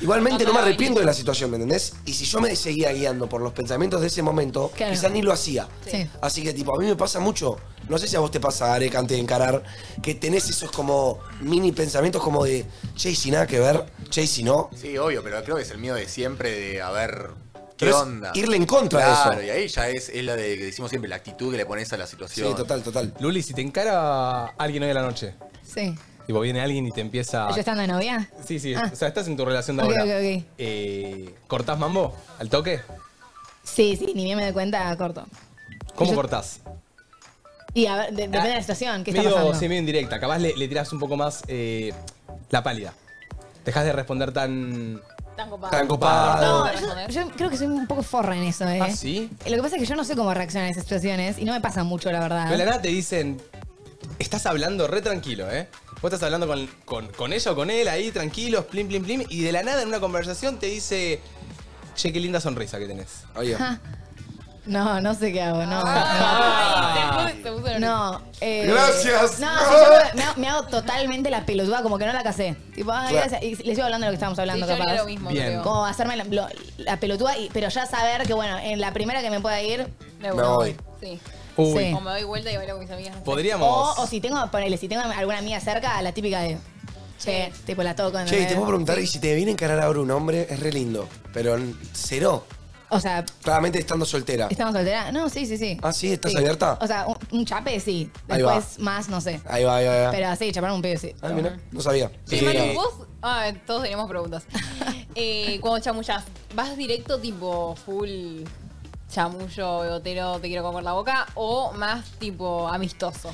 Igualmente no me arrepiento de la situación, ¿me entendés? Y si yo me seguía guiando por los pensamientos de ese momento,
Claro.
quizás ni lo hacía.
Sí.
Así que, tipo, a mí me pasa mucho. No sé si a vos te pasa, Areca, antes de encarar, que tenés esos como mini pensamientos como de, che, y si nada que ver, che, y si no.
Sí, obvio, pero creo que es el miedo de siempre de a ver qué
Pero es
onda.
irle en contra de
Claro,
eso.
y ahí ya es, es la de que decimos siempre, la actitud que le pones a la situación.
Sí, total, total.
Luli, si te encara alguien hoy a la noche,
Sí.
tipo viene alguien y te empieza.
¿Yo estando de novia?
Sí, sí,
Ah.
o sea, estás en tu relación Ah. de
Ok,
ahora.
ok, ok.
Eh, ¿Cortás mambo al toque?
Sí, sí, ni bien me doy cuenta, corto.
¿Cómo cortás?
Y a ver, de- depende de la situación, ¿qué está
medio,
pasando?
sí, medio indirecta. Capaz le, le tirás un poco más eh, la pálida. Dejás de responder tan.
Tan copado.
Tan copado.
No, yo, yo creo que soy un poco forra en eso, ¿eh?
¿Ah, sí?
Lo que pasa es que yo no sé cómo reaccionar a esas situaciones y no me pasa mucho, la verdad.
Pero de la nada te dicen. Estás hablando re tranquilo, ¿eh? Vos estás hablando con, con, con ella o con él ahí, tranquilos, plim, plim, plim. Y de la nada en una conversación te dice. Che, qué linda sonrisa que tenés.
Oye.
Ja. No, no sé qué hago, no.
Ah.
No, eh,
Gracias.
No, yo me- me, hago- me hago totalmente la pelotuda, como que no la casé. Tipo, ay,
Claro.
gracias. Y les sigo hablando de lo que estábamos hablando,
Sí, yo haría
capaz.
lo mismo,
Bien. creo.
Como hacerme la, lo- la pelotuda, y- pero ya saber que, bueno, en la primera que me pueda ir,
Me
voy. voy.
Sí.
Uy.
O me doy vuelta y bailo con mis amigas. no sé.
Podríamos.
O, o si tengo, ponele, si tengo alguna amiga cerca, la típica de. Che, tipo la toco.
Che, y
¿entendés?
te puedo preguntar, y si te viene a encarar ahora un hombre, es re lindo. Pero n- cero.
O sea,
Claramente estando soltera.
¿estamos solteras? No, sí, sí, sí.
Ah, sí, ¿estás abierta?
O sea, un, un chape sí.
Ahí va.
Después más, no sé.
Ahí va, ahí va, ahí va.
Pero sí, chapar un pibe sí.
Ay, Ah, mira, no sabía.
Che,
Sí,
Manu,
no.
vos. Ah, todos tenemos preguntas. Eh, cuando chamullás, ¿vas directo tipo full chamullo, bebotero, te quiero comer la boca? ¿O más tipo amistoso?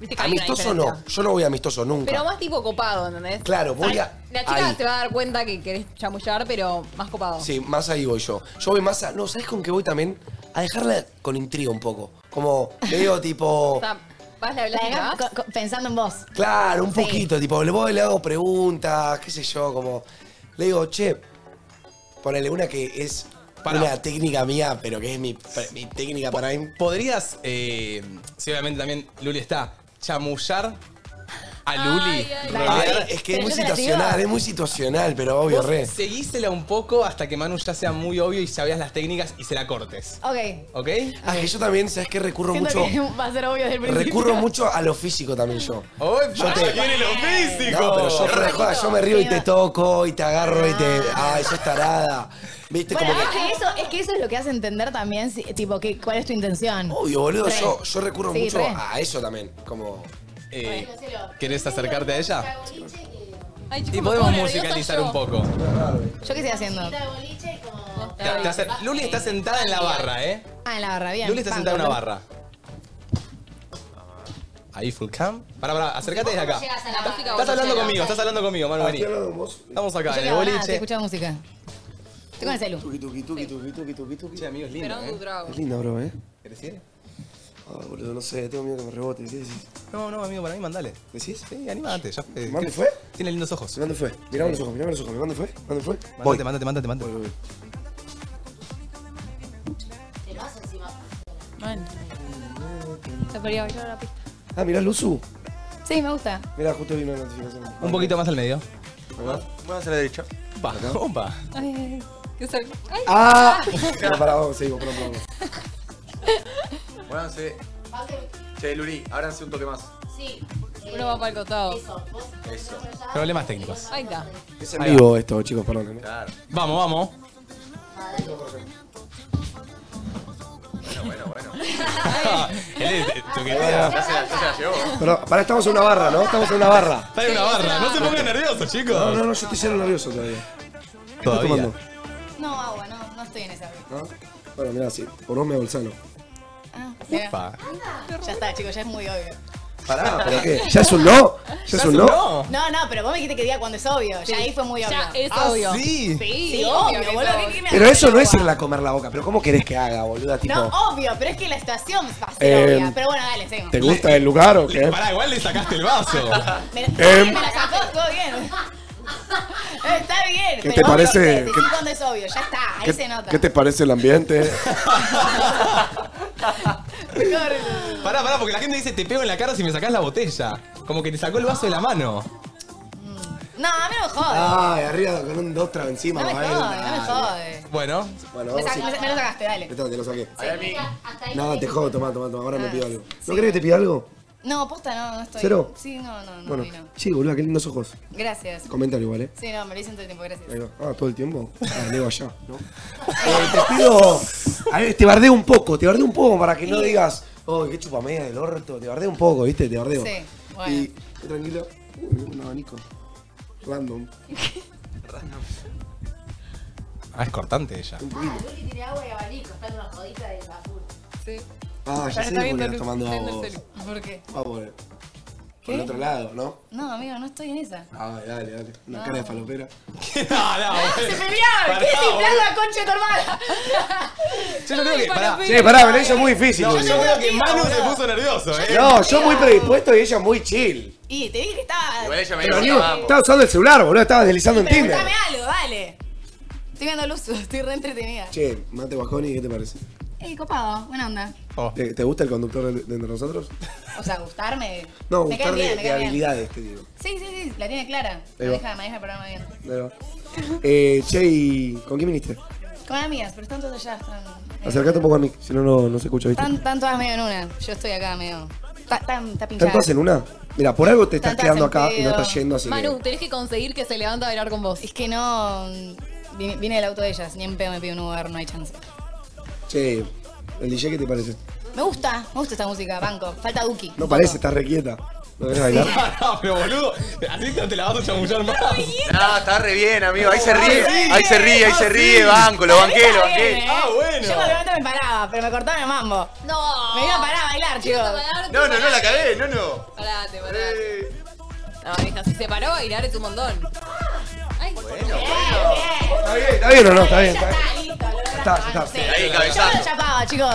Viste que hay una
Amistoso no,
diferencia.
yo no voy amistoso nunca.
Pero más tipo copado, ¿entendés?
Claro, voy
sea,
a-
La chica
ahí.
se va a dar cuenta que querés chamullar, pero más copado.
Sí, más ahí voy yo. Yo voy más a. No, ¿sabes con qué voy también? A dejarla con intriga un poco. Como, veo
O
tipo.
sea, vas la
La dejás
blanca.
co- co- pensando en vos.
Claro, un
Sí.
poquito. Tipo, le voy, le hago preguntas, qué sé yo, como. Le digo, che, ponele una que es una técnica mía, pero que es mi, mi técnica para mí.
¿Podrías, eh, sí, obviamente también Luli está, chamullar a Luli? Rolear.
Ay, es que es muy situacional, es muy situacional, pero obvio,
Vos
re.
Seguísela un poco hasta que Manu ya sea muy obvio y sabías las técnicas y se la cortes.
Ok.
¿Ok?
Ah, que yo también, ¿sabes qué? Recurro mucho.
va a ser obvio desde el
Recurro mucho a lo físico también yo.
Yo te... ¡Viene lo físico!
No, pero yo, re- joda, yo me río y te toco y te agarro y te. Ay, sos tarada.
este
Viste,
Ah. Bueno,
como
es
que.
que, eso, es que eso es lo que hace entender también, si- tipo, que, cuál es tu intención.
Obvio, boludo,
ah. Re.
yo, yo recurro
Sí,
mucho
re.
a eso también. Como.
Eh, ¿Querés acercarte a ella?
Ay,
Y
chicos, me
podemos
pongo nerviosa
musicalizar
yo.
un poco.
¿Yo qué estoy haciendo?
Te- te hace- Luli está sentada en la barra, ¿eh?
Ah, en la barra, bien.
Luli está
Banco,
sentada en una
¿no?
barra. Ahí, full cam. Pará, pará, acércate desde acá.
Llegas a la música,
Estás
vos, no
hablando
sé,
conmigo,
no sé.
estás hablando conmigo, Manu, vení. Estamos
Yo
acá, en
qué
el
hago nada, estoy
boliche.
escuchando música. Estoy con el celu.
Sí, amigos, lindo,
Esperando tu trago.
Es linda, bro, ¿eh?
¿Querés ir?
Ah, boludo, no sé, tengo miedo que me rebote. ¿Qué decís?
No, no, amigo, para mí mandale.
¿Decís?
Sí, animate. Ya, eh,
¿Mande
que-
fue?
Tiene lindos ojos.
¿Dónde fue? Mirame los ojos, mirame los ojos. ¿Me dónde fue? ¿Dónde fue? Voy.
Mándate, mándate, mándate, mándate.
Bueno. Te podría bailar la pista.
Ah, mirá, Luzu.
Sí, me gusta.
Mirá, justo vino una notificación.
Un poquito más al medio.
Voy a hacer la derecha.
Pa, opa.
Ay, ay, ay. ¿Qué soy? Ay. Ah.
¡Ah! No, pará, vamos, seguimos, perdón, perdón.
Muévanse. Che, Luli, ábranse un toque más.
Sí.
Uno va para el costado. Eso.
Eso.
Problemas técnicos.
Ahí está.
Es en vivo esto, chicos, perdón.
Vamos, vamos.
Bueno, bueno, bueno.
Pero para estamos en una barra, ¿no? Estamos en una barra.
Está en una barra. No se pongan nerviosos, chicos.
No, no, no, yo estoy siendo nervioso todavía. ¿Qué estás
Todavía.
tomando?
No, agua, no, no estoy en esa.
Bueno, mirá, sí. Por vos me bolsano.
Ah,
Mirá.
Upa.
Ya está, chicos, ya es muy obvio.
Pará, ¿pero qué? ¿Ya es un no? ¿Ya es un no?
No, no, pero vos me dijiste que diga cuando es obvio. Ya ahí fue muy obvio.
Ya es
Ah,
obvio.
Sí,
Sí,
obvio,
obvio que
boludo.
es
¿qué-
obvio.
qué me
Pero
hace
eso no
agua?
es irla a comer la boca. ¿Pero cómo querés que haga, boluda? Tipo,
No, obvio, pero es que la estación va a ser
Eh,
obvia. Pero bueno, dale, seguimos.
¿te gusta el lugar o qué?
Pará, igual le sacaste el vaso.
Me,
Em.
me la sacó, estuvo bien. Está bien.
¿Qué
pero
te
vos
parece?
decí
¿Qué-
cuando es obvio, ya está, ahí se
¿Qué,
nota.
qué te parece el ambiente?
Pará, pará, porque la gente dice te pego en la cara si me sacás la botella. Como que te sacó el vaso de la mano.
No, a mí no me jode.
Ay, arriba con un Dostra encima.
no me
va,
jode,
eh.
no me jode.
Bueno.
Bueno,
Me,
vamos
sa-
sí.
me- me lo sacaste, dale.
Esto te lo saqué.
hasta
Nada, te jodo, tomá, tomá, tomá. Ahora me
Ah,
pido algo.
sí.
¿No querés que te pida algo?
No, posta, no, no estoy.
¿Cero?
Sí, no, no, no.
Bueno,
hoy no.
sí, boluda, qué lindos ojos.
Gracias.
Coméntalo igual, eh.
Sí, no, me lo dicen todo el tiempo, gracias.
Ahí va. Ah, todo el tiempo. Ah, leo allá. ¿no? Eh, te pido. A ver, te bardeo un poco, te bardeo un poco para que no digas, oh, qué chupamea del orto. Te bardeo un poco, ¿viste? Te bardeo.
Sí, bueno.
Y tranquilo. Uy, un abanico. Random.
Ah, es cortante ella.
Un poquito.
Luli tiene agua y abanico, está en una jodita de azul.
Sí.
Ah, ya sé por qué estás tomando
Oh.
agua.
¿Por qué?
Vamos por el- Ah, por
¿Qué?
el otro lado, ¿no?
No, amigo, no estoy en esa.
Ah, dale, dale. Una
No.
cara de falopera.
no, no,
Ah, ¡Se peleaban!
Pará,
¿Qué inflando
boludo.
la concha de tu hermana?
Yo, creo que. Pará.
Che, pará, me lo hizo muy difícil.
No, yo
boludo.
creo que Manu se puso nervioso, eh.
No, yo muy predispuesto y ella muy chill.
Y te dije que estaba.
Igual ella me
Pero
dijo,
ni-
vamos.
estaba usando el celular, boludo, estaba deslizando en Tinder.
Preguntame algo, dale. Estoy viendo luz, estoy re entretenida.
Che, Mate Bajoni, ¿qué te parece?
Ey, copado, buena onda.
¿Te, te gusta el conductor de, de entre nosotros?
O sea, gustarme.
No,
me cae
gustar de,
bien, me
de
cae bien.
habilidades, te digo.
Sí, sí, sí, la tiene clara.
Ahí va.
Maneja, maneja el programa bien.
Ahí va. Eh, che, ¿y con quién viniste?
Con amigas, pero están todas allá, están. eh,
Acercate un poco a mí, si no, no, no se escucha, ¿viste?
Están, están todas medio en una. Yo estoy acá medio. Está, está, está pinchada.
¿Están todas en una? Mira, por algo te estás
Están todas
quedando
en
acá y no
pedo.
estás yendo, así
Manu, tenés que conseguir que se levanta a bailar con vos.
Es que no. mm, Viene, viene el auto de ellas, ni en pedo me pide un Uber, no hay chance.
que... Che, ¿el DJ qué te parece?
Me gusta, me gusta esta música, banco. Falta Duki.
No parece, estás requieta. ¿No querés bailar?
Ah, No, pero boludo, así no te la vas a chamullar más.
No, Ah, está re bien, amigo. Ahí se
Ah,
ríe.
sí.
Ahí se ríe, ahí
Ah,
se
sí.
ríe. Banco, lo banqué, lo
Está bien,
banqué.
¿eh?
Ah, bueno.
Yo cuando levanto me paraba, pero me cortaron el mambo.
No.
Me iba a parar a bailar,
Quiero
chicos.
parar,
No, no, no la
parate.
cagué, no, no.
Parate, parate. No, hija, si se paró a bailar es un montón. Ay, bueno.
¿Está bien, está bien o no? Está bien, está bien.
Está listo, lo
Ya está, ya
Sí.
está.
Ahí,
Yo me lo
cabezazo.
chapaba, chicos.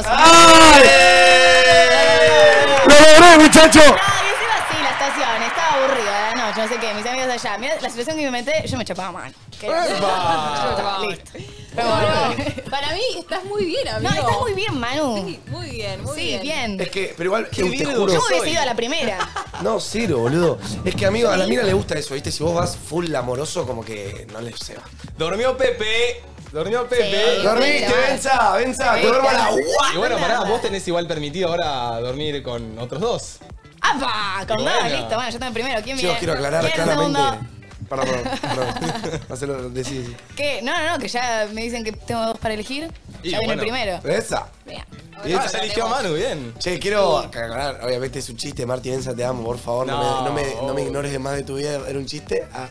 ¡Lo logré, muchacho!
No, y encima sí, la estación, estaba aburrida la noche, no sé qué, mis amigas allá. Mirá la situación que me metí, yo me chapaba mal. ¿Qué?
¡Epa!
Yo me chapaba listo. Pero
No,
bueno.
no. Para mí estás muy bien,
No,
amigo.
estás muy bien, Manu.
Sí, muy bien, muy
Sí, bien.
Es que, pero igual, te
bien
juro...
Yo me hubiese ido a la primera.
No, cero, boludo. Es que, amigo, a la mina le gusta eso, ¿viste? Si vos vas full amoroso, como que no le se va.
Dormió Pepe. Dormió Pepe.
Sí.
Dormiste, venza, venza, te duermo a la
Y bueno, pará, vos tenés igual permitido ahora dormir con otros dos.
¡Apa! Ah, Con
Buena.
nada, listo. Bueno, yo tengo el primero. ¿Quién
Chicos,
viene?
quiero aclarar
¿Quién
claramente.
segundo?
Pará, perdón, perdón. Hacelo, decí, decí.
¿Qué? No, no, no, que ya me dicen que tengo dos para elegir.
Y
ya viene el
bueno.
primero.
¿Venza?
Mira.
Y ella ya eligió a Manu, bien.
Che, quiero aclarar, obviamente es un chiste, Martín Enza, te amo, por favor, no,
No.
me, no me- no me ignores de más de tu vida, era un chiste. Ah,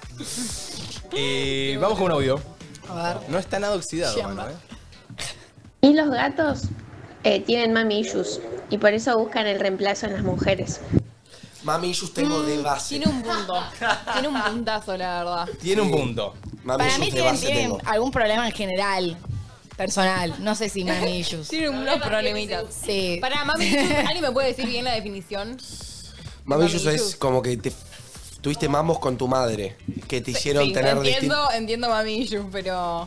Eh, vamos con un audio.
A ver.
No está nada oxidado, Manu, eh.
Y los gatos eh, tienen mami issues y por eso buscan el reemplazo en las mujeres.
mami, yo tengo de base.
Tiene un punto. Tiene un puntazo, la verdad.
Tiene un punto.
Mami,
Para mí Ah,
de
tienen,
base
tienen
tengo.
algún problema en general, personal. No sé si mami issues.
Tiene unos problemitas.
Sí.
Pará, mami, ¿alguien me puede decir bien la definición?
Mami, yo
Mami,
es
yo.
como que te tuviste mamos con tu madre, que te hicieron
Sí,
tener distintos...
entiendo, entiendo mami issues, pero...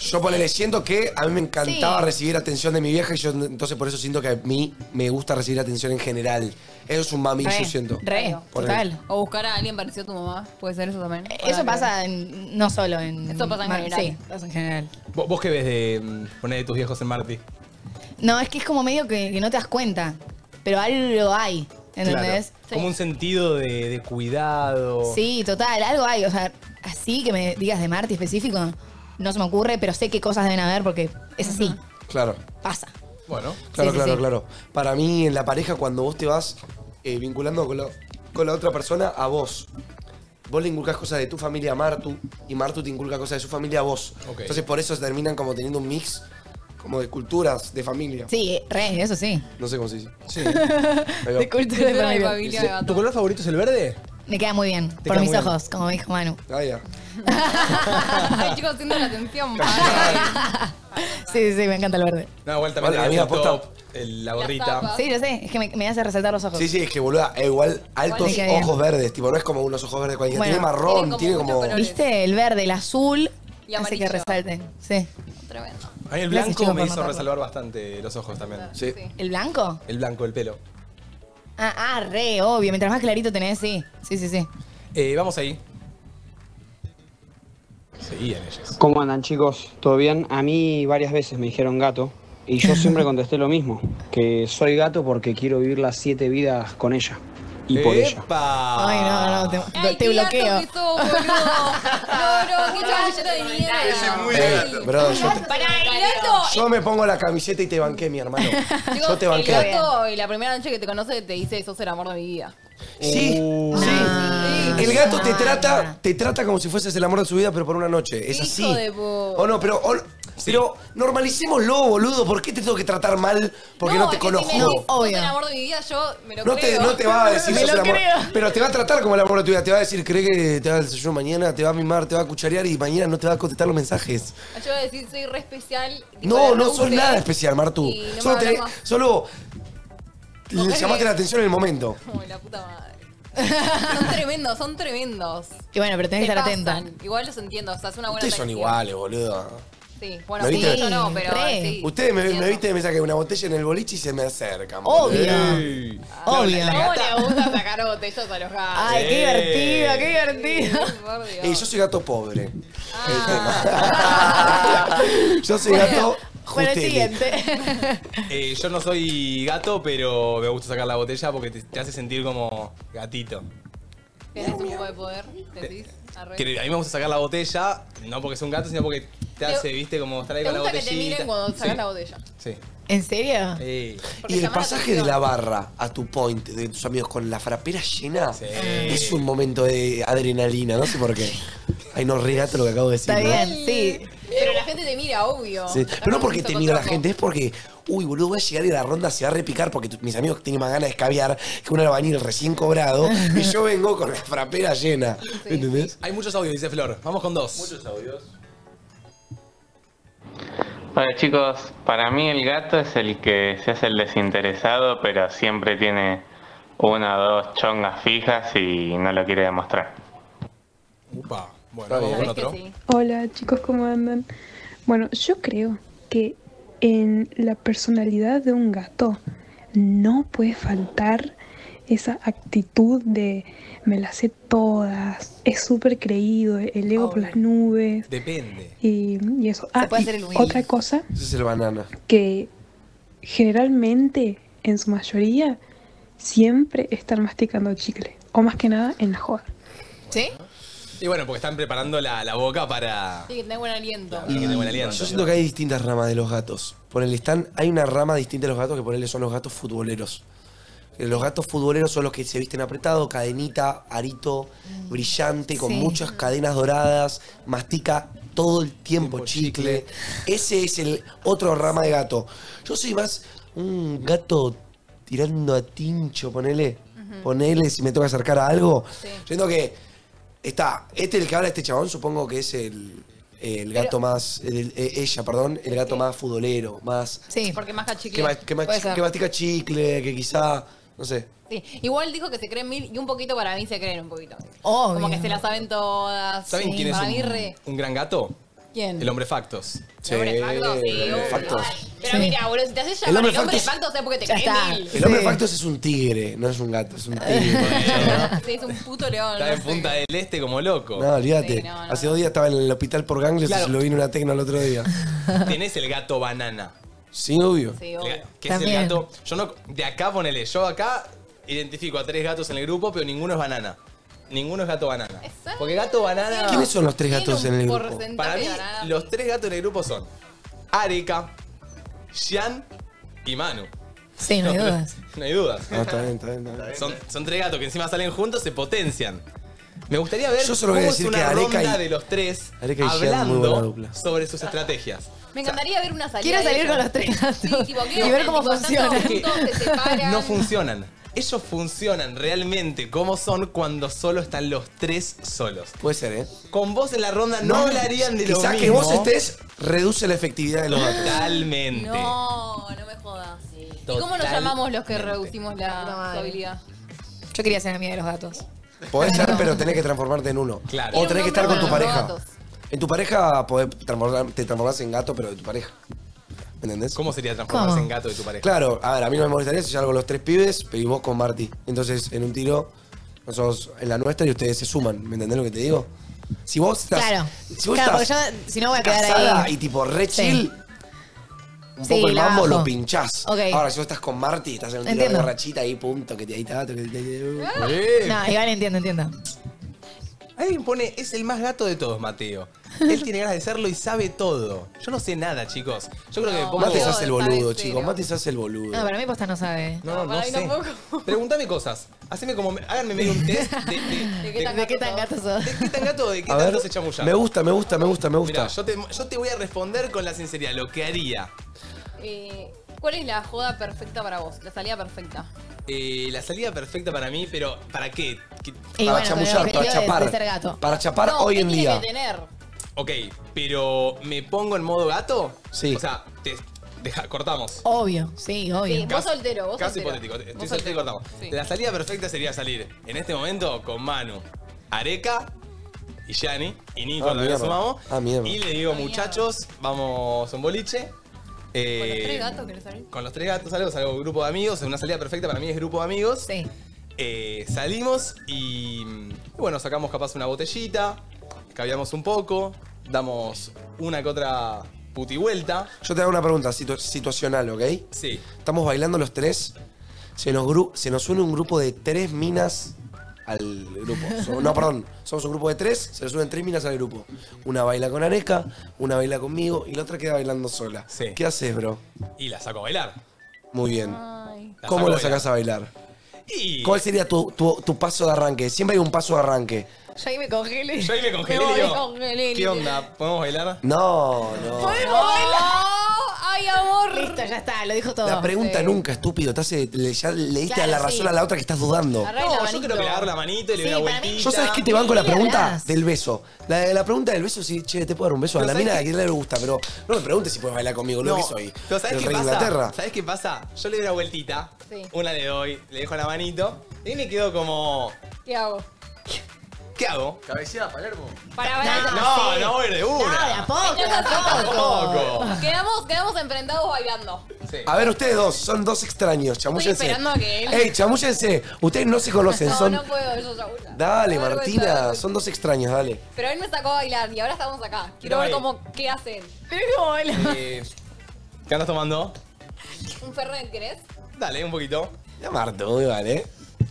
Yo ponele, siento que a mí me encantaba
Sí.
recibir atención de mi vieja y yo entonces por eso siento que a mí me gusta recibir atención en general. Eso es un mami,
Re,
yo siento.
Re,
Ponele.
total. Eh,
O buscar a alguien parecido a tu mamá. Puede ser eso también.
Eso pasa en- no solo en...
Esto pasa en
ma-
general.
Sí, pasa en general.
¿Vos, vos qué ves de mm, poner de tus viejos en Marty?
No, es que es como medio que, que no te das cuenta. pero algo hay, ¿entendés?
Claro, Como un sentido de, de cuidado.
Sí, total, algo hay. O sea, así que me digas de Marti específico, no se me ocurre, pero sé qué cosas deben haber porque es así,
Claro.
pasa.
Bueno.
Claro,
Sí, sí,
claro,
sí.
claro. Para mí, en la pareja, cuando vos te vas eh, vinculando con, la- con la otra persona, a vos. Vos le inculcas cosas de tu familia a Martu y Martu te inculca cosas de su familia a vos.
Ok.
Entonces, por eso se terminan como teniendo un mix como de culturas, de familia.
Sí, re, eso sí.
No sé cómo se dice.
Sí.
Ahí va.
De cultura de familia.
¿Tu color favorito es el verde?
Me queda muy bien,
Te
por
queda
mis
muy bien.
ojos, como dijo Manu.
Ah, ya.
Ay, chicos, siento la atención.
Sí, sí, sí, me encanta el verde.
No, igual también
Vale,
tenés
amiga,
el
posta.
top, el- la gorrita.
Sí, lo sé, es que me, me hace resaltar los ojos.
Sí, sí, es que boluda, eh, igual altos
le queda bien.
ojos verdes, tipo, no es como unos ojos verdes cualquiera.
Bueno,
tiene marrón, tiene como.
¿Viste? El verde, el azul.
Y
hace que resalten. Sí.
Tremendo.
A mí
Gracias,
el blanco
chicos,
me
por
hizo
notarlo.
resalvar bastante los ojos también.
Sí.
¿El blanco?
El blanco, el pelo.
Ah, ah, re, obvio. Mientras más clarito tenés, sí. Sí, sí, sí.
Eh, vamos ahí. Seguían ellos.
¿Cómo andan chicos? ¿Todo bien? A mí varias veces me dijeron gato y yo siempre contesté lo mismo, que soy gato porque quiero vivir las siete vidas con ella y por ella.
Ay, no, no, te, te bloqueo.
No, no, mucha galleta de mierda.
Bro, yo, te-
Pará, el gato.
yo me pongo la camiseta y te banqué, mi hermano.
Chicos,
yo te
el
banqué.
gato y la primera noche que te conoce te dice sos el amor de mi vida. Uh,
Sí, sí. El gato
Ah.
te trata, te trata como si fueses el amor de su vida, pero por una noche. Es así.
Hijo de bo-
O no, pero, o- pero normalicémoslo, boludo. ¿por qué te tengo que tratar mal? Porque no, te
es que si me
conozco.
decís, Sos el amor de mi vida, yo me lo
No te,
creo.
no te va a decir
Me
sos
lo
el amor.
creo.
Pero te va a tratar como el amor de tu vida. Te va a decir, cree que te va a desayunar mañana, te va a mimar, te va a cucharear y mañana no te va a contestar los mensajes.
Yo voy a decir, soy re especial.
No, no sos nada especial, Martu.
Y no me
Solo,
hablas
te-
más.
solo le
Ok.
llamaste la atención en el momento.
Uy, la puta madre. son tremendos, son tremendos.
Y bueno, pero tenés que
Se
estar
pasan.
atenta.
Igual los entiendo, o sea, es una buena
Ustedes son
atracción.
iguales, boludo.
Sí, bueno,
¿Me
sí,
viste?
yo no, pero
Re.
sí.
Ustedes me, me viste, me sacan una botella en el boliche y se me acercan.
Obvio.
boludo.
Obvio.
¿Cómo le gusta sacar botellas a los gatos?
Ay, qué divertido, qué divertido.
Eh, yo soy gato pobre.
Ah.
El tema. yo soy gato.
Bueno, el
Justeli.
siguiente.
Eh, yo no soy gato, pero me gusta sacar la botella porque te, te hace sentir como gatito.
¿Tenés un poco de poder? ¿Decís?
Eh,
Arre.
Que a mí me gusta sacar la botella, no porque es un gato, sino porque te hace, viste, como estar ahí
¿Te
con la
gusta que
botellita.
te miren cuando sacas
Sí.
la botella?
Sí.
¿En serio?
Sí.
Y el pasaje de la barra a tu point de tus amigos con la frapera llena es un momento de adrenalina, no sé por qué. Ay, no regato lo que acabo de decir.
Está
¿no?
bien, sí. Pero la gente te mira, obvio.
Sí. Pero no porque te mira la
Cotropo.
gente, es porque, uy, boludo, voy a llegar y la ronda se va a repicar porque tu- mis amigos tienen más ganas de escabiar que un albañil recién cobrado y yo vengo con la frapera llena. ¿Entendés?
Hay muchos audios, dice Flor. Vamos con dos. Muchos audios.
eh.
Bueno chicos, para mí el gato es el que se hace el desinteresado, pero siempre tiene una o dos chongas fijas y no lo quiere demostrar.
Upa. Bueno, vamos con
Sabés que
otro.
sí.
Hola chicos, ¿cómo andan? Bueno, yo creo que en la personalidad de un gato no puede faltar esa actitud de me las sé todas, es súper creído, el ego por las nubes
Depende.
y, y eso. Ah, y
puede hacer el humilde.
otra cosa
Ese es el banana.
que generalmente, en su mayoría, siempre están masticando chicle, o más que nada en la joda.
¿Sí?
Y bueno, porque están preparando la, la boca para.
Sí, que tenés buen aliento.
para que tenga buen aliento.
Yo siento que hay distintas ramas de los gatos. Por el stand hay una rama distinta de los gatos que por él son los gatos futboleros. Eh, Los gatos futboleros son los que se visten apretado, cadenita, arito, brillante, con
Sí.
muchas cadenas doradas, mastica todo el tiempo chicle. Ese es el otro rama de gato. Yo soy más un gato tirando a tincho, ponele. Ponele si me toca acercar a algo. Yo siento que está, este el que habla este chabón, supongo que es el, el gato
Pero-
más, el- el- ella, perdón, el gato más futbolero, más...
Sí.
Porque más cachicle.
Que, ma- que ma-
Puede ser.
que mastica chicle, que quizá, no sé.
Sí. Igual dijo que se creen mil y un poquito para mí se creen un poquito.
Obvio.
Como que se la saben todas.
¿Saben
Sí.
quién es
Para mí
un,
re.
un gran gato?
¿Quién?
El hombre factos.
Sí, Eh, el hombre factos.
Pero mira, boludo, si te haces
El
llamar
hombre
el hombre
facto es-
de facto, o sea, porque te
Ya
crees
está.
mil.
El hombre factos es un tigre, no es un gato, es un tigre.
Sí, es un puto león.
Está en punta del este como loco.
no, olvídate. Hace dos días estaba en el hospital por ganglios
Claro.
y se lo vino una tecno el otro día.
Tenés el gato banana.
Sí, obvio.
Sí, obvio.
Que es el
También.
gato. Yo no. De acá ponele. Yo acá identifico a tres gatos en el grupo, pero ninguno es banana. Ninguno es gato banana. Porque gato banana.
¿Quiénes son los tres gatos en el grupo?
Para mí, los tres gatos en el grupo son Areca, Xian y Manu.
Sí, no hay dudas.
No hay dudas.
No, Ah, está bien, está bien, está bien.
Son, son tres gatos que encima salen juntos, se potencian. Me gustaría ver
Yo solo
cómo
voy a
es
decir
una
que Areca
ronda
y-
de los tres
Areca y Jan, muy buena
hablando
dupla.
sobre sus estrategias.
Me encantaría ver una salida.
Quiero
de
salir
ellos.
con los tres gatos
tipo,
y
quiero
ver
que,
cómo
tipo, están todos
funciona.
juntos, se separan.
No funcionan. Ellos funcionan realmente como son cuando solo están los tres solos.
Puede ser, ¿eh?
Con vos en la ronda no, hablarían de lo mismo.
Quizá que vos estés reduce la efectividad de los gatos.
Totalmente.
No, no me jodas. ¿Y cómo nos
Totalmente.
llamamos los que reducimos la
madre.
habilidad?
Yo quería ser amiga de los gatos.
Podés ser, pero tenés que transformarte en uno.
Claro.
O tenés que estar con tu pareja.
gatos.
En tu pareja podés transformar- te transformás en gato, pero de tu pareja. ¿Me entendés?
¿Cómo sería transformarse
¿Cómo?
en gato de tu pareja?
Claro, a ver, a mí no me molestaría si yo hago los tres pibes, pero y vos con Marty. Entonces, en un tiro, nosotros en la nuestra y ustedes se suman. ¿Me entendés lo que te digo? Si vos estás.
Claro.
Si vos
Claro, porque
estás
yo, si no, voy a quedar
casada
ahí.
y tipo re
Sí.
chill, un
Sí,
poco el
la
mambo
bajo.
lo pinchás.
Ok.
Ahora, si vos estás con Marty, estás en un tiro
Entiendo.
de borrachita ahí, punto, que te ahí te- que te- uh.
Ah.
que te-
No, Iván, entiendo, entiendo.
Alguien pone, es el más gato de todos, Mateo. Él tiene ganas de serlo y sabe todo. Yo no sé nada, chicos. Yo creo que
Mate se hace el boludo, chicos. Mate se hace el boludo.
No, para mí posta no sabe.
No, no sé. Preguntame cosas. Haceme como. Háganme medio un test de, de-
¿De qué tan, gato sos?
de qué tan gato o de qué
A
tanto
ver,
se chamulla.
me gusta, me gusta, me gusta, me gusta.
Mirá, yo te, yo te voy a responder con la sinceridad, lo que haría.
Eh, ¿Cuál es la joda perfecta para vos? La salida perfecta.
Eh, la salida perfecta para mí, pero ¿para qué? ¿Qué-
Y
para chamullar, para chapar. Para chapar
No,
hoy
¿qué
en
tiene
día.
que tener?
Ok, pero ¿me pongo en modo gato?
Sí.
O sea, te- deja, cortamos.
Obvio, sí, obvio.
Sí, vos soltero, vos
Casi
soltero.
hipotético. Estoy
Vos
soltero y cortamos.
Sí.
La salida perfecta sería salir en este momento con Manu, Areca y Yanni y Nico,
Ah,
también
mierda.
sumamos.
Ah, mierda.
Y le digo, muchachos, vamos a un boliche.
¿Con los tres
Eh,
gatos querés salir?
Con los tres gatos salgo, salgo con un grupo de amigos. Una salida perfecta para mí es grupo de amigos. Eh,
Sí.
salimos y, mm, y bueno, sacamos capaz una botellita, caviamos un poco, damos una que otra puti vuelta.
Yo te hago una pregunta situ- situacional, ¿ok?
Sí.
Estamos bailando los tres. Se nos, gru- se nos une un grupo de tres minas al grupo. So- no, perdón. Somos un grupo de tres, se nos unen tres minas al grupo. Una baila con Areca, una baila conmigo y la otra queda bailando sola. ¿Qué haces, bro?
Y la saco a bailar.
Muy bien.
La
¿Cómo
saco
la
a
sacás a bailar?
Y- eh,
¿Cuál sería tu, tu- tu paso de arranque? Siempre hay un paso de arranque.
Yo ahí me congelé.
Yo ahí me congelé,
Me
digo,
congelé.
¿Qué onda? ¿Podemos bailar?
No, no.
¡Podemos bailar!
¡Ay, amor!
Listo, ya está, lo dijo todo.
La pregunta nunca, estúpido. Te hace- le, ya le diste
Claro,
a la razón
sí.
a la otra que estás dudando.
Arregla
No, yo
manito.
creo que le agarro la manito y le doy
Sí,
una
para mí-
vueltita.
Yo sabes que te van con la
¿Qué le
pregunta
hablás?
del beso. La, la pregunta del beso, sí, che, te puedo dar un beso a
Pero
la
¿sabes
mina
qué?
que le gusta, pero no me preguntes si puedes bailar conmigo, no, que soy.
pero ¿sabes
el
qué
rey de
pasa?
Inglaterra.
¿Sabes qué pasa? Yo le doy una vueltita,
Sí.
una le doy, le dejo la manito y me quedo como.
¿Qué hago?
¿Qué hago?
Cabeceada Palermo.
Para bailar.
No, no voy de
No,
una.
Ah, de a poco,
Entonces,
de a
Tampoco.
Quedamos, quedamos enfrentados bailando.
A ver, ustedes dos, son dos extraños, chamúllense.
esperando a que él-
Ey, chamúllense, ustedes no se conocen,
no,
son.
no puedo, yo ya
Dale,
Me da vergüenza, me da
Martina,
vergüenza.
son dos extraños, dale.
Pero él me sacó a bailar y ahora estamos acá. Quiero
No,
ver
eh.
cómo, qué hacen.
Pero cómo baila.
Eh, ¿Qué andas tomando?
¿Un Fernet querés?
Dale, un poquito.
Ya Marto, muy vale.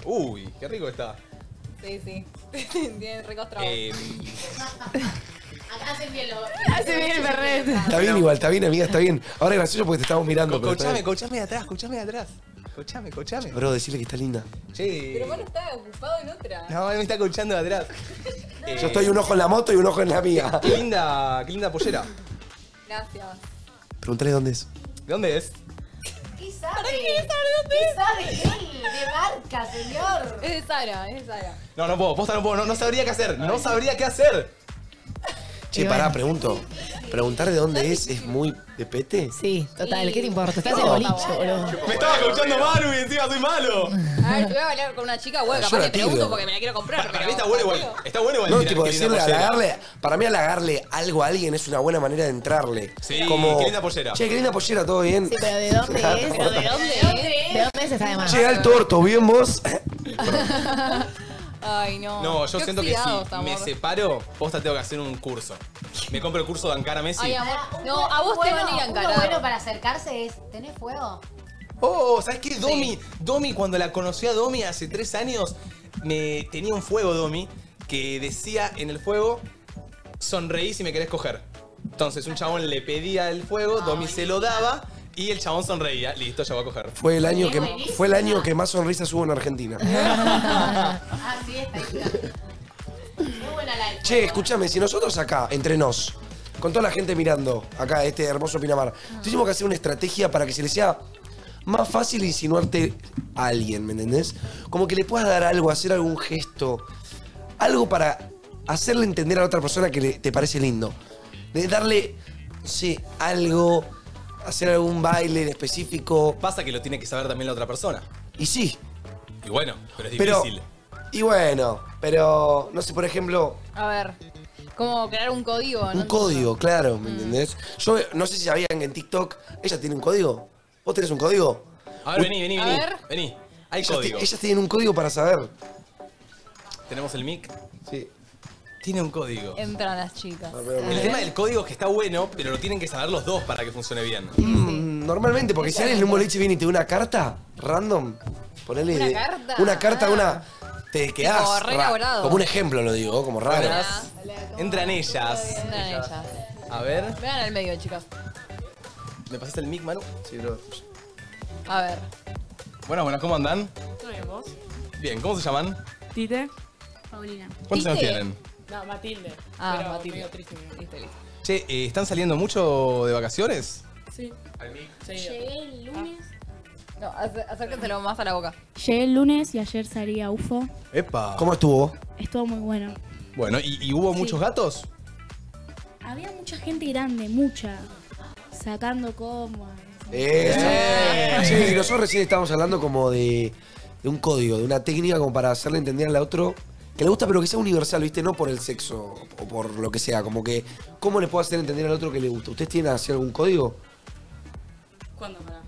Uy, qué rico está.
Sí, sí. Tienen ricos
Ah.
tragos.
Eh,
Acá hacen bien los.
Hace bien Ah, el Fernet.
Está bien igual, está bien, amiga, está bien. Ahora es gracioso porque te estamos mirando. pero está
Cochame,
bien.
cochame de atrás, cochame de atrás. Cochame, cochame.
Bro, decirle que está linda.
Che.
Pero bueno, está ocupado en otra.
No, él me está cochando de atrás. Eh,
Yo estoy un ojo en la moto y un ojo en la mía.
Qué linda, qué linda pollera.
Gracias.
Preguntale dónde es.
¿De dónde es?
¿Qué sabe? ¿Qué sabe? ¿Qué sabe? él? De marca, señor.
Es de Sara, es de Sara.
No, no puedo, posta no puedo, no, no sabría qué hacer, no sabría qué hacer.
Che, pará, pregunto. ¿Preguntar de dónde es es muy de pete?
Sí, total, ¿qué te importa? Estás en
No.
el boliche, boludo.
Me estaba escuchando malo y encima soy malo.
A ver, te voy a bailar con una chica, bueno,
Ah, Yo
capaz
la
le pregunto
tiro.
porque me la quiero comprar.
Para mí está bueno igual. Está bueno igual.
No,
tirar
tipo,
qué linda
decirle,
pollera.
halagarle. Para mí, halagarle algo a alguien es una buena manera de entrarle.
Sí,
Como,
qué linda pollera.
Che, qué linda pollera, todo bien.
Sí, pero ¿de dónde es? ¿Pero de dónde es? ¿De dónde es? Está de más.
Che, al torto, bien vos.
Ay, no.
No, yo
Qué
siento que
oxidado
si
estamos.
me separo, posta tengo que hacer un curso. Me compro el curso de Ankara Messi.
Ay, amor.
Un
No,
buen-
a vos te
bueno-
van a ir a
uno
encarar.
bueno para acercarse es, ¿tenés fuego?
Oh, ¿sabes qué? Domi, Domi, cuando la conocí a Domi hace tres años, me tenía un fuego, Domi, que decía en el fuego, sonreí si me querés coger. Entonces un chabón le pedía el fuego, Domi se lo daba y el chabón sonreía. Listo, ya va a coger.
Fue el año que fue el año que más sonrisas hubo en Argentina.
Ah,
Así es, Muy buena la
Che, escúchame, si nosotros acá, entre nos, con toda la gente mirando acá este hermoso Pinamar, tuvimos que hacer una estrategia para que se le sea más fácil insinuarte a alguien, ¿me entendés? Como que le puedas dar algo, hacer algún gesto, algo para hacerle entender a la otra persona que le- te parece lindo. De darle, no sé, algo, hacer algún baile en específico.
Pasa que lo tiene que saber también la otra persona.
Y sí,
Y bueno, pero es
Pero-
difícil.
y bueno, pero no sé, por ejemplo,
A ver, como crear un código, ¿no?
Un código, claro,
Mm.
¿me entendés? Yo eh, no sé si sabían que en TikTok ella tiene un código. ¿Vos tenés un código?
A ver, vení, vení,
A
vení.
ver.
Vení. Hay
Ellas, ti-
código.
ellas tienen un código para saber.
¿Tenemos el mic?
Sí.
Tiene un código.
Entran las chicas.
El tema del código es que está bueno, pero lo tienen que saber los dos para que funcione bien.
Mm, Normalmente, porque si alguien en un boliche viene y te da una carta random, ponele.
Una
de-
carta, Ah.
Una carta, una. Te quedás.
Tipo, re
ra-
elaborado.
Como un ejemplo lo digo, como raro.
Entras- Entran ellas.
Entran ellas.
A ver,
Vean al medio, chicas.
¿me pasaste el mic, Manu? Sí, bro.
A ver.
Buenas, buenas, ¿cómo andan?
vos?
Bien, ¿cómo se llaman?
Tite. Paulina.
¿Cuántos años tienen?
No, Matilde.
Ah,
pero
Matilde.
medio triste, medio triste.
Che, eh, ¿están saliendo mucho de vacaciones?
Sí.
Sí. Llegué el lunes. No, ac- acérquenselo más a la boca.
Llegué el lunes y ayer salí a UFO.
Epa.
¿Cómo estuvo?
Estuvo muy bueno.
Bueno, ¿y, y hubo
Sí.
muchos gatos?
Había mucha gente grande, mucha. Sacando comas.
Eh.
Eso.
Eh.
Sí, nosotros recién estábamos hablando como de, de un código, de una técnica como para hacerle entender al otro que le gusta, pero que sea universal, ¿viste? No por el sexo o por lo que sea, como que, ¿cómo le puedo hacer entender al otro que le gusta? ¿Ustedes tienen así algún código?
¿Cuándo para?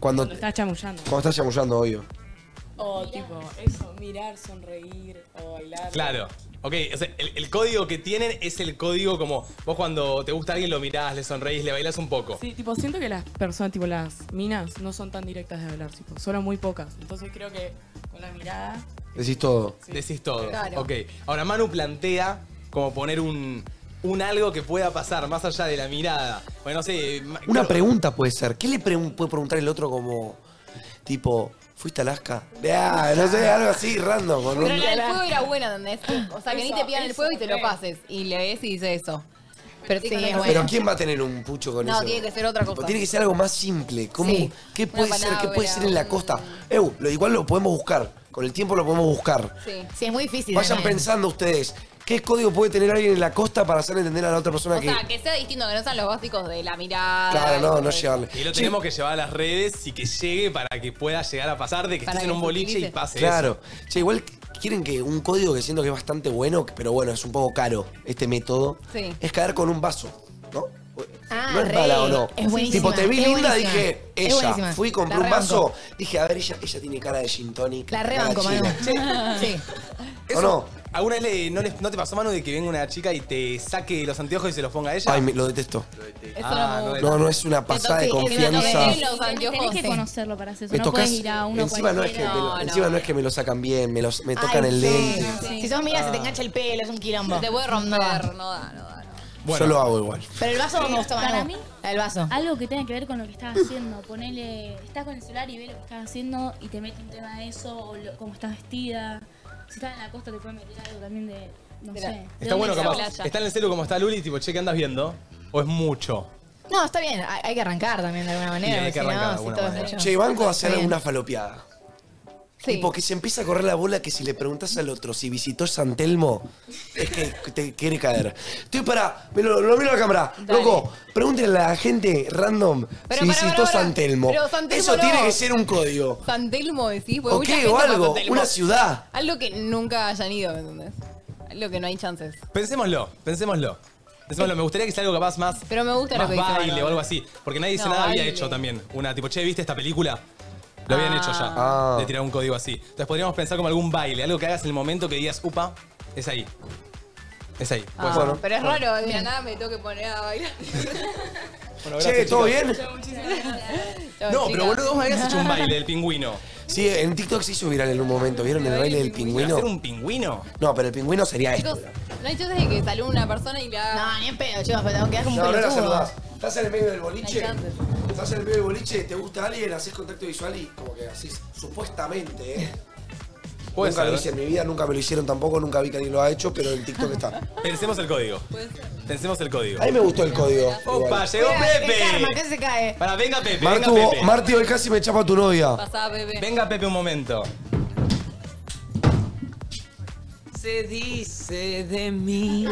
Cuando,
Cuando estás chamullando.
Cuando estás chamullando, obvio.
O tipo, eso, mirar, sonreír o bailar.
Claro. Ok, o sea, el, el código que tienen es el código como vos cuando te gusta alguien lo mirás, le sonreís, le bailás un poco.
Sí, tipo, siento que las personas, tipo, las minas no son tan directas de hablar, tipo, solo muy pocas. Entonces creo que con la mirada.
Decís todo.
Decís todo.
Claro.
Ok. Ahora Manu plantea como poner un, un algo que pueda pasar más allá de la mirada. Bueno, no sé. ma-
Una pregunta puede ser. ¿Qué le pregun- puede preguntar el otro como, tipo, ¿fuiste a Alaska? Ah, no sé, algo así, random. con un-
Pero la del fuego era buena, ¿entendés? O sea, que ni
Eso,
te pidan el
eso,
fuego y te lo
re.
pases. Y lees y dice eso. Pero sí, es bueno.
Pero ¿quién va a tener un pucho con
No,
eso?
tiene que ser otra
Tipo,
cosa.
Tiene que ser algo más simple. ¿Cómo,
Sí.
¿Qué
Una
puede ser? ¿Qué puede
palabra,
ser en la costa? Eu, lo, igual lo podemos buscar. Con el tiempo lo podemos buscar.
Sí.
es muy difícil.
Vayan
también.
pensando ustedes. ¿Qué código puede tener alguien en la costa para hacer entender a la otra persona
O
que...
sea, que sea distinto, que no sean los básicos de la mirada.
Claro, no, no llegarle.
Y lo tenemos que llevar a las redes y que llegue para que pueda llegar a pasar de que
Para
estés en
que
un
se
boliche y
utilice.
pase
Claro. Che, igual quieren que un código que siento que es bastante bueno, pero bueno, es un poco caro este método,
Sí.
es caer con un vaso, ¿no?
Ah,
no es
re.
mala o no.
Es buenísima,
Tipo, te vi
es
linda,
buenísima.
dije, "Eh,
Es
ella.
buenísima.
Fui, compré
La
un
rebanco.
vaso, dije, a ver, ella, ella tiene cara de gin tonic.
La
cara
rebanco,
china.
Manu. Sí.
eso.
¿O no?
¿Alguna vez le- no, les- no te pasó mano de que venga una chica y te saque los anteojos y se los ponga a ella?
Ay, me- lo detesto.
Ah, no,
No, no, es una pasada de confianza.
Tenés que conocerlo para hacer eso.
Ah. Me
No puedes
tocas-
ir a uno
encima no, es que me,
cualquiera.
lo- encima no es que me lo sacan bien, me, los, me
Ay,
tocan el Ah.
sí.
lente.
Sí. Si sos mira, se te engancha el pelo, es un quilombo.
Te puede romper, no da, no da. No da.
Yo lo hago igual.
Pero el vaso me gustó más.
Para mí,
El vaso.
Algo que tenga que ver con lo que estás haciendo. Ponele, estás con el celular y ve lo que estás haciendo y te mete un tema de eso, o lo- cómo estás vestida. Si estás en la costa te puede meter algo también de, no
De
sé.
la-
de
Está
dónde
bueno,
es la
capaz.
playa.
Está en el celu como está Luli, tipo, che, ¿qué andas viendo? ¿O es mucho?
No, está bien. Hay, hay que arrancar también de alguna manera.
Sí, hay
porque
que
si
arrancar
no,
de
si
alguna
todo es
manera.
mucho.
Che, banco a hacer
Está bien.
alguna falopeada. Tipo, que se empieza a correr la bola que si le preguntas al otro si visitó San Telmo, es que te quiere caer. Estoy para. Me lo, lo miro a la cámara. Loco, pregúntenle a la gente random si
pará,
visitó
pará, pará.
San Telmo.
Pero San Telmo
Eso
no.
tiene que ser un código.
San Telmo decís, porque
¿O
mucha
qué?
gente
O
va a
algo.
San Telmo.
Una ciudad.
Algo que nunca hayan ido, ¿me entendés? Algo que no hay chances.
Pensémoslo, pensémoslo. Pensémoslo, me gustaría que sea algo capaz más.
Pero me gusta lo
más
que dice
baile
Bárbara.
o algo así. Porque nadie dice
No,
nada había
baile.
hecho también. Una tipo, che, ¿viste esta película? Lo habían hecho ya.
Ah.
De tirar un código así. Entonces podríamos pensar como algún baile, algo que hagas en el momento que digas, upa, es ahí. Es ahí.
Ah,
puede ser.
pero es
Bueno.
raro, de la nada me tengo que poner a bailar.
Bueno,
Che,
gracias,
¿todo
chicos.
bien?
Chau,
No,
chicas.
pero boludo, vos me habías hecho un baile del pingüino.
Sí, en TikTok se hizo viral en un momento. ¿Vieron el baile del pingüino?
¿Hacer un pingüino?
No, pero el pingüino sería esto.
Chicos, no hay chances de que salude una persona y la. No,
ni en pedo, chicos, pero tengo que dar
No,
como
no
un
la
pelotudo.
saludás. Estás en el medio del boliche. Estás en el medio del boliche, te gusta alguien, haces contacto visual y como que haces supuestamente, ¿eh?
Puede
nunca
ser,
lo
¿eh?
hice en mi vida, nunca me lo hicieron tampoco, nunca vi que alguien lo ha hecho, pero en TikTok está.
Pensemos el código. Pensemos el código.
A mí me gustó el código.
Opa,
igual.
llegó
El karma, ¿qué
Pepe.
se cae?
Para, venga Pepe,
Martu,
venga Pepe.
Marti hoy casi me chapa tu novia.
Pasá, bebé.
Venga Pepe un momento.
Se dice de mí.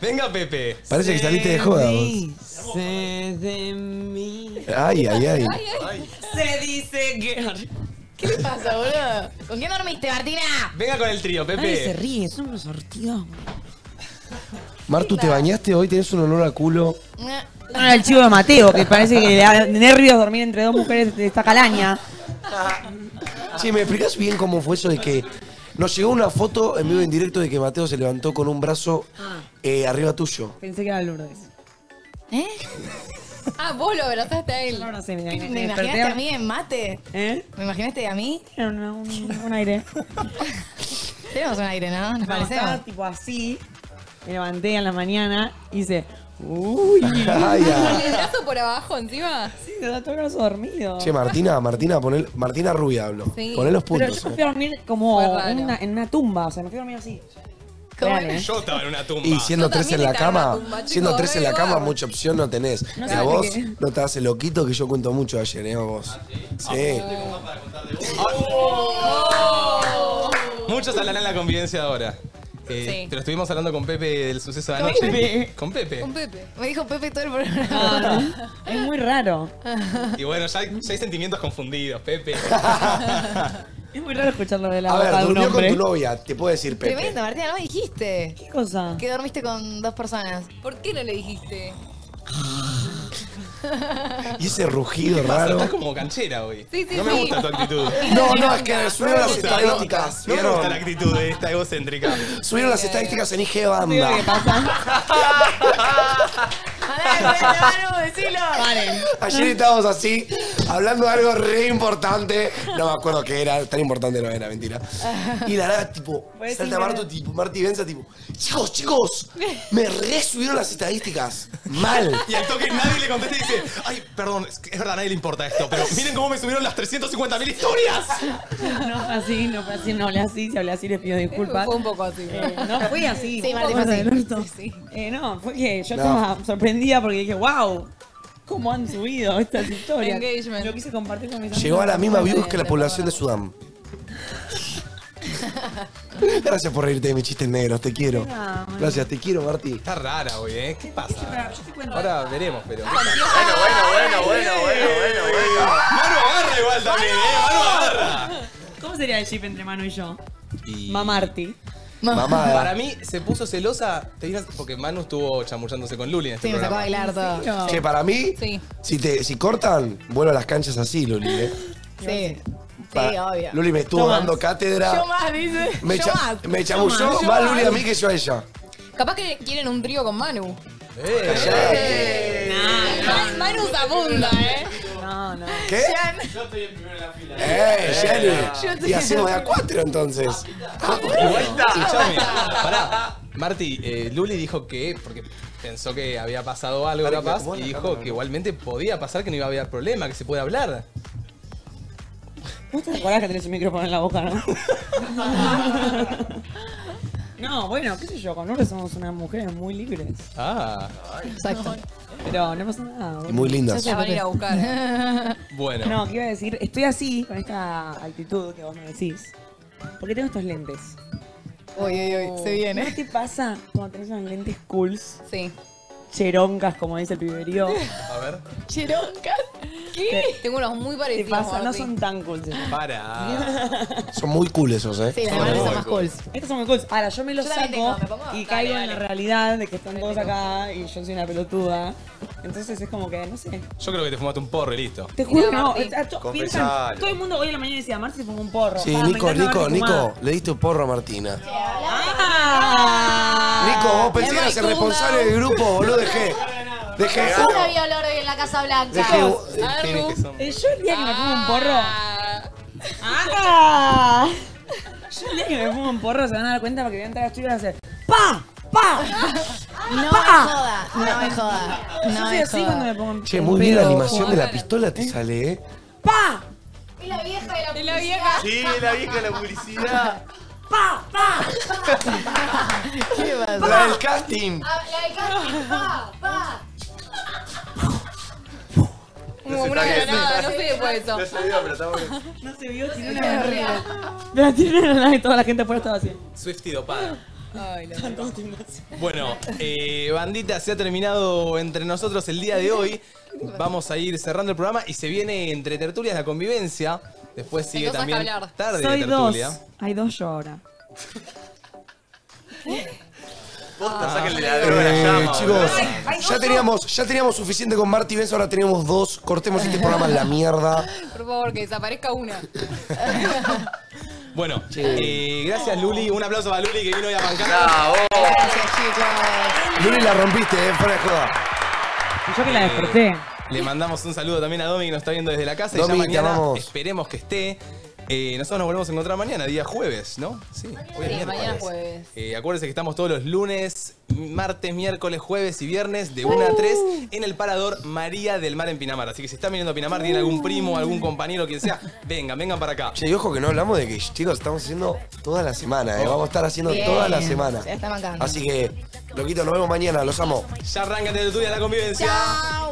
Venga Pepe.
Parece que saliste de joda, vos.
Se dice de mí.
Ay, ay, ay.
Se dice que.
¿Qué le pasa, boludo? ¿Con quién dormiste, Martina?
Venga con el trío, Pepe.
Ay, se ríe, son unos sortidos.
Martu, ¿te bañaste hoy? ¿Tenés un olor a culo?
No era el chivo de Mateo, que parece que le da nervios dormir entre dos mujeres de esta calaña.
Sí, ¿me explicás bien cómo fue eso de que nos llegó una foto en vivo en directo de que Mateo se levantó con un brazo
Ah.
eh, arriba tuyo?
Pensé que era Lourdes.
¿Eh?
Ah, vos lo abrazaste a él.
No, no sé, me,
¿Qué, ¿Me imaginaste a mí en mate?
¿Eh?
¿Me imaginaste a mí?
un, aire.
Tenemos un aire, ¿no? Nos
No,
parecemos.
estaba tipo así. Me levanté en la mañana y hice. ¡Uy!
Ay, ay.
¿El brazo por abajo encima?
Sí, te da todo el brazo dormido.
Che, Martina, Martina, ponel, Martina Rubia hablo.
Sí.
Poné los
Pero
puntos.
yo me fui
eh.
a dormir como
Fue raro.
una- en una tumba, o sea, me fui a dormir así. Real, ¿eh?
Yo estaba en una tumba.
Y siendo
Yo
tres en
también
la
estaba en
cama,
la tumba, chicos,
siendo tres en la
ahí
cama,
vamos.
mucha opción no tenés.
No
y
sé
a vos
qué.
no te hace loquito que yo cuento mucho ayer, ¿eh? a vos. Sí.
Oh.
Oh.
Muchos hablarán en la convivencia ahora. Eh,
Sí.
Pero estuvimos hablando con Pepe del suceso de
Con
anoche.
Pepe.
Con Pepe.
Pepe. Me dijo Pepe todo el programa.
Es muy raro. Ah.
Y bueno, ya hay, ya hay sentimientos confundidos, Pepe.
Es muy raro escucharlo de la
A
boca
ver,
de un
durmió con
hombre.
tu novia, te puedo decir Pepe.
Tremendo, Martina, no me dijiste. ¿Qué
cosa?
Que dormiste con dos personas.
¿Por qué no le dijiste?
Y ese rugido
¿Qué pasa?
raro.
Estás como canchera hoy.
Sí, sí,
no me
sí.
gusta tu actitud.
No, no, es que subieron las
No me
estadísticas.
gusta, No, no me gusta
¿vieron?
la actitud de esta egocéntrica.
Subieron las estadísticas en IG
Digo, ¿Qué
Banda.
pasa? Paren.
Ayer estábamos así, hablando de algo re importante. No me acuerdo qué era, tan importante no era, mentira. Y la nada, tipo,
Pues sí,
salta
pero-
Martu, tipo, Marti Benza, tipo, chicos, chicos, me re subieron las estadísticas. Mal.
Y al toque nadie le contesta y dice, ay, perdón, es, que es verdad, a nadie le importa esto, pero miren cómo me subieron las 350.000 historias.
No fue así, no fue así, no hablé así, si hablé así les pido disculpas.
Fue un poco así.
Eh, no fui así.
Sí,
Fue
Martín,
más
fue así.
del orto. Eh, no, fue que yo
No.
estaba sorprendida porque dije, wow, cómo han subido estas historias. Lo quise compartir con mis amigos.
Llegó a la misma views que la población de Sudán. Gracias por reírte de mis chistes negros, te quiero.
Ah, bueno.
Gracias, te quiero, Marti.
Está rara hoy, ¿eh? ¿Qué pasa? Ahora veremos, pero. Bueno,
bueno, bueno, bueno, bueno, bueno, bueno.
Mano agarra igual también, ¿eh? Mano agarra.
¿Cómo sería el chip entre Manu y yo? Mamarti.
Mamada.
Para mí se puso celosa, te dirás, porque Manu estuvo chamullándose con Luli en este
Sí, me sacó a
programa.
bailar todo.
Che, para mí, si, te, si cortan, vuelvo a las canchas así, Luli. ¿eh?
Sí. Sí,
Para-
obvio.
Luli me estuvo
Yo más.
dando cátedra.
Yo más, dice.
Me,
yo
cha-
más.
me
Yo
chamulló
más, yo
más
más.
Luli a mí que yo a ella.
Capaz que quieren un trío con Manu. Ma- Manu se abunda, ¿eh?
No, no.
¿Qué?
Yo estoy en primera fila.
¡Eh,
Yo
Jenny!
te-
Y hacemos de a cuatro entonces.
Escuchame, pará. Marti, eh, Luli dijo que, porque pensó que había pasado algo
Pará,
capaz,
que vos
y
la
dijo
cámara,
que igualmente podía pasar que no iba a haber problema, que se puede hablar.
¿Vos te acordás que tenés un micrófono en la boca, no? no, bueno, qué sé yo, con Lourdes somos unas mujeres muy libres.
Ah.
Exacto.
Pero no pasa nada. boludo.
muy lindas.
Ya se van a ir a
¿eh?
buscar.
Bueno.
No, que iba a decir, estoy así con esta actitud que vos me decís. Porque tengo estos lentes.
Uy, uy, uy, se viene.
¿No te pasa cuando tenés unos lentes cools?
Sí.
Cheroncas, como dice el piberío.
A ver.
Chironca. ¿Qué? Tengo unos muy
¿Qué
parecidos.
pasa? No
Martín.
son tan cools.
Para.
Ah. Son muy cool esos, ¿eh?
Sí, las
Son
hermanas
muy
son más
cool.
Estos son muy cools. Ahora, yo me los
Yo
saco
también tengo, me pongo-
y
dale,
caigo en
dale.
la realidad de que están todos acá y yo soy una pelotuda. Entonces es como que, no sé.
Yo creo que te fumaste un porro y listo.
Te juro, no. está- to-
Confesalo.
piensan- todo el mundo hoy en la mañana decía, Marta se fumó un porro.
Sí,
Ah, me
Nico,
encanta
Nico,
verte fumar.
Nico, le diste un porro a Martina.
Ah,
Chicos, vos pensé que
Emma
eras
y
el
Kumba.
responsable del grupo, boludo. Dejé. Dejé.
Solo había olor hoy en la Casa Blanca.
Dejé-
Arru. Eh, Yo el día que me fumo un porro.
Ah.
Yo el día que me fumo un porro se van a dar cuenta porque voy a entrar a las chicas y hacer ¡Pam! ¡Pam!
No
¡Pam!
me joda, no me joda.
Yo
No
soy
me
así
joda.
cuando me pongo un
Che, muy bien la animación de la pistola te sale, ¿eh?
¡Pa!
Y la vieja de la
Y la vieja.
Sí, la vieja de la publicidad.
¡Pa! ¡Pa!
¿Qué pasa?
La del casting.
Ah, La de Ah, Casi. ¡Pa! ¡Pa!
Como una granada, no sé qué fue eso.
No se vio, tiene
una barrera.
Pero tiene una nave y toda la gente afuera estaba así.
Swifty dopada.
Ay, la
Están todos timbres.
Bueno, eh, bandita, se ha terminado entre nosotros el día de hoy. Vamos a ir cerrando el programa y se viene entre tertulias la convivencia. Después sigue
cosas que
también
hablar.
tarde
Soy
de
dos.
tertulia.
Hay dos yo ahora.
Posta,
Ah.
saquen de la droga
Eh,
la llama.
chicos,
boludo.
ya teníamos, ya teníamos suficiente con Marty Benz, ahora tenemos dos. Cortemos este programa en la mierda.
Por favor, que desaparezca una.
Bueno, eh, gracias Luli. Un aplauso para Luli que vino hoy a bancar.
Gracias, chicos.
Luli la rompiste, eh, fuera de joda.
Yo que la
desperté. Eh, Le mandamos un saludo también a Domi que nos está viendo desde la casa
Domi,
y
te
ya mañana
amamos.
esperemos que esté. Eh, nosotros nos volvemos a encontrar mañana, día jueves, ¿no? Sí, hoy es
Sí, mañana
miércoles.
jueves.
Eh, acuérdense que estamos todos los lunes, martes, miércoles, jueves y viernes de 1 a 3
Uh.
en el parador María del Mar en Pinamar. Así que si están viniendo a Pinamar, tienen algún primo, algún compañero, quien sea, vengan, vengan para acá.
Che, y ojo que no hablamos de que, chicos, estamos haciendo toda la semana, eh. Vamos a estar haciendo
Bien.
toda la semana.
Se la está bancando.
Así que, loquito, nos vemos mañana, los amo.
Ya arranca Tertulia la convivencia.
Chao.